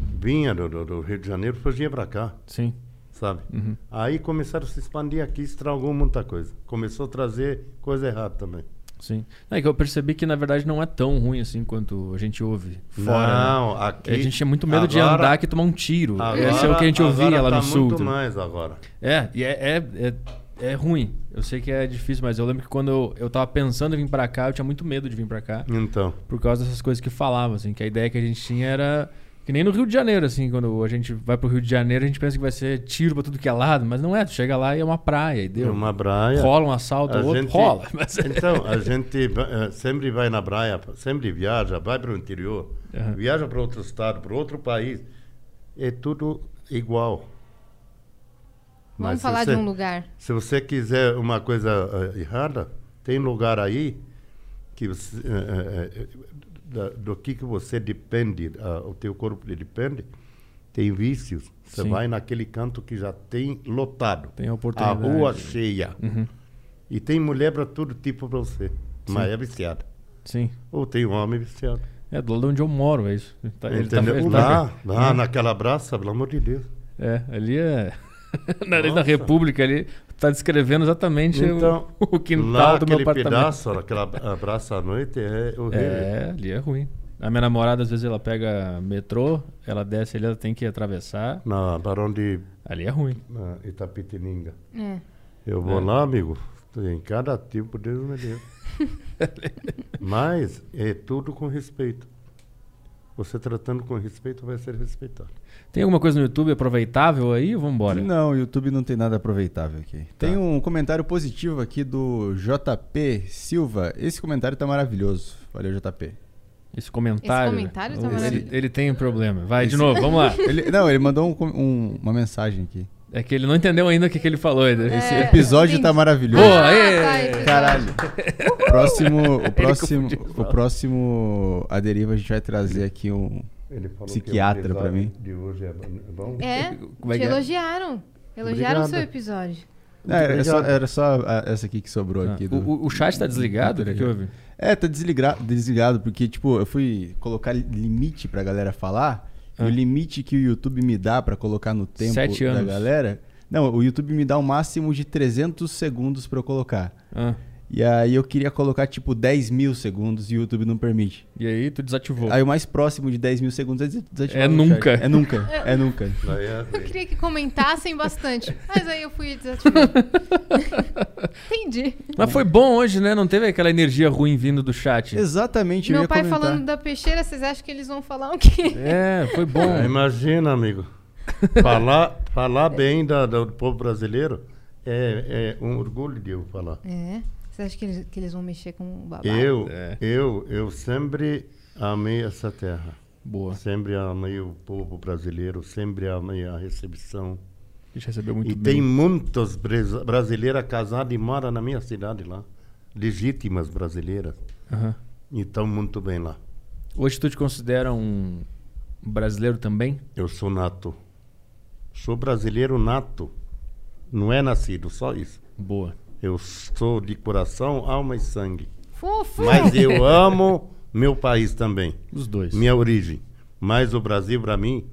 Speaker 3: Vinha do, do- do Rio de Janeiro, fugia para cá.
Speaker 1: Sim.
Speaker 3: sabe?
Speaker 1: Uhum.
Speaker 3: Aí começaram a se expandir aqui, estragou muita coisa. Começou a trazer coisa errada também.
Speaker 1: Sim. É que eu percebi que, na verdade, não é tão ruim assim quanto a gente ouve fora. né?
Speaker 3: Não, aqui.
Speaker 1: A gente tinha muito medo de
Speaker 3: agora-
Speaker 1: andar que tomar um tiro.
Speaker 3: agora-
Speaker 1: Esse é o que a gente
Speaker 3: agora
Speaker 1: ouvia lá
Speaker 3: tá
Speaker 1: no sul.
Speaker 3: muito
Speaker 1: tá?
Speaker 3: mais agora.
Speaker 1: É, e é, é, é é ruim. Eu sei que é difícil, mas eu lembro que quando eu, eu tava pensando em vir pra cá, eu tinha muito medo de vir pra cá.
Speaker 3: Então.
Speaker 1: Por causa dessas coisas que falavam, assim. Que a ideia que a gente tinha era... Que nem no Rio de Janeiro, assim. Quando a gente vai pro Rio de Janeiro, a gente pensa que vai ser tiro pra tudo que é lado. Mas não é. Tu chega lá e é uma praia. E
Speaker 3: É
Speaker 1: deu.
Speaker 3: uma praia.
Speaker 1: Rola um assalto,
Speaker 3: A
Speaker 1: outro
Speaker 3: gente-
Speaker 1: rola. Mas... é
Speaker 3: Então, a gente va- eh, sempre vai na praia, sempre viaja, vai para o interior,
Speaker 1: Aham.
Speaker 3: viaja para outro estado, para outro país. É tudo igual.
Speaker 4: Vamos
Speaker 3: Mas é
Speaker 4: falar
Speaker 3: você-
Speaker 4: de um lugar.
Speaker 3: Se você quiser uma coisa eh, errada, tem lugar aí que você, eh, eh, eh, da- do que que você depende, ah, o teu corpo depende, tem vícios. Você
Speaker 1: Sim.
Speaker 3: vai naquele canto que já tem lotado.
Speaker 1: Tem
Speaker 3: A
Speaker 1: oportunidade. Uhum.
Speaker 3: rua cheia. E tem mulher para todo tipo para você. Mas é viciada.
Speaker 1: Sim.
Speaker 3: Ou tem um homem viciado.
Speaker 1: É do lado onde eu moro, é isso. Ele tá- ele tá-
Speaker 3: Entendeu?
Speaker 1: ele tá-
Speaker 3: lá, lá naquela braça, pelo amor de Deus.
Speaker 1: É, ali é. na Areia da
Speaker 3: Nossa.
Speaker 1: República ali, tá descrevendo exatamente o-
Speaker 3: Então,
Speaker 1: o, quintal
Speaker 3: lá
Speaker 1: do meu
Speaker 3: aquele
Speaker 1: apartamento.
Speaker 3: pedaço, aquela ah, braça à noite é horrível.
Speaker 1: É, ali é ruim. A minha namorada, às vezes, ela pega metrô, ela desce ali, ela tem que atravessar.
Speaker 3: Na Barão de
Speaker 1: Ali é ruim.
Speaker 3: ah, Itapetininga.
Speaker 4: É.
Speaker 3: Eu vou lá, amigo. Em cada tipo, Deus me livre. Mas é tudo com respeito. Você tratando com respeito vai ser respeitado.
Speaker 1: Tem alguma coisa no YouTube aproveitável aí? Vambora.
Speaker 2: Não, o YouTube não tem nada aproveitável aqui. Tem um comentário positivo aqui do JP Silva. Esse comentário tá maravilhoso. Valeu, JP.
Speaker 1: Esse comentário.
Speaker 4: Esse comentário tá
Speaker 1: Ele-
Speaker 4: maravilhoso.
Speaker 1: ele, tem um problema. Vai, de
Speaker 2: Esse-
Speaker 1: novo, vamos lá.
Speaker 2: Ele- não, ele mandou um com- um- uma mensagem aqui.
Speaker 1: É que ele não entendeu ainda o que, que ele falou. Ele-
Speaker 2: Esse
Speaker 4: É, tá,
Speaker 2: episódio
Speaker 4: entendi.
Speaker 2: tá maravilhoso.
Speaker 1: Boa, aê! Ah.
Speaker 4: esse
Speaker 2: Caralho. Próximo, o próximo,
Speaker 1: confundiu.
Speaker 2: o próximo a deriva a gente vai trazer aqui um
Speaker 3: Ele falou
Speaker 2: Psiquiatra
Speaker 3: que o
Speaker 2: pra mim.
Speaker 3: De hoje é bom.
Speaker 4: É,
Speaker 1: Como é
Speaker 4: te
Speaker 1: que é?
Speaker 4: elogiaram. Elogiaram o seu
Speaker 3: Obrigado.
Speaker 4: episódio.
Speaker 2: Não, era, só,
Speaker 3: obrigado.
Speaker 2: era só a- essa aqui que sobrou
Speaker 1: Ah,
Speaker 2: aqui.
Speaker 1: o,
Speaker 2: do-
Speaker 1: o- o chat tá desligado? O que que houve?
Speaker 2: É, tá desligra- desligado, porque, tipo, eu fui colocar li- limite pra galera falar.
Speaker 1: Ah.
Speaker 2: E o limite que o YouTube me dá pra colocar no tempo
Speaker 1: Sete
Speaker 2: da
Speaker 1: anos.
Speaker 2: galera. Não, o YouTube me dá o máximo de 300 segundos pra eu colocar.
Speaker 1: Ah,
Speaker 2: E aí eu queria colocar, tipo, 10 mil segundos e o YouTube não permite.
Speaker 1: e aí, tu desativou.
Speaker 2: Aí o mais próximo de 10 mil segundos é des- desativar
Speaker 1: É
Speaker 2: o chat.
Speaker 1: nunca.
Speaker 2: É nunca. É nunca.
Speaker 3: Daí é assim.
Speaker 4: Eu queria que comentassem bastante, mas aí eu fui desativando. Entendi.
Speaker 1: Mas foi bom hoje, né? Não teve aquela energia ruim vindo do chat.
Speaker 2: Exatamente. eu
Speaker 4: Meu
Speaker 2: ia
Speaker 4: pai
Speaker 2: comentar.
Speaker 4: falando da peixeira, vocês acham que eles vão falar o quê?
Speaker 1: É, foi bom.
Speaker 3: Ah, Imagina, amigo. Falar, falar bem da, do povo brasileiro é, é um orgulho de eu falar.
Speaker 4: É. Vocês acham que eles, que eles vão mexer com o babado?
Speaker 3: Eu,
Speaker 1: É.
Speaker 3: eu, eu sempre amei essa terra.
Speaker 1: Boa.
Speaker 3: Sempre amei o povo brasileiro, sempre amei a recepção.
Speaker 1: A gente recebeu muito
Speaker 3: e
Speaker 1: bem.
Speaker 3: tem muitos bres- brasileiras casadas e moram na minha cidade lá. Legítimas brasileiras.
Speaker 1: Aham.
Speaker 3: E estão muito bem lá.
Speaker 1: Hoje tu te considera um brasileiro também?
Speaker 3: Eu sou nato. Sou brasileiro nato. Não é nascido, só isso.
Speaker 1: Boa.
Speaker 3: Eu sou de coração, alma e sangue.
Speaker 4: Fofo!
Speaker 3: Mas eu amo meu país também,
Speaker 1: Os dois.
Speaker 3: minha origem. Mas o Brasil, para mim,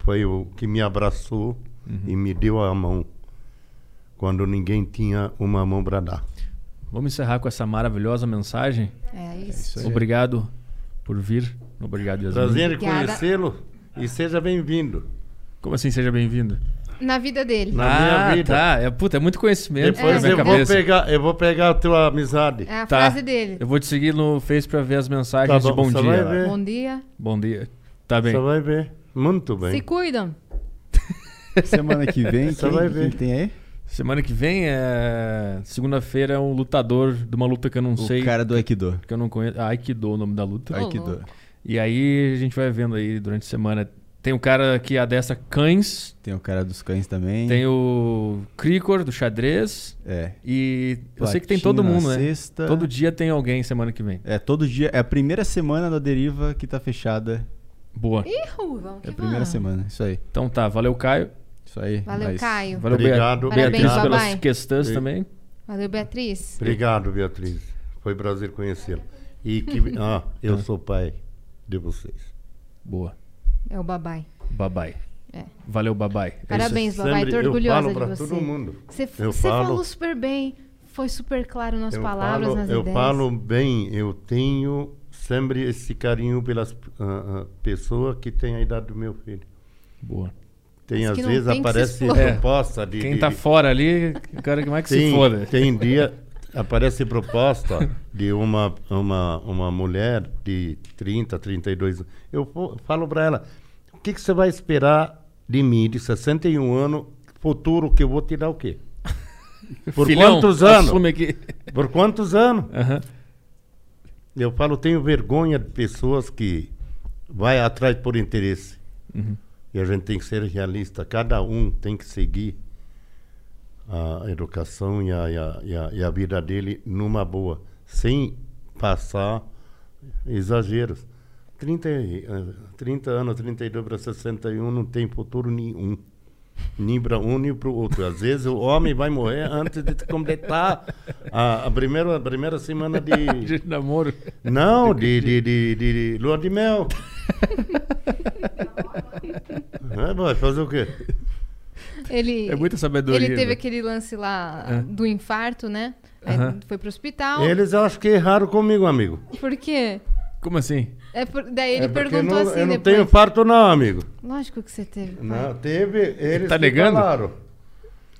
Speaker 3: foi o que me abraçou
Speaker 1: Uhum.
Speaker 3: e me deu a mão quando ninguém tinha uma mão para dar.
Speaker 1: Vamos encerrar com essa maravilhosa mensagem.
Speaker 4: É isso.
Speaker 2: Isso aí.
Speaker 1: Obrigado por vir. Obrigado, Yasmin.
Speaker 3: Prazer em
Speaker 4: Obrigada.
Speaker 3: conhecê-lo e seja bem-vindo
Speaker 1: Como assim? Seja bem-vindo.
Speaker 4: Na vida dele.
Speaker 3: na minha vida.
Speaker 1: tá. É, puta, é muito conhecimento.
Speaker 3: Depois
Speaker 1: na minha
Speaker 3: eu, vou
Speaker 1: cabeça.
Speaker 3: pegar, eu vou pegar a tua amizade.
Speaker 4: É a
Speaker 1: Tá.
Speaker 4: frase dele.
Speaker 1: Eu vou te seguir no Face pra ver as mensagens
Speaker 3: Tá
Speaker 1: de
Speaker 3: bom,
Speaker 1: bom
Speaker 3: só
Speaker 1: dia.
Speaker 3: vai
Speaker 1: lá.
Speaker 3: ver.
Speaker 4: Bom dia.
Speaker 1: Bom dia. Tá bem.
Speaker 3: Você vai ver. Muito bem.
Speaker 4: Se cuidam.
Speaker 2: Semana que vem,
Speaker 3: Você
Speaker 2: quem,
Speaker 3: vai
Speaker 2: quem
Speaker 3: ver.
Speaker 2: tem aí?
Speaker 1: Semana que vem é. Segunda-feira é um lutador de uma luta que eu não sei.
Speaker 2: O cara do Aikido.
Speaker 1: Que eu não conheço. Ah, Aikido é o nome da luta.
Speaker 4: Ai.
Speaker 2: Aikido.
Speaker 4: louco.
Speaker 1: E aí a gente vai vendo aí durante a semana. Tem o cara que adestra cães,
Speaker 2: Tem o cara dos cães também.
Speaker 1: tem o Cricor do xadrez
Speaker 2: É.
Speaker 1: e eu sei que tem
Speaker 2: Platino
Speaker 1: todo
Speaker 2: na
Speaker 1: mundo, né?
Speaker 2: Sexta.
Speaker 1: Todo dia tem alguém semana que vem.
Speaker 2: É, todo dia. É a primeira semana da deriva que tá fechada.
Speaker 1: Boa.
Speaker 4: Ih, Ru, vamos que
Speaker 2: É a primeira
Speaker 4: vamos.
Speaker 2: semana. Isso aí.
Speaker 1: Então tá, valeu Caio,
Speaker 2: Isso aí.
Speaker 4: Ah.
Speaker 2: é
Speaker 4: Valeu,
Speaker 2: Mas-
Speaker 4: Caio.
Speaker 1: valeu Bea-
Speaker 3: Obrigado,
Speaker 1: Beatriz
Speaker 4: obrigado.
Speaker 1: pelas
Speaker 4: Babai.
Speaker 1: questões
Speaker 3: Sim.
Speaker 1: também.
Speaker 4: Valeu, Beatriz.
Speaker 3: Obrigado, Beatriz. Foi prazer conhecê-lo. E que ah, eu sou pai de vocês.
Speaker 1: Boa.
Speaker 4: É o babai.
Speaker 1: Babai.
Speaker 4: É.
Speaker 1: Valeu babai. É isso aí.
Speaker 4: Parabéns, babai. Tô
Speaker 3: Sempre eu
Speaker 4: orgulhosa
Speaker 3: falo
Speaker 4: de
Speaker 3: para
Speaker 4: você.
Speaker 3: todo mundo.
Speaker 4: Você
Speaker 3: Eu
Speaker 4: você falou
Speaker 3: falo-
Speaker 4: super bem. Foi super claro nas
Speaker 3: eu
Speaker 4: palavras,
Speaker 3: falo,
Speaker 4: nas
Speaker 3: eu
Speaker 4: ideias.
Speaker 3: falo bem, eu tenho sempre esse carinho pelas ah, ah, pessoas que têm a idade do meu filho.
Speaker 1: Boa.
Speaker 3: Tem,
Speaker 4: Mas
Speaker 3: às
Speaker 4: que não
Speaker 3: vezes,
Speaker 4: tem que se
Speaker 3: aparece
Speaker 4: expor.
Speaker 1: É.
Speaker 3: proposta de.
Speaker 1: Quem
Speaker 3: de-
Speaker 1: tá fora ali, o cara que mais que
Speaker 3: tem,
Speaker 1: se foda.
Speaker 3: Tem dia. Aparece proposta de uma, uma, uma mulher de 30, 32 anos. Eu fo- falo para ela: o que, que você vai esperar de mim, de 61 anos, futuro, que eu vou te dar o quê? Por
Speaker 1: Filhão,
Speaker 3: quantos anos?
Speaker 1: Assume aqui.
Speaker 3: Por quantos anos?
Speaker 1: Aham.
Speaker 3: Eu falo, tenho vergonha de pessoas que vai atrás por interesse. E a gente tem que ser realista. Cada um tem que seguir a educação e a, e a, e a, e a vida dele numa boa, sem passar exageros. 30, e, eh, 30 anos, 32 para 61 não tem futuro nenhum. Nem para um, nem para o outro. Às vezes o homem vai morrer antes de completar a, a primeira, a primeira semana de,
Speaker 1: De namoro.
Speaker 3: não, de, de, de, de, de lua de mel. é, vai fazer o quê?
Speaker 4: Ele,
Speaker 1: É muita sabedoria.
Speaker 4: ele teve
Speaker 1: né?
Speaker 4: aquele lance lá
Speaker 1: É.
Speaker 4: do infarto, né? Aí
Speaker 1: Aham.
Speaker 4: Foi pro hospital.
Speaker 3: Eles acham que erraram comigo, amigo.
Speaker 4: Por quê?
Speaker 1: Como assim?
Speaker 4: É por- Daí ele
Speaker 3: É porque
Speaker 4: perguntou
Speaker 3: não-
Speaker 4: assim
Speaker 3: Eu não
Speaker 4: depois. Ah.
Speaker 3: tenho farto não, amigo.
Speaker 4: Lógico que você teve. pai.
Speaker 3: Não, teve, eles
Speaker 1: Tá
Speaker 3: que
Speaker 1: negando?
Speaker 3: falaram.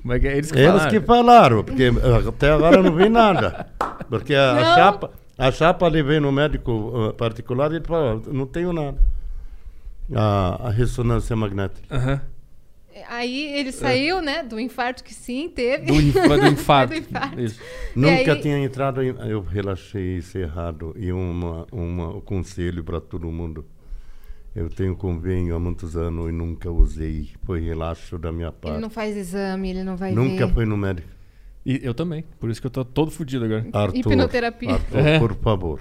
Speaker 1: Como é que é? Eles que
Speaker 3: Eles
Speaker 1: falaram.
Speaker 3: que falaram, porque eh, até agora eu não vi nada. Porque a,
Speaker 4: Não.
Speaker 3: chapa, a chapa levei no médico eh, particular e ele falou, não tenho nada. A, a ressonância magnética.
Speaker 1: Aham.
Speaker 4: Aí ele saiu, né? Do infarto que sim, teve.
Speaker 1: Do, inf... do infarto.
Speaker 4: Do infarto.
Speaker 1: Isso.
Speaker 4: E
Speaker 3: Nunca
Speaker 4: aí-
Speaker 3: tinha entrado em... Eu relaxei isso errado. E uma, uma, um conselho para todo mundo. Eu tenho convênio há muitos anos e nunca usei. Foi relaxo da minha
Speaker 4: Ele
Speaker 3: parte.
Speaker 4: não faz exame, ele não vai
Speaker 3: nunca
Speaker 4: ver.
Speaker 3: foi no médico.
Speaker 1: E eu também. Por isso que eu tô todo fudido agora.
Speaker 3: Arthur,
Speaker 4: Hipnoterapia.
Speaker 3: Arthur,
Speaker 1: É.
Speaker 3: por favor.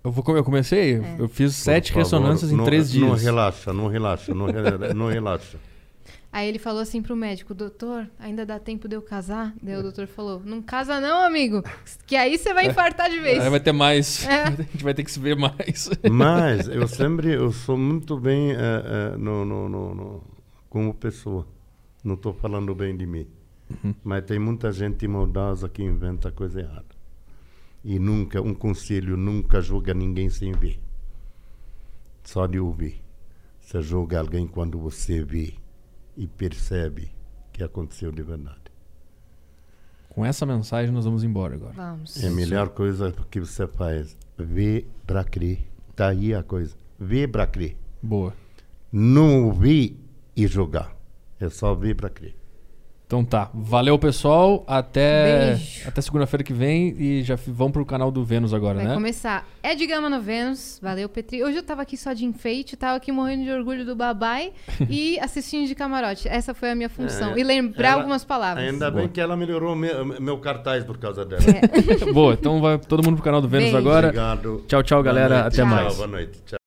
Speaker 3: por
Speaker 1: Eu, vou, come- eu comecei,
Speaker 4: É.
Speaker 1: eu- eu fiz sete
Speaker 3: favor,
Speaker 1: ressonâncias em
Speaker 3: não-
Speaker 1: três
Speaker 3: Não
Speaker 1: dias.
Speaker 3: relaxa, não relaxa, não, re- não relaxa.
Speaker 4: Aí ele falou assim pro médico, doutor, ainda dá tempo de eu casar? Daí o doutor falou, não casa não, amigo, que aí você
Speaker 3: É.
Speaker 4: vai infartar de vez.
Speaker 1: Aí vai ter mais.
Speaker 4: É.
Speaker 1: A gente vai ter que se ver mais.
Speaker 3: Mas eu sempre, eu sou muito bem eh, eh, no, no, no, no- como pessoa. Não estou falando bem de mim. Mas tem muita gente maldosa que inventa coisa errada. E nunca, um conselho nunca julga ninguém sem ver. Só de ouvir. Você julga alguém quando você vê e percebe que aconteceu de verdade.
Speaker 1: Com essa mensagem, nós vamos embora agora.
Speaker 4: Vamos.
Speaker 3: É a melhor coisa que você faz. Vê para crer. Tá aí a coisa. Vê para crer.
Speaker 1: Boa.
Speaker 3: não ouvir e jogar. É só vir para crer.
Speaker 1: Então tá. Valeu, pessoal. Até,
Speaker 4: Beijo.
Speaker 1: até segunda-feira que vem. E já f- vão pro canal do Vênus agora,
Speaker 4: Vai
Speaker 1: né?
Speaker 4: começar. Ed Gama no Vênus, valeu Petri. Hoje eu tava aqui só de enfeite, tava aqui morrendo de orgulho do babai e assistindo de camarote. Essa foi a minha função.
Speaker 3: É,
Speaker 4: e lembrar
Speaker 3: ela-
Speaker 4: algumas palavras.
Speaker 3: Ainda bem que ela melhorou me- meu, cartaz por causa dela.
Speaker 4: É.
Speaker 1: Boa. Então vai todo mundo pro canal do Vênus
Speaker 4: Beijo.
Speaker 1: agora.
Speaker 3: Obrigado.
Speaker 1: Tchau, tchau,
Speaker 3: Boa
Speaker 1: galera.
Speaker 3: noite.
Speaker 1: Até
Speaker 3: Tchau,
Speaker 1: mais.
Speaker 3: Boa noite. Tchau.